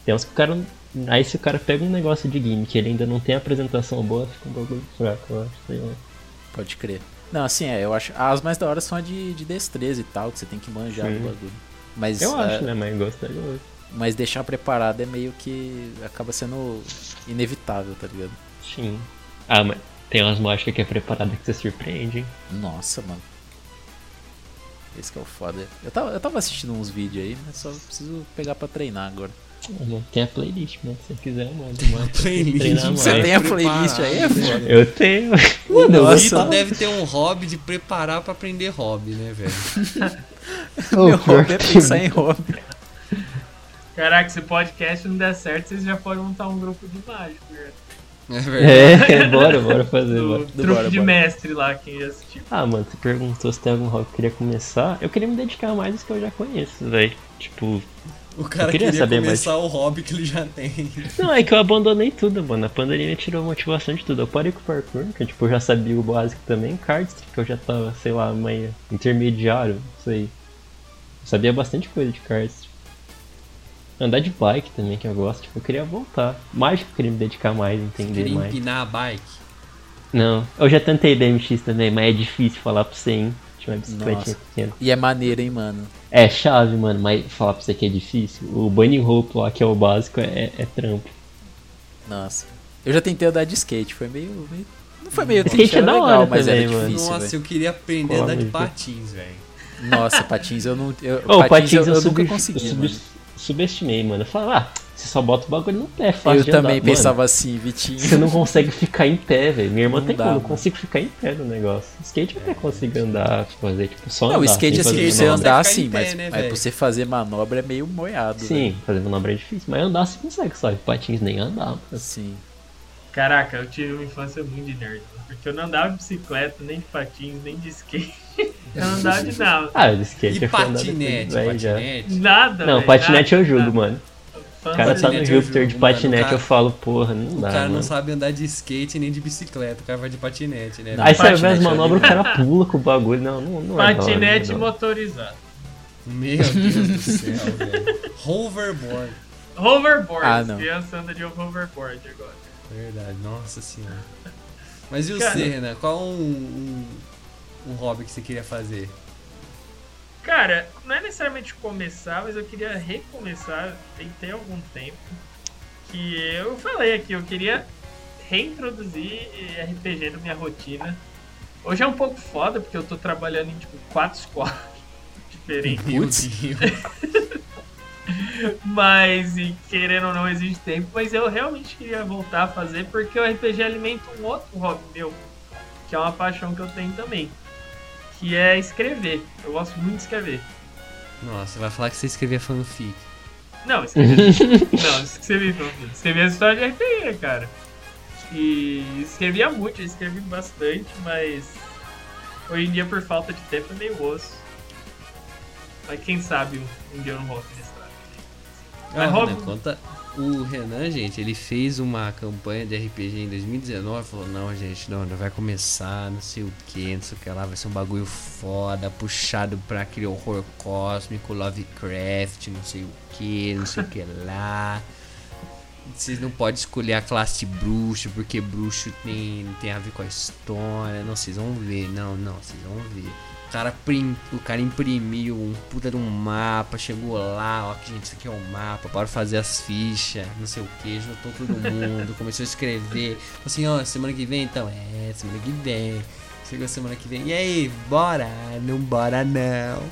[SPEAKER 6] Tem uns que o cara. Aí se o cara pega um negócio de gimmick, ele ainda não tem apresentação boa, fica um bagulho fraco, eu acho. Sei lá.
[SPEAKER 5] Pode crer. Não, assim, é, eu acho. As mais da hora são a de, de destreza e tal, que você tem que manjar
[SPEAKER 6] Sim.
[SPEAKER 5] o bagulho. Mas,
[SPEAKER 6] Eu
[SPEAKER 5] é,
[SPEAKER 6] acho, né? Mas gosto é gosto.
[SPEAKER 5] mas deixar preparado é meio que. acaba sendo inevitável, tá ligado?
[SPEAKER 6] Sim. Ah, mas tem umas mágicas que é preparada que você surpreende, hein?
[SPEAKER 5] Nossa, mano. Esse que é o foda. Eu tava, eu tava assistindo uns vídeos aí, mas só preciso pegar pra treinar agora.
[SPEAKER 6] Olha, Tem a playlist, mano. Se você quiser, eu mando. mano.
[SPEAKER 4] Playlist.
[SPEAKER 6] Treinar
[SPEAKER 5] Você
[SPEAKER 6] mais.
[SPEAKER 5] tem a playlist aí, é foda.
[SPEAKER 6] Eu tenho.
[SPEAKER 4] O
[SPEAKER 5] Nossa,
[SPEAKER 4] Vitor
[SPEAKER 5] mano.
[SPEAKER 4] deve ter um hobby de preparar pra aprender hobby, né, velho?
[SPEAKER 5] Meu hobby é pensar em hobby.
[SPEAKER 7] Caraca, se o podcast não der certo, vocês já podem montar um grupo de mágico. né?
[SPEAKER 4] É verdade.
[SPEAKER 6] É, bora, bora fazer,
[SPEAKER 7] Do,
[SPEAKER 6] bora.
[SPEAKER 7] truque
[SPEAKER 5] bora,
[SPEAKER 7] de
[SPEAKER 5] bora.
[SPEAKER 7] mestre lá, quem assistiu.
[SPEAKER 6] Ah, mano, você perguntou se tem algum hobby que eu queria começar. Eu queria me dedicar mais aos que eu já conheço, velho. Tipo,
[SPEAKER 4] O cara
[SPEAKER 6] Eu queria
[SPEAKER 4] queria,
[SPEAKER 6] saber, mas-
[SPEAKER 4] começar o hobby que ele já tem.
[SPEAKER 6] não, é que eu abandonei tudo, mano. A pandemia me tirou a motivação de tudo. Eu parei com o parkour, que tipo, eu já sabia o básico também. Cardistry, que eu já tava, sei lá, meio intermediário, não sei. Eu sabia bastante coisa de cardistry. Andar de bike também, que eu gosto. Tipo, eu queria voltar. Mágico, eu queria me dedicar mais, entender
[SPEAKER 4] Queria
[SPEAKER 6] mais.
[SPEAKER 4] empinar a bike.
[SPEAKER 6] Não, eu já tentei BMX também, mas é difícil falar pra você, hein? Tinha uma bicicletinha pequena.
[SPEAKER 5] E é maneiro, hein, mano.
[SPEAKER 6] É chave, mano, mas falar pra você que é difícil. O bunny rope lá, que é o básico, é, é trampo.
[SPEAKER 5] Nossa. Eu já tentei andar de skate, foi meio. meio- Não foi meio
[SPEAKER 6] Skate
[SPEAKER 5] triste,
[SPEAKER 6] é
[SPEAKER 5] era
[SPEAKER 6] da
[SPEAKER 5] legal,
[SPEAKER 6] hora
[SPEAKER 5] mas
[SPEAKER 6] também,
[SPEAKER 5] era
[SPEAKER 6] mano.
[SPEAKER 5] difícil.
[SPEAKER 4] Nossa,
[SPEAKER 5] velho.
[SPEAKER 4] eu queria aprender a
[SPEAKER 6] Cola
[SPEAKER 4] andar de
[SPEAKER 6] mesmo.
[SPEAKER 4] patins, velho.
[SPEAKER 5] Nossa, patins eu não. Eu,
[SPEAKER 6] Ô, é um
[SPEAKER 5] patins, eu, eu
[SPEAKER 6] sub-
[SPEAKER 5] nunca consegui,
[SPEAKER 6] eu sub-
[SPEAKER 5] mano.
[SPEAKER 6] subestimei, mano. Eu falava, ah, você só bota o bagulho no pé, é fácil
[SPEAKER 5] Eu
[SPEAKER 6] de
[SPEAKER 5] também
[SPEAKER 6] andar.
[SPEAKER 5] pensava
[SPEAKER 6] Mano,
[SPEAKER 5] assim, Vitinho.
[SPEAKER 6] você não consegue ficar em pé, velho. Minha irmã
[SPEAKER 5] Não
[SPEAKER 6] tem
[SPEAKER 5] dá,
[SPEAKER 6] como, eu
[SPEAKER 5] mano.
[SPEAKER 6] consigo ficar em pé no negócio. Skate eu até consigo andar, fazer, tipo, só
[SPEAKER 5] Não, o
[SPEAKER 6] andar,
[SPEAKER 5] skate
[SPEAKER 6] sem
[SPEAKER 5] assim,
[SPEAKER 6] fazer
[SPEAKER 5] pra você
[SPEAKER 6] manobra.
[SPEAKER 5] andar
[SPEAKER 4] Ficar em
[SPEAKER 5] assim,
[SPEAKER 4] pé,
[SPEAKER 5] mas
[SPEAKER 4] né,
[SPEAKER 5] mas
[SPEAKER 4] velho?
[SPEAKER 5] pra você fazer manobra é meio moiado.
[SPEAKER 6] Sim, fazer manobra é difícil, mas andar você consegue, sabe? Patins nem andar, mano.
[SPEAKER 5] velho. Sim.
[SPEAKER 7] Caraca, eu tive uma infância muito de nerd. né? Porque eu não andava de bicicleta, nem de patins, nem de skate. Eu não andava de nada.
[SPEAKER 6] Ah, de skate
[SPEAKER 4] E
[SPEAKER 6] eu fui andar depois,
[SPEAKER 4] patinete,
[SPEAKER 6] velho, já.
[SPEAKER 4] patinete.
[SPEAKER 7] Nada,
[SPEAKER 6] Não,
[SPEAKER 7] velho,
[SPEAKER 6] patinete eu
[SPEAKER 7] nada,
[SPEAKER 6] julgo,
[SPEAKER 7] nada.
[SPEAKER 6] mano.
[SPEAKER 7] Fã
[SPEAKER 6] O cara tá no
[SPEAKER 4] Patinete eu
[SPEAKER 6] Júpiter de
[SPEAKER 4] julgo, mano. O
[SPEAKER 6] patinete,
[SPEAKER 4] cara-
[SPEAKER 6] eu falo, porra, não
[SPEAKER 4] O
[SPEAKER 6] dá.
[SPEAKER 4] cara não
[SPEAKER 6] Ah, mano.
[SPEAKER 4] sabe andar de skate nem de bicicleta, o cara vai de patinete, né?
[SPEAKER 5] Não,
[SPEAKER 6] Aí você vê as
[SPEAKER 5] patinete é
[SPEAKER 6] manobras, o
[SPEAKER 5] legal.
[SPEAKER 6] cara pula com o bagulho. Não, não, não é. da hora,
[SPEAKER 7] Patinete
[SPEAKER 6] não é da hora.
[SPEAKER 7] motorizado.
[SPEAKER 4] Meu Deus do céu, velho. Hoverboard.
[SPEAKER 7] Hoverboard.
[SPEAKER 5] Ah, não.
[SPEAKER 7] Criança anda de hoverboard agora.
[SPEAKER 4] Verdade, nossa senhora. Mas e
[SPEAKER 7] Cara-
[SPEAKER 4] você, Renan? Qual um, um, um hobby que você queria fazer?
[SPEAKER 7] Cara, não é necessariamente começar, mas eu queria recomeçar, tentei há algum tempo, que eu falei aqui, eu queria reintroduzir eh, RPG na minha rotina. Hoje é um pouco foda, porque eu tô trabalhando em, tipo, quatro squads diferentes.
[SPEAKER 4] Meu
[SPEAKER 5] Putz.
[SPEAKER 4] Deus.
[SPEAKER 7] Mas, e querendo ou não, existe tempo. Mas eu realmente queria voltar a fazer porque o RPG alimenta um outro hobby meu, que é uma paixão que eu tenho também, que é escrever. Eu gosto muito de escrever.
[SPEAKER 4] Nossa, vai falar que você escrevia fanfic.
[SPEAKER 7] Não, escrever. não, isso que você me falou. Escrevi as histórias de RPG, cara. E escrevia muito, eu escrevi bastante, mas hoje em dia, por falta de tempo, é meio osso. Mas quem sabe um, um dia eu não volto nesse trabalho. Mas,
[SPEAKER 4] Ó,
[SPEAKER 7] Rob-
[SPEAKER 4] Renan, conta. O Renan, gente, ele fez uma campanha de RPG em 2019. Falou: Não, gente, não, não vai começar, não sei o que, não sei o que lá. Vai ser um bagulho foda, puxado pra aquele horror cósmico, Lovecraft, não sei o que, não sei o que lá. Vocês não podem escolher a classe de bruxo, porque bruxo tem, tem a ver com a história. Não, vocês vão ver, não, não, vocês vão ver. O cara, prim- o cara imprimiu um puta de um mapa, chegou lá, ó, que gente, isso aqui é o mapa, bora fazer as fichas, não sei o que, juntou todo mundo, começou a escrever. Falou assim, ó, semana que vem então? É, semana que vem. Chegou semana que vem, e aí, bora? Não bora não.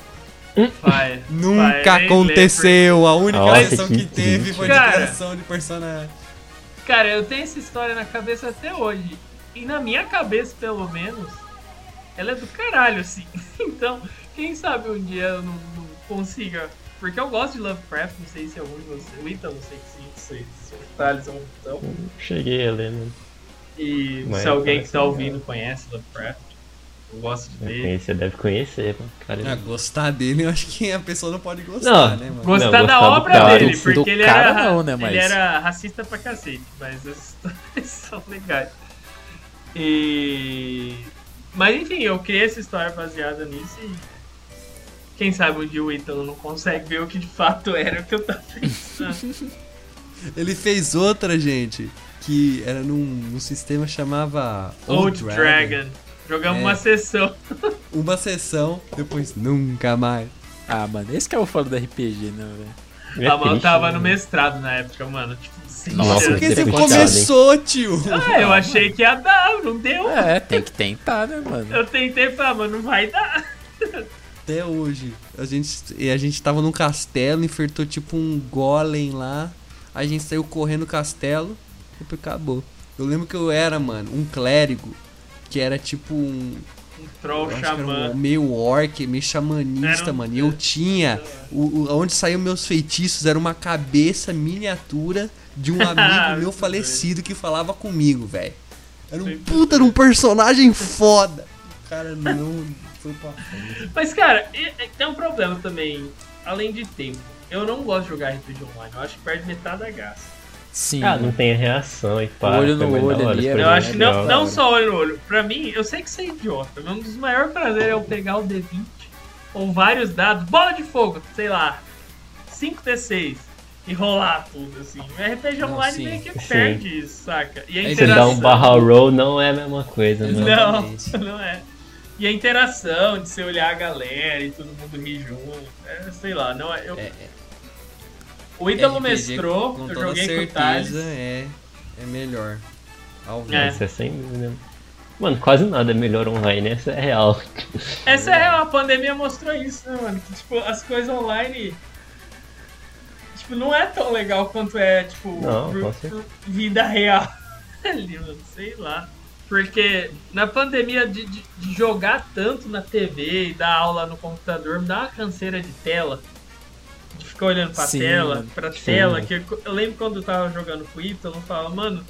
[SPEAKER 7] Vai, vai,
[SPEAKER 4] Nunca
[SPEAKER 7] nem lê,
[SPEAKER 4] aconteceu, a única
[SPEAKER 6] Nossa,
[SPEAKER 4] versão
[SPEAKER 6] que
[SPEAKER 4] que teve foi de
[SPEAKER 7] Cara.
[SPEAKER 4] criação de personagem.
[SPEAKER 7] Cara, eu tenho essa história na cabeça até hoje. E na minha cabeça, pelo menos, ela é do caralho, assim. Então, quem sabe um dia eu não, não consiga. Porque eu gosto de Lovecraft, não sei se é um de vocês. O Ita, não sei se vocês, se o Thales é um então.
[SPEAKER 6] Cheguei a ler, né? mano.
[SPEAKER 7] E
[SPEAKER 6] Mas
[SPEAKER 7] se alguém que
[SPEAKER 6] parece
[SPEAKER 7] tá
[SPEAKER 6] legal.
[SPEAKER 7] ouvindo conhece Lovecraft. Eu gosto dele.
[SPEAKER 6] Você deve conhecer, mano. Cara, é
[SPEAKER 4] Ah, gostar dele, eu acho que a pessoa não pode gostar,
[SPEAKER 6] Não.
[SPEAKER 4] né, mano?
[SPEAKER 7] Gostar
[SPEAKER 6] Não,
[SPEAKER 7] da
[SPEAKER 6] gostar do
[SPEAKER 7] obra
[SPEAKER 6] cara.
[SPEAKER 7] dele,
[SPEAKER 5] Do-
[SPEAKER 7] porque
[SPEAKER 5] do
[SPEAKER 7] ele,
[SPEAKER 5] cara
[SPEAKER 7] era,
[SPEAKER 5] não, né, mas-
[SPEAKER 7] ele era racista pra cacete, mas as histórias são legais. E... Mas enfim, eu criei essa história baseada nisso e quem sabe um dia o Ítalo não consegue ver o que de fato era o que eu tava pensando.
[SPEAKER 4] Ele fez outra, gente, que era num, num sistema que chamava
[SPEAKER 7] Old Dragon. Jogamos
[SPEAKER 4] É.
[SPEAKER 7] uma sessão.
[SPEAKER 4] Uma sessão, depois nunca mais.
[SPEAKER 5] Ah, mano, esse que é o foda do RPG, né, velho?
[SPEAKER 6] é
[SPEAKER 7] a mal
[SPEAKER 6] triste,
[SPEAKER 7] tava
[SPEAKER 6] né?
[SPEAKER 7] no mestrado na época, mano. Tipo, sem
[SPEAKER 5] Nossa,
[SPEAKER 7] chance.
[SPEAKER 4] Porque
[SPEAKER 5] deve
[SPEAKER 4] você
[SPEAKER 5] ter
[SPEAKER 6] gostado,
[SPEAKER 4] começou, tio!
[SPEAKER 7] Ah, eu achei que ia dar, não deu.
[SPEAKER 5] É, tem que tentar, né, mano?
[SPEAKER 7] Eu tentei falar, mas não vai dar.
[SPEAKER 4] Até hoje. A gente, e a gente tava num castelo, enfrentou tipo um golem lá. A gente saiu correndo do castelo e acabou. Eu lembro que eu era, mano, um clérigo. Que era tipo um.
[SPEAKER 7] Um
[SPEAKER 4] eu
[SPEAKER 7] troll
[SPEAKER 4] acho que era
[SPEAKER 7] xamã.
[SPEAKER 4] um meio orc, meio xamanista,
[SPEAKER 7] Era um-
[SPEAKER 4] mano. E eu tinha. O, o- onde saíram meus feitiços era uma cabeça miniatura de um amigo meu
[SPEAKER 7] Muito
[SPEAKER 4] falecido que falava comigo, velho. Era um
[SPEAKER 7] Sempre
[SPEAKER 4] puta de um personagem foda. O cara não foi pra
[SPEAKER 7] Mas, cara, e- e tem um problema também, além de tempo. Eu não gosto de jogar RPG online, eu acho que perde metade da graça.
[SPEAKER 5] Sim.
[SPEAKER 6] Ah, não tem a reação e pá.
[SPEAKER 5] olho no
[SPEAKER 6] foi mais da
[SPEAKER 5] olho
[SPEAKER 6] hora,
[SPEAKER 5] ali
[SPEAKER 6] isso
[SPEAKER 5] é
[SPEAKER 6] foi
[SPEAKER 7] Eu
[SPEAKER 5] bem
[SPEAKER 6] mais
[SPEAKER 7] acho que não,
[SPEAKER 6] legal.
[SPEAKER 7] não só olho no olho. Pra mim, eu sei que você é idiota, mas um dos maiores prazeres é eu pegar o D20 ou vários dados, bola de fogo, sei lá, 5D6 e rolar tudo, assim. O RPG
[SPEAKER 4] Não,
[SPEAKER 7] online
[SPEAKER 4] sim.
[SPEAKER 7] meio que
[SPEAKER 6] Sim.
[SPEAKER 7] perde isso, saca? E a
[SPEAKER 4] Aí
[SPEAKER 6] Você dá um
[SPEAKER 7] interação.
[SPEAKER 6] barrel roll não é a mesma coisa, mano.
[SPEAKER 7] Não,
[SPEAKER 4] Exatamente.
[SPEAKER 7] não é. E a interação de você olhar a galera e todo mundo rir junto. é, sei lá, não é. Eu,
[SPEAKER 4] É,
[SPEAKER 7] O Ítalo
[SPEAKER 4] RPG
[SPEAKER 7] Então mestrou,
[SPEAKER 4] com
[SPEAKER 7] eu
[SPEAKER 4] toda
[SPEAKER 7] joguei com o Thales.
[SPEAKER 4] certeza é, é melhor. Ao vivo.
[SPEAKER 7] É.
[SPEAKER 6] Isso é sem dúvida. Mano, quase nada é melhor online, essa é real.
[SPEAKER 7] Essa é a pandemia mostrou isso, né, mano? Que, tipo, as coisas online. Tipo, não é tão legal quanto é, tipo,
[SPEAKER 6] Não,
[SPEAKER 7] vi-
[SPEAKER 6] com certeza.
[SPEAKER 7] vida real. Ali, mano, sei lá. Porque na pandemia de, de- de jogar tanto na TV e dar aula no computador, me dá uma canseira de tela. De ficar olhando pra
[SPEAKER 5] Sim,
[SPEAKER 7] tela,
[SPEAKER 5] mano.
[SPEAKER 7] pra
[SPEAKER 6] Sim.
[SPEAKER 7] tela. Que eu, eu lembro quando eu tava jogando com o Ítalo, eu falava, mano.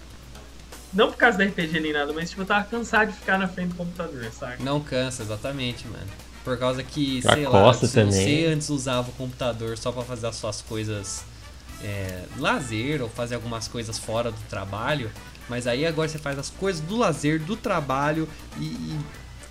[SPEAKER 7] Não por causa da RPG nem nada, mas tipo, eu tava cansado de ficar na frente do computador, saca?
[SPEAKER 4] Não cansa, exatamente, mano. Por causa que,
[SPEAKER 6] A
[SPEAKER 4] sei lá,
[SPEAKER 6] costa
[SPEAKER 4] se
[SPEAKER 6] também.
[SPEAKER 4] você antes usava o computador só pra fazer as suas coisas é, lazer ou fazer algumas coisas fora do trabalho, mas aí agora você faz as coisas do lazer, do trabalho e, e,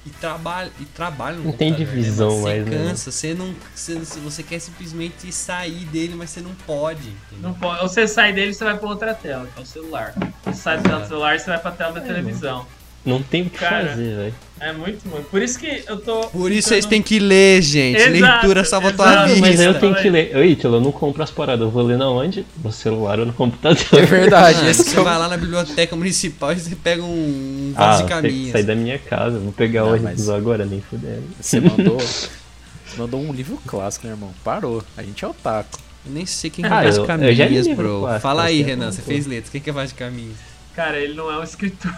[SPEAKER 4] e trabalha e trabalha no
[SPEAKER 6] Não tem
[SPEAKER 4] computador, né,
[SPEAKER 6] divisão
[SPEAKER 4] mano?
[SPEAKER 6] mais,
[SPEAKER 4] Você
[SPEAKER 6] né?
[SPEAKER 4] cansa, você não, você, você quer simplesmente sair dele, mas você não pode. entendeu?
[SPEAKER 7] Não pode. Ou você sai dele e você vai pra outra tela, que é o celular. Você sai da tela do celular você vai pra tela da televisão.
[SPEAKER 6] Não tem o que
[SPEAKER 7] Cara.
[SPEAKER 6] fazer, velho.
[SPEAKER 7] É muito, muito. Por isso que eu tô.
[SPEAKER 4] Por isso
[SPEAKER 7] eu
[SPEAKER 4] vocês
[SPEAKER 7] não-
[SPEAKER 4] têm que ler, gente.
[SPEAKER 7] Exato,
[SPEAKER 4] Leitura salva tua
[SPEAKER 7] exato.
[SPEAKER 4] vida.
[SPEAKER 6] Mas aí eu
[SPEAKER 7] Isso,
[SPEAKER 6] tenho que ler.
[SPEAKER 7] velho.
[SPEAKER 6] Ô, Ítalo, eu não compro as paradas. Eu vou ler na onde? No celular ou no computador.
[SPEAKER 5] É verdade,
[SPEAKER 4] Mano,
[SPEAKER 5] esse que
[SPEAKER 4] você
[SPEAKER 5] é o-
[SPEAKER 4] vai lá na biblioteca municipal e você pega um
[SPEAKER 6] Ah,
[SPEAKER 4] vaso de
[SPEAKER 6] tem que
[SPEAKER 4] caminho.
[SPEAKER 6] sair da minha casa. Vou pegar
[SPEAKER 5] Não,
[SPEAKER 6] o ônibus
[SPEAKER 5] mas-
[SPEAKER 6] agora, nem fudendo.
[SPEAKER 5] Você mandou. Você mandou um livro clássico, né, irmão? Parou. A gente é otaku.
[SPEAKER 4] Eu nem sei quem
[SPEAKER 6] Ah,
[SPEAKER 4] que faz
[SPEAKER 6] eu- eu
[SPEAKER 4] caminhos,
[SPEAKER 6] já li livro
[SPEAKER 4] bro.
[SPEAKER 6] clássico,
[SPEAKER 4] Fala aí,
[SPEAKER 6] você
[SPEAKER 4] Renan, você
[SPEAKER 6] contou.
[SPEAKER 4] fez letras. Quem que é vaso de caminho?
[SPEAKER 7] Cara, ele não é um escritor.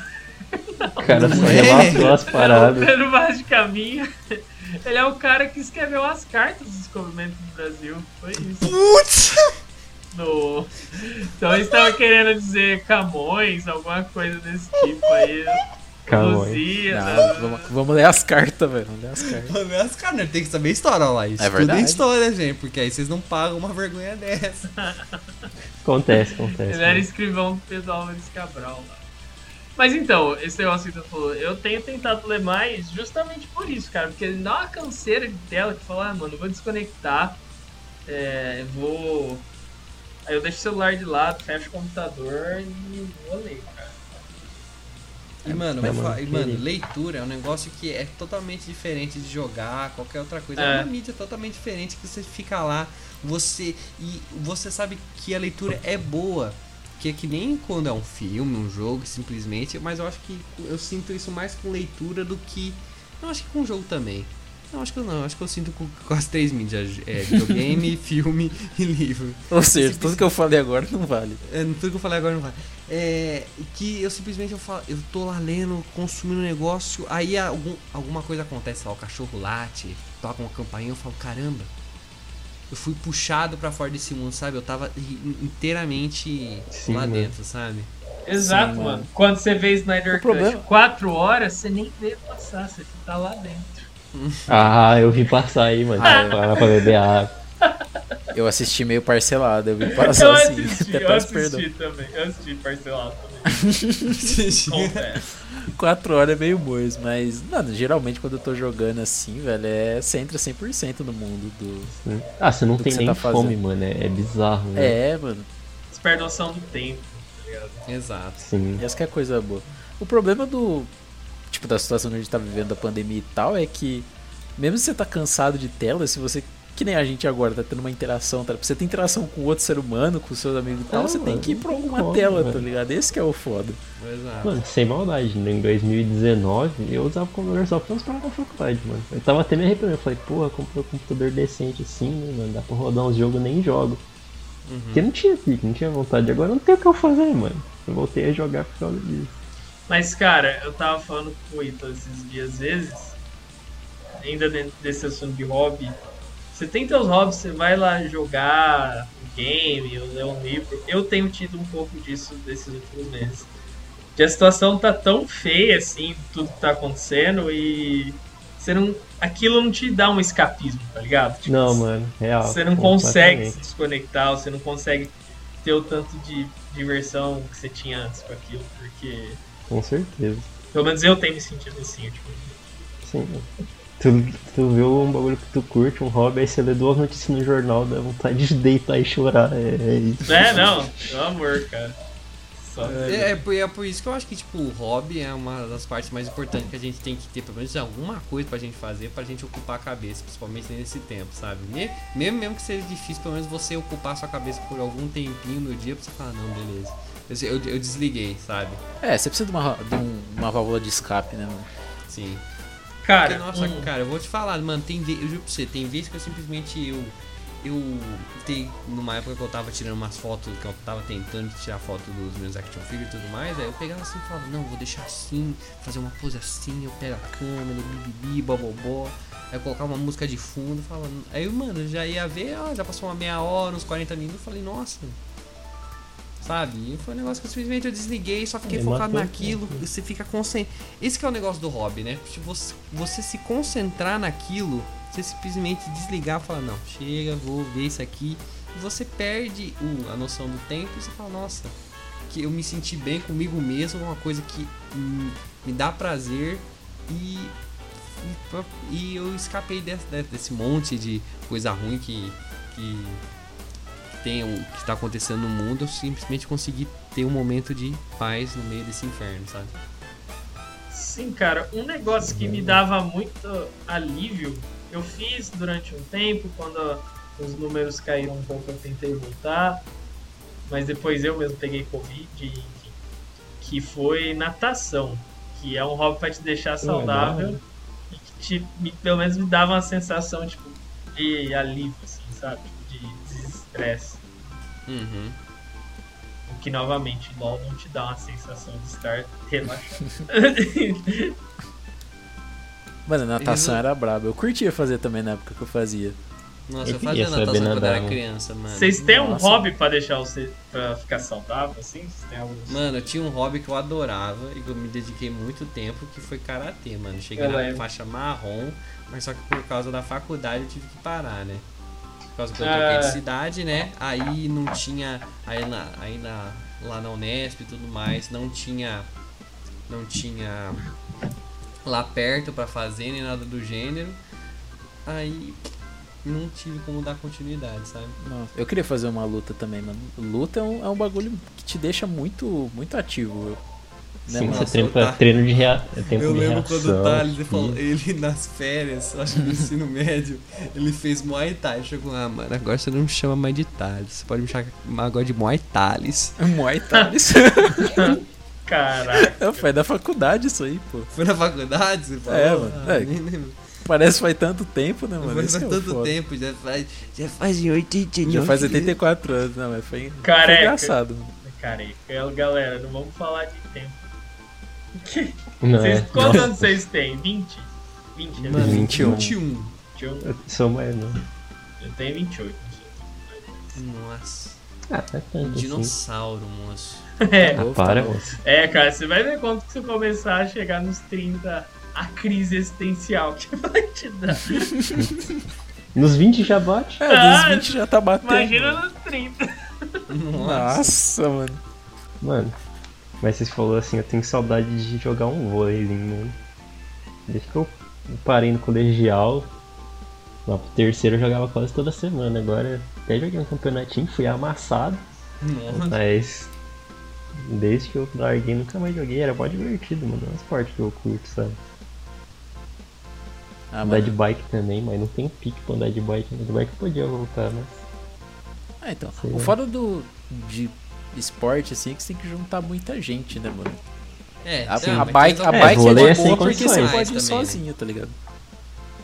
[SPEAKER 6] O cara só
[SPEAKER 4] É.
[SPEAKER 6] relatou as paradas.
[SPEAKER 7] Ele não faz de caminho. Ele é o cara que escreveu as cartas do descobrimento do Brasil. Foi isso.
[SPEAKER 4] Putz!
[SPEAKER 7] No... Então eu estava querendo dizer Camões, alguma coisa desse tipo aí.
[SPEAKER 6] Calma aí.
[SPEAKER 7] Luzia. né?
[SPEAKER 5] Não, Ah, vamos, vamos ler as cartas, velho. Vamos ler as cartas.
[SPEAKER 4] Mano, é as caras tem que saber história lá. Isso tudo é
[SPEAKER 5] verdade.
[SPEAKER 4] história, gente, porque aí vocês não pagam uma vergonha dessa.
[SPEAKER 6] Acontece,
[SPEAKER 5] É
[SPEAKER 6] acontece.
[SPEAKER 7] Ele era escrivão do Pedro Álvares Cabral lá. Mas então, esse negócio que tu falou, eu tenho tentado ler mais justamente por isso, cara. Porque dá uma canseira de tela que fala, ah, mano, eu vou desconectar, é, eu vou. Aí eu deixo o celular de lado, fecho o computador e vou ler, cara.
[SPEAKER 4] E, mano,
[SPEAKER 6] mas,
[SPEAKER 4] vou
[SPEAKER 6] É, mano,
[SPEAKER 4] falar- e,
[SPEAKER 6] que-
[SPEAKER 4] mano, leitura é um negócio que é totalmente diferente de jogar, qualquer outra coisa. É,
[SPEAKER 7] É.
[SPEAKER 4] uma mídia totalmente diferente que você fica lá, você. E você sabe que a leitura é boa. Que é que nem quando é um filme, um jogo, simplesmente. Mas eu acho que eu sinto isso mais com leitura do que. Eu acho que com jogo também. Não, acho que eu não. Acho que eu sinto com, com as três mídias: é, videogame, filme e livro.
[SPEAKER 5] Ou seja, tudo que eu falei agora não vale.
[SPEAKER 4] É, tudo que eu falei agora não vai. É, que eu simplesmente eu, falo, eu tô lá lendo, consumindo um negócio, aí algum- alguma coisa acontece lá, o cachorro late, toca uma campainha, eu falo, caramba, eu fui puxado pra fora desse mundo, sabe? Eu tava i- inteiramente
[SPEAKER 6] Sim,
[SPEAKER 4] lá
[SPEAKER 6] mano.
[SPEAKER 4] dentro, sabe?
[SPEAKER 7] Exato,
[SPEAKER 5] Sim,
[SPEAKER 7] mano.
[SPEAKER 5] mano.
[SPEAKER 7] Quando você vê
[SPEAKER 5] O
[SPEAKER 7] Snyder Cut
[SPEAKER 5] problema-
[SPEAKER 7] 4 horas, você nem vê passar, você tá lá dentro.
[SPEAKER 6] Ah, eu vi passar aí, mano.
[SPEAKER 7] Ah.
[SPEAKER 6] Parar pra beber água.
[SPEAKER 5] Eu assisti meio parcelado, eu vi
[SPEAKER 7] Então, eu
[SPEAKER 5] passar assim.
[SPEAKER 7] assisti,
[SPEAKER 5] Até
[SPEAKER 7] eu
[SPEAKER 5] peço perdão.
[SPEAKER 7] assisti também. Eu assisti parcelado também. Confesso.
[SPEAKER 5] Quatro horas é meio mois, mas, mano, geralmente quando eu tô jogando assim, velho, é, você entra 100% no mundo do.
[SPEAKER 6] Ah, você não
[SPEAKER 5] Do que
[SPEAKER 6] tem
[SPEAKER 5] você
[SPEAKER 6] nem
[SPEAKER 5] tá fazendo.
[SPEAKER 6] fome, mano. É, é bizarro, né?
[SPEAKER 5] É, mano.
[SPEAKER 7] Você perde noção do tempo, tá ligado?
[SPEAKER 4] Exato.
[SPEAKER 6] Sim.
[SPEAKER 5] Essa que é a coisa boa. O problema do. Tipo, da situação que a gente tá vivendo, da pandemia e tal, é que. Mesmo se você tá cansado de tela, se você. Que nem a gente agora, tá tendo uma interação, tá? Você tem interação com outro ser humano, com seus amigos e tal,
[SPEAKER 6] É,
[SPEAKER 5] você tem
[SPEAKER 6] mano,
[SPEAKER 5] que ir pra alguma
[SPEAKER 6] como,
[SPEAKER 5] tela, tá
[SPEAKER 6] velho?
[SPEAKER 5] ligado? Esse que é o foda.
[SPEAKER 4] Exato.
[SPEAKER 6] Mano, sem maldade, né? em 2019 eu usava o computador só pra usar na faculdade, mano. Eu tava até me arrependendo, eu falei, porra, comprei um computador decente assim, né, mano? Dá pra rodar uns jogos, eu nem jogo.
[SPEAKER 5] Uhum.
[SPEAKER 6] Porque não tinha pique, não tinha vontade. Agora eu não tem o que eu fazer, mano. Eu voltei a jogar por causa disso.
[SPEAKER 7] Mas, cara, eu tava falando com o Ítalo esses dias, às vezes, ainda dentro desse assunto de hobby, você tem teus hobbies, você vai lá jogar um game, ou ler um livro. Eu tenho tido um pouco disso desses últimos meses. Que a situação tá tão feia, assim, tudo que tá acontecendo, e você não... Aquilo não te dá um escapismo, tá ligado? Tipo,
[SPEAKER 6] Não, mano, real.
[SPEAKER 7] você não consegue se
[SPEAKER 6] completamente.
[SPEAKER 7] desconectar, você não consegue ter o tanto de diversão que você tinha antes com aquilo, porque...
[SPEAKER 6] Com certeza.
[SPEAKER 7] Pelo menos eu tenho me sentido assim, tipo.
[SPEAKER 6] Sim. Tu, tu vê um bagulho que tu curte, um hobby, aí você lê duas notícias no jornal, dá vontade de deitar e chorar. É, é isso.
[SPEAKER 7] É, não, pelo amor, cara. Só.
[SPEAKER 4] É, é por, é por isso que eu acho que, tipo, o hobby é uma das partes mais importantes que a gente tem que ter, pelo menos alguma coisa pra gente fazer, pra gente ocupar a cabeça, principalmente nesse tempo, sabe? Me- Mesmo, mesmo que seja difícil, pelo menos você ocupar a sua cabeça por algum tempinho no dia pra você falar, não, beleza. Eu, eu- eu desliguei, sabe?
[SPEAKER 5] É, você precisa de uma, de um- uma válvula de escape, né, mano?
[SPEAKER 4] Sim. Porque,
[SPEAKER 7] Cara,
[SPEAKER 4] nossa,
[SPEAKER 7] um-
[SPEAKER 4] cara, eu vou te falar, mano, tem vez, eu juro pra você, tem vezes que eu simplesmente eu eu tem numa época que eu tava tirando umas fotos, que eu tava tentando tirar foto dos meus action figures e tudo mais, aí eu pegava assim e falava, não, vou deixar assim, fazer uma pose assim, eu pego a câmera, bibibi, bobobó, aí eu colocava uma música de fundo, falando, aí, mano, eu já ia ver, ó, já passou uma meia hora, uns 40 minutos, eu falei, nossa, Sabe? E foi um negócio que eu simplesmente eu desliguei, só fiquei
[SPEAKER 6] É,
[SPEAKER 4] focado
[SPEAKER 6] matou.
[SPEAKER 4] naquilo. Você fica concentrado. Esse que é o negócio do hobby, né? Se Você, você se concentrar naquilo, você simplesmente desligar e falar, não, chega, vou ver isso aqui. E você perde o- a noção do tempo e você fala, nossa, que eu me senti bem comigo mesmo, é uma coisa que hum, me dá prazer e. e pro- E eu escapei desse, desse monte de coisa ruim que, que tem o que tá acontecendo no mundo, eu simplesmente consegui ter um momento de paz no meio desse inferno, sabe?
[SPEAKER 7] Sim, cara, um negócio que me dava muito alívio, eu fiz durante um tempo, quando os números caíram um pouco, eu tentei voltar, mas depois eu mesmo peguei Covid, e- que foi natação, que é um hobby pra te deixar saudável e que te, me- pelo menos me dava uma sensação tipo, de alívio, assim, sabe? Tipo, de desestresse.
[SPEAKER 4] Uhum.
[SPEAKER 7] O que novamente, LOL não te dá uma sensação de estar relaxado.
[SPEAKER 5] Mano, a natação
[SPEAKER 4] Eles-
[SPEAKER 5] era braba. Eu curtia fazer também na época que eu fazia.
[SPEAKER 4] Nossa, eu,
[SPEAKER 6] Eu
[SPEAKER 4] fazia
[SPEAKER 6] queria saber
[SPEAKER 4] natação quando
[SPEAKER 6] nadar, né?
[SPEAKER 4] era
[SPEAKER 6] mano.
[SPEAKER 4] criança, mano.
[SPEAKER 7] Vocês têm um
[SPEAKER 5] Nossa.
[SPEAKER 7] hobby pra deixar você pra ficar saudável, assim? Vocês têm alguns?
[SPEAKER 4] Mano, eu tinha um hobby que eu adorava e que eu me dediquei muito tempo, que foi karatê, mano. Cheguei
[SPEAKER 7] Eu
[SPEAKER 4] na
[SPEAKER 7] lembro.
[SPEAKER 4] faixa marrom, mas só que por causa da faculdade eu tive que parar, né? Por causa que eu
[SPEAKER 7] Ah.
[SPEAKER 4] troquei de cidade, né? Aí não tinha. Aí, na, aí na, lá na Unesp e tudo mais, não tinha. Não tinha lá perto pra fazer nem nada do gênero. Aí não tive como dar continuidade, sabe?
[SPEAKER 5] Nossa, Eu queria fazer uma luta também, mano. Luta é um, é um bagulho que te deixa muito, muito ativo. Né,
[SPEAKER 6] Sim,
[SPEAKER 5] mano?
[SPEAKER 6] você
[SPEAKER 4] Nossa,
[SPEAKER 6] treina
[SPEAKER 4] tá.
[SPEAKER 6] pra treino de rea... é tempo
[SPEAKER 4] Eu
[SPEAKER 6] de
[SPEAKER 4] lembro
[SPEAKER 6] reação,
[SPEAKER 4] quando o Thales ele
[SPEAKER 6] sim.
[SPEAKER 4] falou, ele nas férias, acho que no ensino médio, ele fez Muay Thai. Chegou, ah, mano, agora você não me chama mais de Thales. Você pode me chamar agora de Muay Thales.
[SPEAKER 5] Muay Thai.
[SPEAKER 7] Caraca.
[SPEAKER 5] Não, É, Foi da faculdade isso aí, pô.
[SPEAKER 4] Foi na faculdade? Você falou?
[SPEAKER 5] É, mano.
[SPEAKER 4] Ah,
[SPEAKER 5] É.
[SPEAKER 4] nem lembro.
[SPEAKER 5] Parece que faz tanto tempo, né, mano?
[SPEAKER 4] Mas
[SPEAKER 5] Isso
[SPEAKER 4] faz
[SPEAKER 5] que é o
[SPEAKER 4] tanto
[SPEAKER 5] foda.
[SPEAKER 4] tempo, já faz, já faz em 89.
[SPEAKER 5] Já faz 84 anos, né, mas foi, foi
[SPEAKER 7] Careca.
[SPEAKER 5] engraçado. mano.
[SPEAKER 7] Careca. Galera, não vamos falar de tempo.
[SPEAKER 6] Não, é.
[SPEAKER 7] Vocês, quantos
[SPEAKER 6] Nossa,
[SPEAKER 7] anos vocês têm? né? 20? 20
[SPEAKER 4] Mano,
[SPEAKER 7] anos?
[SPEAKER 4] 21.
[SPEAKER 5] 21.
[SPEAKER 4] 21.
[SPEAKER 6] né? eu sou mais não.
[SPEAKER 7] Eu tenho 28.
[SPEAKER 4] Nossa.
[SPEAKER 6] Ah, é
[SPEAKER 4] Um
[SPEAKER 6] tanto assim.
[SPEAKER 4] dinossauro, moço.
[SPEAKER 7] É,
[SPEAKER 6] Ah,
[SPEAKER 5] Novo,
[SPEAKER 6] para,
[SPEAKER 5] tá bom.
[SPEAKER 6] moço.
[SPEAKER 7] é, cara, você vai ver quando que você começar a chegar nos 30, a crise existencial que vai te dar.
[SPEAKER 6] Nos 20 já bate?
[SPEAKER 5] É, dos 20 já tá batendo.
[SPEAKER 7] Imagina nos 30.
[SPEAKER 5] Ah. Nossa, mano.
[SPEAKER 6] Mano. Mas vocês falou assim, eu tenho saudade de jogar um vôleizinho, mano. Desde que eu parei no colegial, lá pro terceiro eu jogava quase toda semana. Agora até joguei um campeonatinho, fui amassado.
[SPEAKER 4] Nossa.
[SPEAKER 6] Mas desde que eu larguei nunca mais joguei, era mó divertido, mano. É um esporte que eu curto, sabe?
[SPEAKER 5] Ah,
[SPEAKER 6] andar
[SPEAKER 5] mano.
[SPEAKER 6] de bike também, mas não tem pique pra andar de bike. Andar de bike eu podia voltar, mas.
[SPEAKER 5] Ah, então.
[SPEAKER 6] Sim.
[SPEAKER 5] O foda do de esporte, assim, é que você tem que juntar muita gente, né, mano?
[SPEAKER 4] É,
[SPEAKER 5] A, Assim,
[SPEAKER 4] sim,
[SPEAKER 5] a
[SPEAKER 4] mas
[SPEAKER 5] bike,
[SPEAKER 4] tem
[SPEAKER 5] a
[SPEAKER 4] outra-
[SPEAKER 5] bike é,
[SPEAKER 6] vôlei
[SPEAKER 5] de
[SPEAKER 6] né? é
[SPEAKER 5] boa
[SPEAKER 6] sem
[SPEAKER 5] porque você
[SPEAKER 6] condições
[SPEAKER 5] pode ir
[SPEAKER 4] também, né?
[SPEAKER 5] sozinho, tá ligado?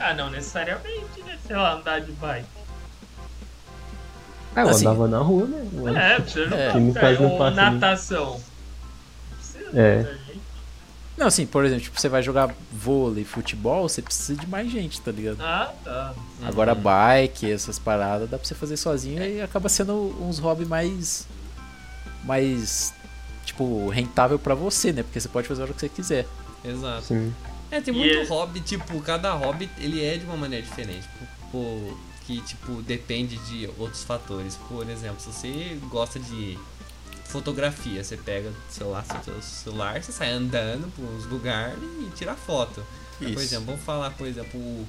[SPEAKER 7] Ah, não necessariamente, né? Sei lá, andar de bike.
[SPEAKER 6] Ah, eu
[SPEAKER 5] Assim-
[SPEAKER 6] andava na rua, né? mano?
[SPEAKER 7] É, você não
[SPEAKER 5] É.
[SPEAKER 6] Que me
[SPEAKER 7] tá,
[SPEAKER 6] faz um
[SPEAKER 7] ou
[SPEAKER 6] passinho.
[SPEAKER 7] natação. Você não
[SPEAKER 6] É.
[SPEAKER 7] tá, gente.
[SPEAKER 5] Não, assim, por exemplo, tipo, você vai jogar vôlei, futebol, você precisa de mais gente, tá ligado?
[SPEAKER 7] Ah, tá.
[SPEAKER 5] Agora bike, essas paradas, dá pra você fazer sozinho e acaba sendo uns hobbies mais. mais. tipo, rentável pra você, né? Porque você pode fazer a hora que você quiser.
[SPEAKER 4] Exato.
[SPEAKER 6] Sim.
[SPEAKER 4] É, tem
[SPEAKER 7] E
[SPEAKER 4] muito
[SPEAKER 7] ele-
[SPEAKER 4] hobby, tipo, cada hobby ele é de uma maneira diferente. Tipo, que, tipo, depende de outros fatores. Por exemplo, se você gosta de fotografia, você pega o celular, seu celular, você sai andando por uns lugares e tira foto. Mas, Por
[SPEAKER 5] Isso.
[SPEAKER 4] exemplo, vamos falar, por exemplo, o,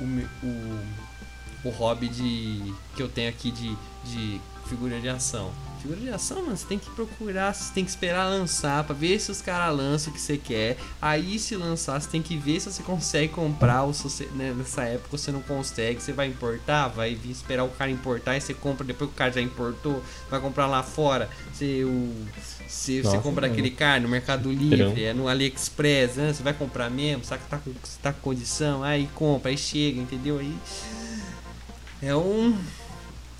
[SPEAKER 4] o, me- o, o hobby de, que eu tenho aqui de, de figura de ação. Figura de ação, mano, você tem que procurar, você tem que esperar lançar pra ver se os caras lançam o que você quer. Aí se lançar, você tem que ver se você consegue comprar ou se você- né, nessa época você não consegue, você vai importar, vai vir esperar o cara importar e você compra depois que o cara já importou, vai comprar lá fora. Você, o, você, você
[SPEAKER 6] Nossa,
[SPEAKER 4] compra
[SPEAKER 6] mano.
[SPEAKER 4] aquele cara no Mercado Livre,
[SPEAKER 6] Trampo.
[SPEAKER 4] é no AliExpress, né? Você vai comprar mesmo, sabe que tá com, você tá com condição, aí compra, aí chega, entendeu? Aí é um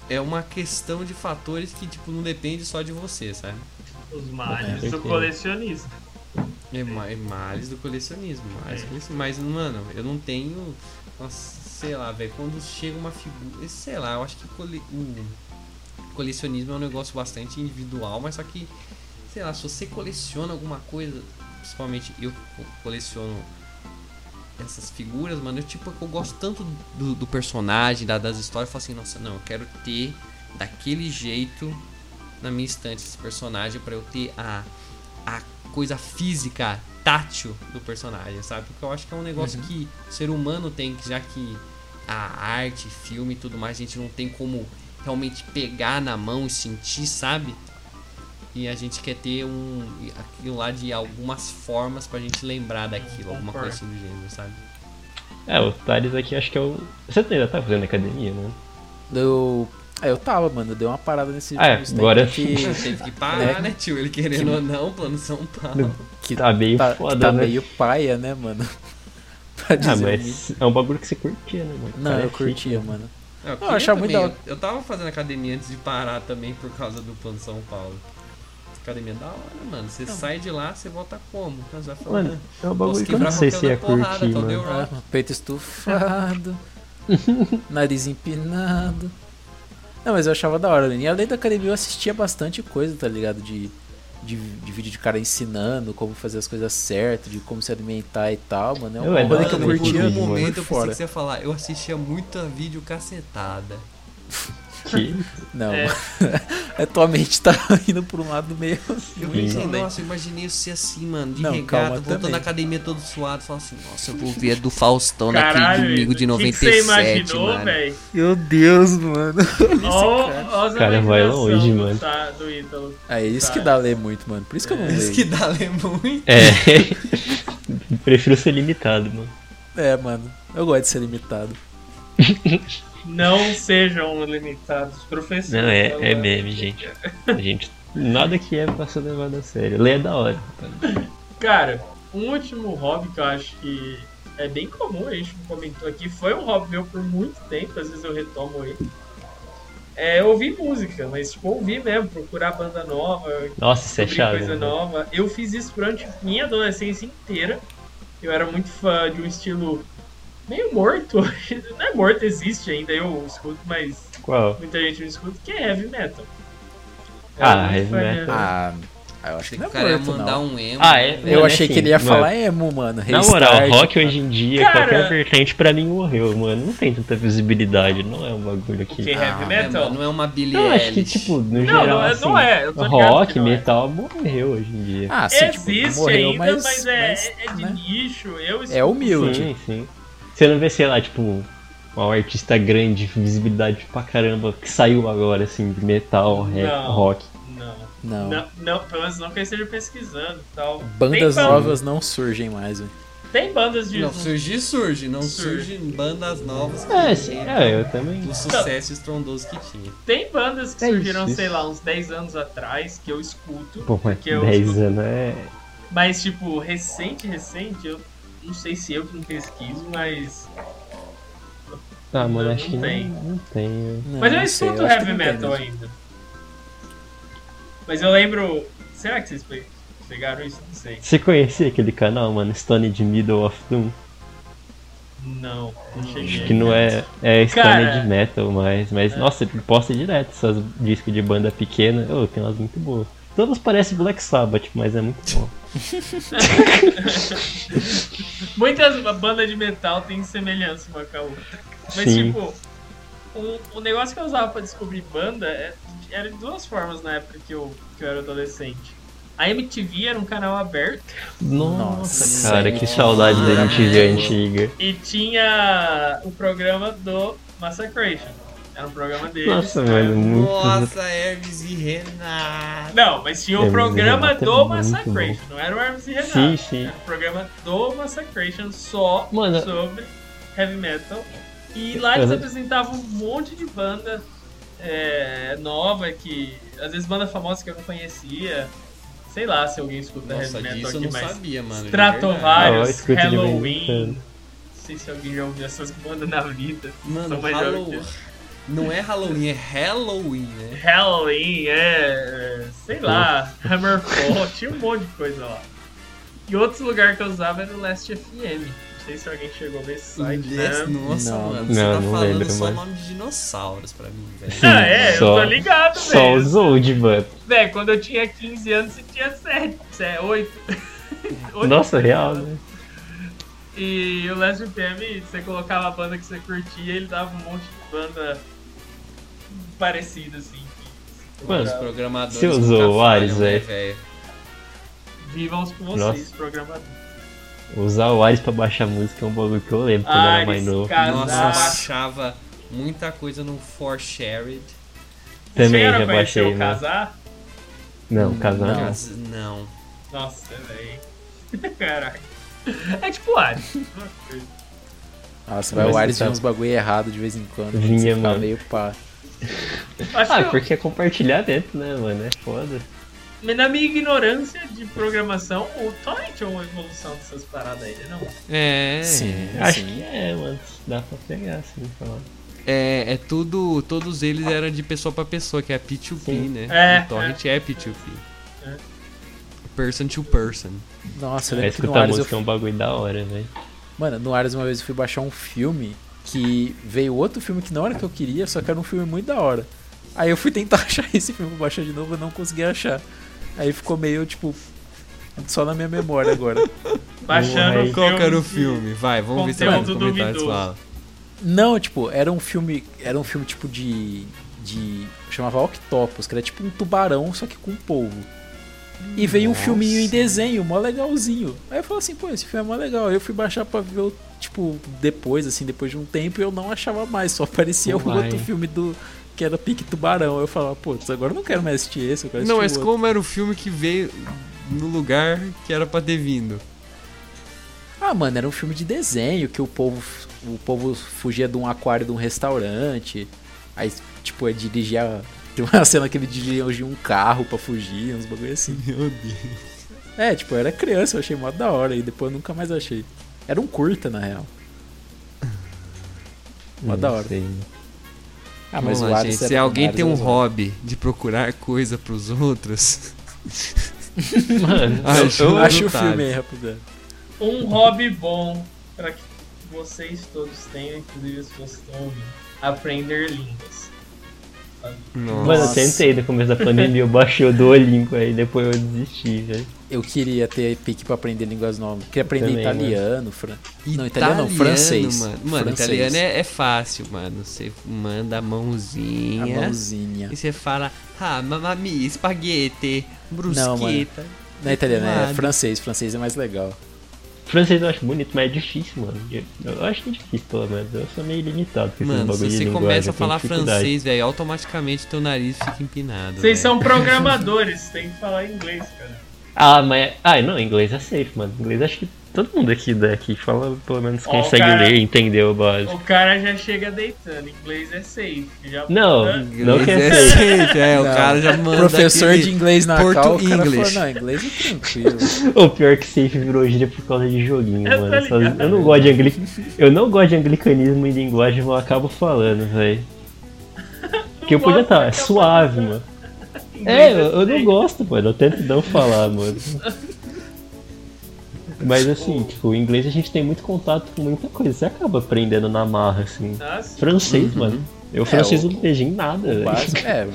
[SPEAKER 4] é uma questão de fatores que tipo não depende só de você, sabe?
[SPEAKER 7] Os males
[SPEAKER 6] É,
[SPEAKER 7] do
[SPEAKER 6] certeza.
[SPEAKER 7] colecionista.
[SPEAKER 4] É, ma- é males do colecionismo, males do colecionismo. Mas, mano, eu não tenho. Nossa, sei lá, velho. Quando chega uma figura. Sei lá, eu acho que cole- o colecionismo é um negócio bastante individual, mas só que. Sei lá, se você coleciona alguma coisa. Principalmente eu co- coleciono essas figuras, mano. Eu, tipo, eu gosto tanto do, do personagem, da- das histórias. Eu falo assim, nossa, não, eu quero ter daquele jeito na minha estante esse personagem pra eu ter a, a coisa física, tátil do personagem, sabe? Porque eu acho que é um negócio que o ser humano tem, que já que a arte, filme e tudo mais, a gente não tem como realmente pegar na mão e sentir, sabe? E a gente quer ter um aquilo lá de algumas formas pra gente lembrar daquilo, alguma
[SPEAKER 7] Concordo.
[SPEAKER 4] coisa assim do gênero, sabe?
[SPEAKER 6] É, o Thales aqui acho que é o. Você ainda tá fazendo academia, né?
[SPEAKER 5] Eu. Ah, eu tava, mano, eu dei uma parada nesse
[SPEAKER 6] Ah, é,
[SPEAKER 5] nesse
[SPEAKER 6] agora-
[SPEAKER 5] tempo que-
[SPEAKER 4] Teve que parar, né, tio? Ele querendo ou não, plano São Paulo.
[SPEAKER 5] que
[SPEAKER 6] Tá meio
[SPEAKER 5] tá, que
[SPEAKER 6] foda,
[SPEAKER 5] tá
[SPEAKER 6] né?
[SPEAKER 5] meio paia, né, mano? pra
[SPEAKER 6] Ah,
[SPEAKER 5] dizer. o mínimo.
[SPEAKER 6] mas é um bagulho que você curtia, né, mano?
[SPEAKER 5] Não,
[SPEAKER 6] Cara,
[SPEAKER 5] eu
[SPEAKER 6] é
[SPEAKER 5] curtia,
[SPEAKER 6] chique, né?
[SPEAKER 5] mano.
[SPEAKER 4] Eu,
[SPEAKER 5] eu
[SPEAKER 4] queria
[SPEAKER 5] achava muito
[SPEAKER 4] também,
[SPEAKER 5] da
[SPEAKER 4] eu, eu tava fazendo academia antes de parar também por causa do plano São Paulo. Academia é da hora, mano. Você sai de lá, você volta como? Então, você vai falar,
[SPEAKER 6] Mano, é um
[SPEAKER 4] posso
[SPEAKER 6] bagulho que eu
[SPEAKER 4] quebrar
[SPEAKER 6] não sei
[SPEAKER 4] qualquer
[SPEAKER 6] se ia
[SPEAKER 4] outra porrada, É.
[SPEAKER 6] curtir,
[SPEAKER 7] então
[SPEAKER 4] tô The
[SPEAKER 6] mano.
[SPEAKER 4] Rock.
[SPEAKER 5] Ah, peito estufado, nariz empinado. Não, mas eu achava da hora, e além da academia eu assistia bastante coisa, tá ligado? De, de, de vídeo de cara ensinando como fazer as coisas certas, de como se alimentar e tal, mano. É
[SPEAKER 6] Eu
[SPEAKER 5] uma
[SPEAKER 6] era
[SPEAKER 5] coisa que eu
[SPEAKER 6] também,
[SPEAKER 5] curtia
[SPEAKER 4] por um
[SPEAKER 6] mano.
[SPEAKER 5] muito
[SPEAKER 4] momento eu pensei
[SPEAKER 5] fora.
[SPEAKER 4] que você ia falar, eu assistia muito a vídeo cacetada.
[SPEAKER 6] Que-
[SPEAKER 5] Não,
[SPEAKER 7] É.
[SPEAKER 5] é. tua mente tá indo por um lado meio...
[SPEAKER 4] Eu
[SPEAKER 6] Sim.
[SPEAKER 4] pensei, nossa, eu imaginei você assim, mano, de
[SPEAKER 5] Não,
[SPEAKER 4] regata,
[SPEAKER 5] calma
[SPEAKER 4] voltando
[SPEAKER 5] também.
[SPEAKER 4] da academia todo suado, falando assim, nossa, eu vou ver a do Faustão
[SPEAKER 7] Caralho,
[SPEAKER 4] naquele domingo é de
[SPEAKER 7] o que que
[SPEAKER 4] 97,
[SPEAKER 7] você imaginou,
[SPEAKER 4] mano.
[SPEAKER 7] velho?
[SPEAKER 5] Meu Deus, mano.
[SPEAKER 7] Olha as
[SPEAKER 6] Cara, vai
[SPEAKER 7] imaginação
[SPEAKER 6] longe,
[SPEAKER 7] do
[SPEAKER 6] mano.
[SPEAKER 7] Tá, do Ítalo.
[SPEAKER 5] É isso que dá a ler muito, mano. Por isso que eu não
[SPEAKER 4] Isso
[SPEAKER 5] leio.
[SPEAKER 4] que dá ler muito.
[SPEAKER 6] É. Prefiro ser limitado, mano.
[SPEAKER 5] É, mano. Eu gosto de ser limitado.
[SPEAKER 7] Não sejam limitados, professores.
[SPEAKER 6] Não, é,
[SPEAKER 7] tá
[SPEAKER 6] é
[SPEAKER 7] lá.
[SPEAKER 6] meme, gente. Gente, nada que é pra ser levado a sério. Lê é da hora. cara.
[SPEAKER 7] Cara, um último hobby que eu acho que é bem comum, a gente comentou aqui, foi um hobby meu por muito tempo, às vezes eu retomo ele. É ouvir música, mas tipo, ouvir mesmo, procurar banda nova,
[SPEAKER 6] Nossa, isso é
[SPEAKER 7] descobrir
[SPEAKER 6] chave.
[SPEAKER 7] coisa
[SPEAKER 6] né?
[SPEAKER 7] nova. Eu fiz isso durante minha adolescência inteira. Eu era muito fã de um estilo meio morto. Não é morto, existe ainda, eu escuto, mas
[SPEAKER 6] Qual?
[SPEAKER 7] muita gente não escuta, que é heavy metal. É
[SPEAKER 6] Ah,
[SPEAKER 7] muito
[SPEAKER 6] heavy
[SPEAKER 7] forte,
[SPEAKER 6] metal.
[SPEAKER 7] né?
[SPEAKER 5] Ah, eu achei que
[SPEAKER 4] O
[SPEAKER 5] não é
[SPEAKER 4] cara ia
[SPEAKER 5] morto,
[SPEAKER 4] mandar
[SPEAKER 5] não.
[SPEAKER 4] um emo.
[SPEAKER 6] Ah, é?
[SPEAKER 5] Eu
[SPEAKER 6] Mano,
[SPEAKER 5] achei
[SPEAKER 6] assim,
[SPEAKER 5] que ele ia
[SPEAKER 6] mano,
[SPEAKER 5] falar emo, mano.
[SPEAKER 6] Na moral,
[SPEAKER 5] restart, tá?
[SPEAKER 6] rock hoje em dia,
[SPEAKER 7] Cara-
[SPEAKER 6] qualquer vertente pra mim morreu, mano. Não tem tanta visibilidade, não é um bagulho
[SPEAKER 7] Que
[SPEAKER 6] que.
[SPEAKER 7] heavy
[SPEAKER 4] É,
[SPEAKER 7] metal?
[SPEAKER 4] mano, não é uma Billie
[SPEAKER 6] Não, acho que,
[SPEAKER 4] Eilish.
[SPEAKER 6] tipo, no
[SPEAKER 7] Não,
[SPEAKER 6] geral.
[SPEAKER 7] não é-
[SPEAKER 6] assim,
[SPEAKER 7] não é, eu tô ligado que
[SPEAKER 6] rock,
[SPEAKER 7] não é.
[SPEAKER 6] metal morreu hoje em dia.
[SPEAKER 5] Ah, sim, tipo,
[SPEAKER 7] Existe
[SPEAKER 5] morreu,
[SPEAKER 7] ainda,
[SPEAKER 5] mas,
[SPEAKER 7] mas, é,
[SPEAKER 5] mas,
[SPEAKER 7] é de
[SPEAKER 5] né?
[SPEAKER 7] nicho. Eu
[SPEAKER 5] É humilde.
[SPEAKER 6] Sim, sim. Você não vê, sei lá, tipo, um artista grande, visibilidade pra caramba, que saiu agora, assim, de metal, rap,
[SPEAKER 7] Não.
[SPEAKER 6] rock.
[SPEAKER 7] Não.
[SPEAKER 5] Não.
[SPEAKER 7] não. Não, pelo menos não que eu esteja pesquisando e tal.
[SPEAKER 5] Bandas
[SPEAKER 7] tem ban-
[SPEAKER 5] novas não surgem mais, velho.
[SPEAKER 7] Tem bandas de.
[SPEAKER 4] Não, surgir surge, não surge,
[SPEAKER 7] Surge.
[SPEAKER 4] bandas novas que
[SPEAKER 6] É,
[SPEAKER 4] não
[SPEAKER 6] sim,
[SPEAKER 4] tem
[SPEAKER 6] é, eu também.
[SPEAKER 4] o sucesso estrondoso que tinha.
[SPEAKER 7] Tem bandas que
[SPEAKER 6] É isso,
[SPEAKER 7] surgiram,
[SPEAKER 6] isso.
[SPEAKER 7] sei lá, uns 10 anos atrás que eu escuto.
[SPEAKER 6] Pô, mas
[SPEAKER 7] porque eu
[SPEAKER 6] 10
[SPEAKER 7] escuto-
[SPEAKER 6] anos é.
[SPEAKER 7] Mas, tipo, recente, recente, eu não sei se eu que não pesquiso, mas.
[SPEAKER 6] Ah, mano,
[SPEAKER 7] Não
[SPEAKER 6] acho que
[SPEAKER 7] tem.
[SPEAKER 6] não, não tem.
[SPEAKER 5] Não,
[SPEAKER 7] mas eu
[SPEAKER 5] É, não sei,
[SPEAKER 7] escuto
[SPEAKER 5] acho que
[SPEAKER 7] heavy
[SPEAKER 5] não tem
[SPEAKER 7] metal
[SPEAKER 5] mesmo.
[SPEAKER 7] ainda. Mas eu lembro. Será que vocês pe- pegaram isso? Não sei.
[SPEAKER 6] Você conhecia aquele canal, mano, Stone de Middle of Doom?
[SPEAKER 7] Não, não cheguei.
[SPEAKER 6] Acho que não é, é
[SPEAKER 7] Cara.
[SPEAKER 6] Stone de Metal, mas, mas
[SPEAKER 7] É.
[SPEAKER 6] nossa, ele posta direto essas discos de banda pequena. Ô, tem umas muito boas. Todas parecem Black Sabbath, mas é muito bom.
[SPEAKER 7] Muitas bandas de metal têm semelhança uma com a outra. Mas,
[SPEAKER 6] Sim.
[SPEAKER 7] tipo, o, o negócio que eu usava pra descobrir banda é- era de duas formas na época que eu, que eu era adolescente. A MTV era um canal aberto
[SPEAKER 6] Nossa,
[SPEAKER 5] Nossa,
[SPEAKER 6] cara,
[SPEAKER 5] sim.
[SPEAKER 6] que saudade da MTV antiga.
[SPEAKER 7] e tinha o programa do Massacration. Era um programa deles.
[SPEAKER 6] Nossa, mano, muito.
[SPEAKER 4] Nossa, Hermes e Renato.
[SPEAKER 7] Não, mas tinha o
[SPEAKER 6] Hermes e
[SPEAKER 7] programa
[SPEAKER 6] Renato é
[SPEAKER 7] do
[SPEAKER 6] muito
[SPEAKER 7] Massacration, não era o Hermes e Renato. né?
[SPEAKER 6] Sim, sim.
[SPEAKER 7] Era o programa do Massacration só
[SPEAKER 6] Mano,
[SPEAKER 7] sobre heavy metal. E lá eles apresentavam um monte de banda é, nova que. Às vezes banda famosa que eu não conhecia. Sei lá se alguém escuta
[SPEAKER 4] Nossa,
[SPEAKER 7] heavy metal
[SPEAKER 4] disso eu
[SPEAKER 7] aqui,
[SPEAKER 4] não
[SPEAKER 7] mas.
[SPEAKER 4] sabia, mano. de
[SPEAKER 6] Não, eu
[SPEAKER 7] Stratovarius,
[SPEAKER 6] escuto de vez em
[SPEAKER 7] Halloween.
[SPEAKER 6] quando.
[SPEAKER 7] Não sei se alguém já ouviu essas bandas na vida.
[SPEAKER 4] verdade. Mano,
[SPEAKER 7] São mais jovens
[SPEAKER 4] Halloween.
[SPEAKER 7] que
[SPEAKER 4] Não é Halloween, é Halloween, né?
[SPEAKER 7] Halloween, é. é, Sei lá, Hammerfall, tinha um monte de coisa lá. E outro lugar que eu usava era o Last FM. Não sei se alguém chegou a ver esse site.
[SPEAKER 4] Yes,
[SPEAKER 7] Né?
[SPEAKER 4] Nossa,
[SPEAKER 5] Não,
[SPEAKER 4] mano, você
[SPEAKER 6] não,
[SPEAKER 4] tá
[SPEAKER 6] não
[SPEAKER 4] falando
[SPEAKER 6] lembro
[SPEAKER 4] só
[SPEAKER 6] mais.
[SPEAKER 4] nome de dinossauros pra mim, velho.
[SPEAKER 7] Ah, é, eu
[SPEAKER 6] Só-
[SPEAKER 7] tô ligado, velho.
[SPEAKER 6] Só os old, mano.
[SPEAKER 7] Véi, quando eu tinha 15 anos, você tinha é 7, 8.
[SPEAKER 6] Nossa, real, né?
[SPEAKER 7] E o Last FM, você colocava a banda que você curtia, ele dava um monte de banda parecida, assim. que-
[SPEAKER 6] Mano,
[SPEAKER 4] Os programadores.
[SPEAKER 6] Se usou
[SPEAKER 4] nunca
[SPEAKER 6] o
[SPEAKER 4] falham,
[SPEAKER 6] Ares,
[SPEAKER 4] né,
[SPEAKER 6] velho?
[SPEAKER 4] velho.
[SPEAKER 7] Vivam os com vocês,
[SPEAKER 6] Nossa.
[SPEAKER 7] programador.
[SPEAKER 6] Usar o Ares pra baixar música é um bagulho que eu lembro quando eu era mais
[SPEAKER 7] Ares,
[SPEAKER 6] novo.
[SPEAKER 7] casaco.
[SPEAKER 4] Nossa, eu achava muita coisa no For Shared.
[SPEAKER 7] Vocês
[SPEAKER 6] Também
[SPEAKER 7] chegaram
[SPEAKER 6] já
[SPEAKER 7] a conhecer
[SPEAKER 6] baixei,
[SPEAKER 7] o
[SPEAKER 6] né?
[SPEAKER 7] casar?
[SPEAKER 6] Não, casal
[SPEAKER 5] Não.
[SPEAKER 6] não.
[SPEAKER 4] Mas não.
[SPEAKER 7] Nossa, velho. Caraca. É tipo o Ares.
[SPEAKER 5] Nossa, vai
[SPEAKER 6] Mas
[SPEAKER 5] o Ares
[SPEAKER 6] tá-
[SPEAKER 5] vinha uns bagulho errado de vez em quando.
[SPEAKER 6] Vinha,
[SPEAKER 5] você ficava
[SPEAKER 6] mano.
[SPEAKER 5] meio pá.
[SPEAKER 7] Acho
[SPEAKER 6] Ah,
[SPEAKER 7] que eu-
[SPEAKER 6] porque é compartilhamento, né, mano? É foda.
[SPEAKER 7] mas na minha ignorância de programação, o Torrent é uma evolução dessas paradas aí, né, não?
[SPEAKER 4] É.
[SPEAKER 5] Sim,
[SPEAKER 6] Acho que
[SPEAKER 5] sim.
[SPEAKER 6] é, mano. Dá pra pegar, assim, falar.
[SPEAKER 4] É, é tudo. Todos eles eram de pessoa pra pessoa, que é P2P,
[SPEAKER 6] Sim.
[SPEAKER 4] né?
[SPEAKER 7] É,
[SPEAKER 4] o Torrent é, P2P.
[SPEAKER 7] É.
[SPEAKER 4] Person to person.
[SPEAKER 5] Nossa, eu
[SPEAKER 6] É,
[SPEAKER 5] lembro que no
[SPEAKER 6] escutar
[SPEAKER 5] Ares eu
[SPEAKER 6] música é um bagulho da hora, velho.
[SPEAKER 5] Mano, no Ares uma vez eu fui baixar um filme que veio outro filme que não era que eu queria, só que era um filme muito da hora. Aí eu fui tentar achar esse filme pra baixar de novo, eu não consegui achar. Aí ficou meio tipo só na minha memória agora.
[SPEAKER 7] Baixando
[SPEAKER 6] Uai.
[SPEAKER 7] o
[SPEAKER 4] Qual que era o
[SPEAKER 7] de-
[SPEAKER 4] filme? Vai, vamos ver se
[SPEAKER 7] Conteúdo
[SPEAKER 4] alguém nos comentários
[SPEAKER 7] duvidoso.
[SPEAKER 4] fala.
[SPEAKER 5] Não, tipo, era um filme, era um filme tipo de de chamava Octopus, que era tipo um tubarão só que com um polvo. E veio um filminho em desenho, mó legalzinho. Aí eu falei assim, pô, esse filme é mó legal. Aí Eu fui baixar pra ver, o- tipo, depois, assim, depois de um tempo, eu não achava mais. Só aparecia o
[SPEAKER 6] Uai.
[SPEAKER 5] outro filme do. Que era Pique Tubarão. Eu falava, pô, agora eu não quero mais assistir esse, eu quero
[SPEAKER 4] Não, mas
[SPEAKER 5] assistir o outro.
[SPEAKER 4] como era o filme que veio no lugar que era pra ter vindo?
[SPEAKER 5] Ah, mano, era um filme de desenho que o povo, o povo fugia de um aquário de um restaurante. Aí, tipo, ele dirigia. Tem uma cena que ele dirigia um carro pra fugir, uns bagulho assim.
[SPEAKER 4] Meu Deus.
[SPEAKER 5] É, tipo, eu era criança, eu achei mó da hora. E depois eu nunca mais achei. Era um curta, na real. Mó
[SPEAKER 6] Não
[SPEAKER 5] da hora.
[SPEAKER 6] sei, mano.
[SPEAKER 5] Ah,
[SPEAKER 4] Vamos
[SPEAKER 5] mas o
[SPEAKER 4] lá,
[SPEAKER 5] Ares
[SPEAKER 4] gente.
[SPEAKER 5] era-
[SPEAKER 4] Se alguém
[SPEAKER 5] o Ares
[SPEAKER 4] tem um
[SPEAKER 5] era zoado.
[SPEAKER 4] hobby de procurar coisa pros outros.
[SPEAKER 6] Mano,
[SPEAKER 5] Eu acho o
[SPEAKER 4] resultado.
[SPEAKER 5] filme aí, rapaziada.
[SPEAKER 7] Um hobby bom pra que vocês todos tenham, inclusive as pessoas que estão ouvindo. Aprender línguas.
[SPEAKER 6] Mano, eu tentei no começo da pandemia, eu baixei o Duolingo aí, depois eu desisti, velho.
[SPEAKER 5] Eu queria ter pique pra aprender línguas novas. Queria aprender
[SPEAKER 6] também,
[SPEAKER 5] italiano, fran... Não, italiano não, francês.
[SPEAKER 4] Mano, mano
[SPEAKER 5] Francês.
[SPEAKER 4] italiano é, é fácil, mano. Você manda a
[SPEAKER 5] A
[SPEAKER 4] mãozinha.
[SPEAKER 5] mãozinha.
[SPEAKER 4] E você fala, ah, mamma mia, spaghetti, brusqueta.
[SPEAKER 5] Não é italiano, é
[SPEAKER 4] Mano.
[SPEAKER 5] francês. Francês é mais legal.
[SPEAKER 6] Francês eu acho bonito, mas é difícil, mano. Eu- Eu acho que é difícil, pelo menos. Eu sou meio limitado com esses
[SPEAKER 4] Mano,
[SPEAKER 6] um bagulho
[SPEAKER 4] se
[SPEAKER 6] de
[SPEAKER 4] você
[SPEAKER 6] linguagem,
[SPEAKER 4] começa
[SPEAKER 6] eu
[SPEAKER 4] a falar
[SPEAKER 6] tenho dificuldade.
[SPEAKER 4] francês, velho, automaticamente teu nariz fica empinado.
[SPEAKER 7] Vocês
[SPEAKER 4] velho.
[SPEAKER 7] são programadores, tem que falar inglês, cara.
[SPEAKER 6] Ah, mas. Ah, não, inglês é safe, mano. Inglês acho que todo mundo aqui daqui fala, pelo menos
[SPEAKER 7] Ó,
[SPEAKER 6] consegue
[SPEAKER 7] cara.
[SPEAKER 6] ler, entendeu o básico.
[SPEAKER 7] O cara já chega deitando, inglês é safe. Já
[SPEAKER 6] Não, não que é
[SPEAKER 4] Inglês
[SPEAKER 6] safe.
[SPEAKER 4] é safe, é, o
[SPEAKER 5] Não,
[SPEAKER 4] cara já manda
[SPEAKER 5] Professor
[SPEAKER 4] aquele-
[SPEAKER 5] de inglês na
[SPEAKER 4] Porto
[SPEAKER 5] cal, o cara falou,
[SPEAKER 4] English.
[SPEAKER 5] não, inglês é tranquilo.
[SPEAKER 6] O pior é que safe virou gíria por causa de joguinho,
[SPEAKER 7] Eu tô
[SPEAKER 6] mano. Essas-
[SPEAKER 7] ligado.
[SPEAKER 6] eu, não gosto de angli... eu não gosto de anglicanismo em linguagem, mas eu acabo falando, velho. Porque eu podia
[SPEAKER 7] gosta,
[SPEAKER 6] estar, é
[SPEAKER 7] acaba
[SPEAKER 6] suave,
[SPEAKER 7] falando.
[SPEAKER 6] mano.
[SPEAKER 7] inglês
[SPEAKER 6] É, eu, eu não
[SPEAKER 5] assim.
[SPEAKER 7] safe.
[SPEAKER 6] gosto, mano. Eu tento não falar, mano. Mas assim, tipo, o inglês a gente tem muito contato com muita coisa. Você acaba aprendendo na marra, assim.
[SPEAKER 7] Nossa,
[SPEAKER 6] Francês, mano. Eu francês
[SPEAKER 5] Uhum. É, o-
[SPEAKER 6] não beijei em nada,
[SPEAKER 5] O
[SPEAKER 6] velho.
[SPEAKER 5] básico é.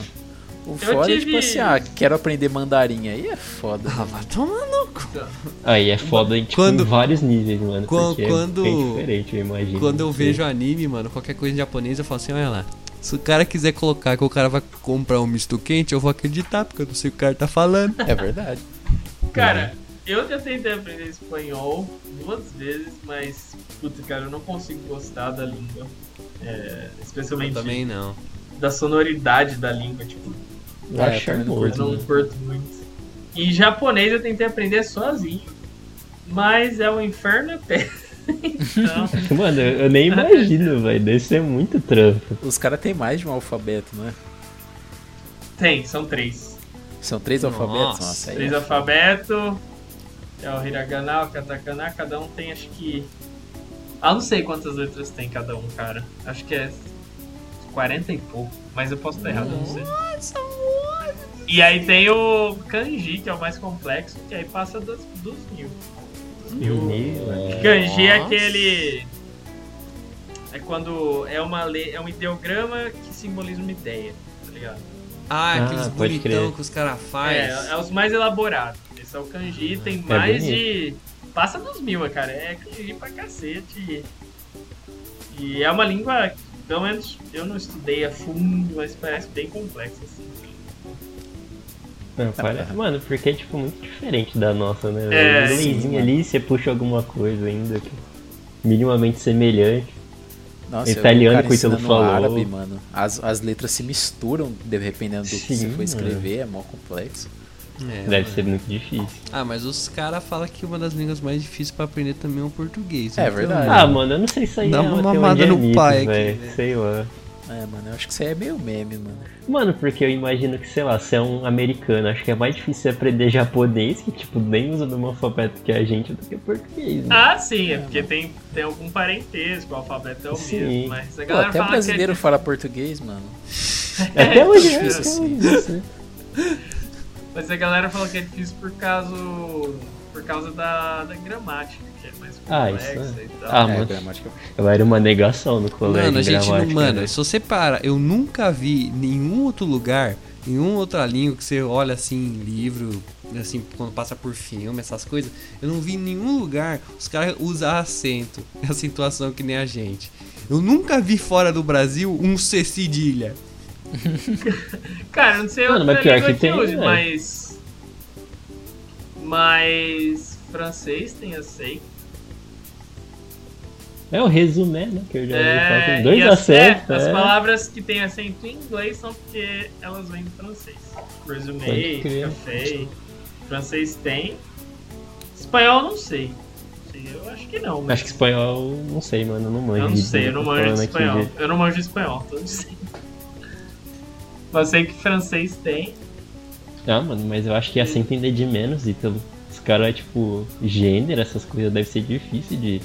[SPEAKER 5] O foda é tipo
[SPEAKER 7] tive-
[SPEAKER 5] assim, ah, quero aprender mandarim. Aí é foda.
[SPEAKER 4] Ah, vai tomar no cu.
[SPEAKER 6] Aí é foda em, tipo,
[SPEAKER 4] Quando-
[SPEAKER 6] em vários níveis, mano.
[SPEAKER 4] Quan-
[SPEAKER 6] porque
[SPEAKER 4] quando-
[SPEAKER 6] é bem diferente, eu imagino.
[SPEAKER 4] Quando eu
[SPEAKER 6] Porque-
[SPEAKER 4] vejo anime, mano, qualquer coisa em japonês, eu falo assim, olha lá. Se o cara quiser colocar que o cara vai comprar um misto quente, eu vou acreditar, porque eu não sei o que o cara tá falando.
[SPEAKER 5] É verdade.
[SPEAKER 7] cara, eu já tentei aprender espanhol duas vezes, mas, puta, cara, eu não consigo gostar da língua. É,
[SPEAKER 4] Eu
[SPEAKER 7] especialmente
[SPEAKER 4] também não.
[SPEAKER 7] da sonoridade da língua, tipo,
[SPEAKER 6] Eu
[SPEAKER 5] É,
[SPEAKER 6] acho
[SPEAKER 5] também não
[SPEAKER 7] eu
[SPEAKER 6] charmoso,
[SPEAKER 7] não
[SPEAKER 6] mano.
[SPEAKER 7] curto muito. E japonês eu tentei aprender sozinho, mas é um inferno até. então,
[SPEAKER 6] Mano, eu eu nem imagino, velho. Deve ser muito trampo.
[SPEAKER 5] Os caras têm mais de um alfabeto, né?
[SPEAKER 7] tem, são três.
[SPEAKER 5] São três
[SPEAKER 4] Nossa,
[SPEAKER 5] alfabetos? Nossa, aí
[SPEAKER 7] Três
[SPEAKER 5] é
[SPEAKER 7] alfabetos. É o hiragana, o katakana, cada um tem acho que. Ah, não sei quantas letras tem cada um, cara. Acho que é 40 e pouco, mas eu posso estar errado, não sei. E aí tem o kanji, que é o mais complexo, que aí passa dos, dos mil. Dos mil. Kanji é aquele. É quando é, uma le... é um ideograma que simboliza uma ideia, tá ligado?
[SPEAKER 4] Ah,
[SPEAKER 6] Ah,
[SPEAKER 4] aqueles bonitão
[SPEAKER 6] pode crer.
[SPEAKER 4] que os caras
[SPEAKER 7] É, é
[SPEAKER 4] fazem.
[SPEAKER 7] os mais elaborados. Esse é o kanji, tem mais de. Passa dos mil, cara. É kanji pra cacete. E é uma língua, que, pelo menos eu não estudei a fundo, mas parece bem complexa, assim.
[SPEAKER 6] Não, parece, mano, porque é tipo muito diferente da nossa, né?
[SPEAKER 7] É,
[SPEAKER 6] velho? Um
[SPEAKER 5] sim,
[SPEAKER 6] inglêsinho
[SPEAKER 5] mano.
[SPEAKER 6] ali, você puxa alguma coisa ainda que é minimamente semelhante.
[SPEAKER 5] Nossa,
[SPEAKER 6] Italiano,
[SPEAKER 5] eu vi um cara
[SPEAKER 6] coitado,
[SPEAKER 5] ensinando
[SPEAKER 6] falou.
[SPEAKER 5] árabe, mano. As, as letras se misturam dependendo do que você
[SPEAKER 6] Sim,
[SPEAKER 5] for escrever, é mó complexo.
[SPEAKER 4] É,
[SPEAKER 6] Deve
[SPEAKER 4] mano.
[SPEAKER 6] ser muito difícil.
[SPEAKER 4] Ah, mas os caras falam que uma das línguas mais difíceis pra aprender também é o português.
[SPEAKER 5] É
[SPEAKER 4] então,
[SPEAKER 5] verdade.
[SPEAKER 4] mano,
[SPEAKER 6] Ah, mano, eu não sei se aí
[SPEAKER 4] Dá
[SPEAKER 6] é
[SPEAKER 4] uma
[SPEAKER 6] teoria
[SPEAKER 4] mamada no
[SPEAKER 6] mito,
[SPEAKER 4] pai aqui,
[SPEAKER 6] velho,
[SPEAKER 4] velho.
[SPEAKER 6] Sei lá.
[SPEAKER 5] É, mano, eu acho que isso aí é meio meme, mano.
[SPEAKER 6] Mano, porque eu imagino que, sei lá, você é um americano, acho que é mais difícil você aprender japonês, que tipo, nem usa o mesmo alfabeto que a gente, do que português. né?
[SPEAKER 7] Ah, sim, é porque tem, tem algum parentesco, o alfabeto é o
[SPEAKER 6] Sim.
[SPEAKER 7] mesmo. Mas a
[SPEAKER 5] Pô,
[SPEAKER 7] galera
[SPEAKER 5] até
[SPEAKER 7] fala é
[SPEAKER 5] brasileiro fala português, mano.
[SPEAKER 7] que é,
[SPEAKER 6] Até hoje é,
[SPEAKER 5] difícil
[SPEAKER 6] até
[SPEAKER 5] assim.
[SPEAKER 6] hoje é isso, né?
[SPEAKER 7] Mas a galera fala que é difícil por causa. por causa da, da gramática, que é mais
[SPEAKER 6] Ah, isso
[SPEAKER 7] complexa e tal.
[SPEAKER 6] Ah,
[SPEAKER 5] é,
[SPEAKER 6] mano,
[SPEAKER 5] gramática.
[SPEAKER 6] eu era uma negação no colégio.
[SPEAKER 4] Mano, a
[SPEAKER 6] em
[SPEAKER 4] gente não.
[SPEAKER 6] gramática,
[SPEAKER 4] Mano,
[SPEAKER 6] né?
[SPEAKER 4] se você parar, eu nunca vi nenhum outro lugar, nenhum outra língua que você olha assim em livro, assim, quando passa por filme, essas coisas. Eu não vi em nenhum lugar os caras usar acento, acentuação que nem a gente. Eu nunca vi fora do Brasil um C cedilha.
[SPEAKER 7] Cara, eu não sei
[SPEAKER 6] Mano,
[SPEAKER 7] outra
[SPEAKER 6] mas pior
[SPEAKER 7] língua
[SPEAKER 6] que
[SPEAKER 7] que
[SPEAKER 6] tem,
[SPEAKER 7] use,
[SPEAKER 6] é.
[SPEAKER 7] mas. Mas. Francês tem acento.
[SPEAKER 6] É o resumé, né? Que eu já ouvi falar.
[SPEAKER 7] É,
[SPEAKER 6] Tem dois
[SPEAKER 7] e as-
[SPEAKER 6] acertos.
[SPEAKER 7] é, As
[SPEAKER 6] é.
[SPEAKER 7] palavras que tem acento em inglês são porque elas vêm do francês. Resume,
[SPEAKER 6] Pode crer.
[SPEAKER 7] café. Francês tem. Espanhol não sei. Não sei, Eu acho que não. Mas
[SPEAKER 6] Acho que espanhol, não sei, mano. Eu não manjo.
[SPEAKER 7] eu não
[SPEAKER 6] de-
[SPEAKER 7] sei, eu não
[SPEAKER 6] tô
[SPEAKER 7] manjo de
[SPEAKER 6] falando aqui né?
[SPEAKER 7] espanhol.
[SPEAKER 6] de-
[SPEAKER 7] Eu não manjo de espanhol, então não sei. Mas sei que francês tem.
[SPEAKER 6] Ah, mano, mas eu acho que é assim entender de menos, Ítalo. Os caras, tipo, gênero, essas coisas, deve ser difícil de.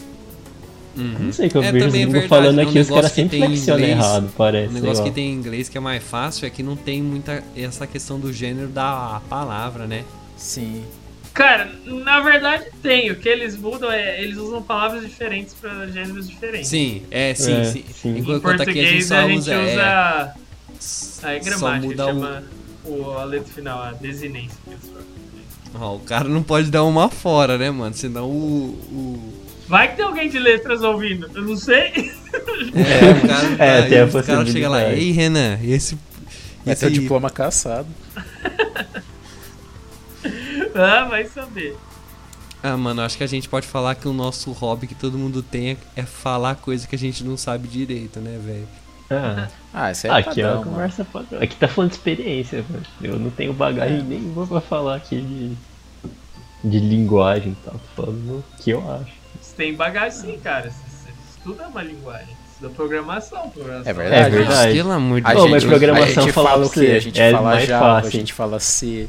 [SPEAKER 7] Uhum.
[SPEAKER 6] Não sei o que eu
[SPEAKER 4] É,
[SPEAKER 6] vejo os
[SPEAKER 4] também é
[SPEAKER 6] gringos
[SPEAKER 4] verdade,
[SPEAKER 6] falando
[SPEAKER 4] né? Um
[SPEAKER 6] aqui, os
[SPEAKER 4] negócio
[SPEAKER 6] caras
[SPEAKER 4] que
[SPEAKER 6] sempre
[SPEAKER 4] tem em
[SPEAKER 6] flexionam
[SPEAKER 4] inglês,
[SPEAKER 6] errado,
[SPEAKER 4] O
[SPEAKER 6] parece. É, sei
[SPEAKER 4] Um negócio
[SPEAKER 6] lá.
[SPEAKER 4] que tem em inglês que é mais fácil é que não tem muita essa questão do gênero da palavra, né?
[SPEAKER 5] Sim.
[SPEAKER 7] Cara, na verdade tem. O que eles mudam é. Eles usam palavras diferentes para gêneros diferentes.
[SPEAKER 4] Sim, é, sim,
[SPEAKER 6] É,
[SPEAKER 4] sim.
[SPEAKER 6] sim.
[SPEAKER 7] Em
[SPEAKER 4] Enquanto aqui a gente
[SPEAKER 7] português
[SPEAKER 4] só
[SPEAKER 7] a gente
[SPEAKER 4] usa.
[SPEAKER 7] usa.
[SPEAKER 4] é,
[SPEAKER 7] Ah, é
[SPEAKER 4] Só
[SPEAKER 7] gramática,
[SPEAKER 4] muda o.
[SPEAKER 7] chama o... a letra final, a desinência. que eles falam.
[SPEAKER 4] Ó, o cara não pode dar uma fora, né, mano? Senão o. o...
[SPEAKER 7] Vai que tem alguém de letras ouvindo, eu não sei.
[SPEAKER 4] É, o cara,
[SPEAKER 6] É,
[SPEAKER 4] aí
[SPEAKER 6] tem a
[SPEAKER 4] o cara chega lá,
[SPEAKER 6] possibilidade.
[SPEAKER 4] ei, Renan, esse.
[SPEAKER 5] Vai
[SPEAKER 4] esse
[SPEAKER 5] ter o
[SPEAKER 4] aí,
[SPEAKER 5] diploma caçado.
[SPEAKER 7] ah, vai saber.
[SPEAKER 4] Ah, mano, acho que a gente pode falar que o nosso hobby que todo mundo tem é- é falar coisa que a gente não sabe direito, né, velho?
[SPEAKER 6] Ah,
[SPEAKER 5] Ah, isso aí é
[SPEAKER 6] aqui é
[SPEAKER 5] padrão,
[SPEAKER 4] né?
[SPEAKER 6] uma
[SPEAKER 5] mano.
[SPEAKER 6] conversa padrão. Aqui tá falando de experiência, mano. Eu não tenho
[SPEAKER 4] É.
[SPEAKER 6] bagagem nenhuma pra falar aqui de, de linguagem e tal. Tô falando o que eu acho.
[SPEAKER 7] Você tem bagagem sim, cara. Você, você estuda uma linguagem. Você Estuda programação, programação.
[SPEAKER 5] É verdade.
[SPEAKER 6] É verdade.
[SPEAKER 4] Pelo amor de
[SPEAKER 5] A
[SPEAKER 6] Pô,
[SPEAKER 4] Deus.
[SPEAKER 6] mas programação
[SPEAKER 5] a gente
[SPEAKER 6] falar
[SPEAKER 5] fala
[SPEAKER 6] pra
[SPEAKER 5] o quê?
[SPEAKER 6] você
[SPEAKER 5] A gente
[SPEAKER 6] é
[SPEAKER 5] fala
[SPEAKER 6] mais
[SPEAKER 5] Java,
[SPEAKER 6] fácil.
[SPEAKER 5] a gente fala C.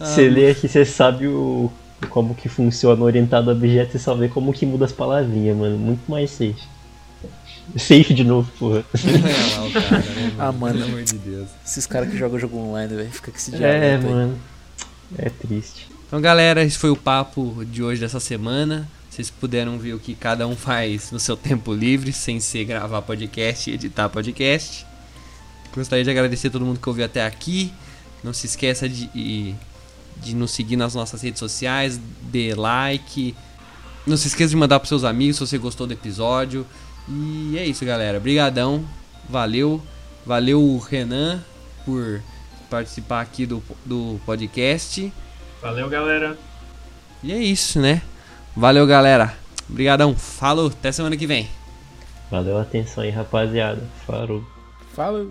[SPEAKER 6] Você lê aqui, você sabe o como que funciona orientado a objeto e só vê como que muda as palavrinhas, mano. Muito mais safe. Safe de novo, porra.
[SPEAKER 4] É lá o cara, né,
[SPEAKER 5] Ah, mano.
[SPEAKER 4] Pelo amor de Deus.
[SPEAKER 5] Esses caras que jogam jogo online, velho, fica com esse diabo.
[SPEAKER 6] É, mano. É triste.
[SPEAKER 4] Então, galera, esse foi o papo de hoje dessa semana. Vocês puderam ver o que cada um faz no seu tempo livre, sem ser gravar podcast e editar podcast. Gostaria de agradecer a todo mundo que ouviu até aqui. Não se esqueça de, de nos seguir nas nossas redes sociais, dê like. Não se esqueça de mandar pros seus amigos se você gostou do episódio. E é isso, galera. Brigadão. Valeu. Valeu, Renan, por participar aqui do, do podcast.
[SPEAKER 7] Valeu, galera.
[SPEAKER 4] E é isso, né? Valeu, galera. Obrigadão. Falou. Até semana que vem.
[SPEAKER 6] Valeu a atenção aí, rapaziada. Farou.
[SPEAKER 5] Fala.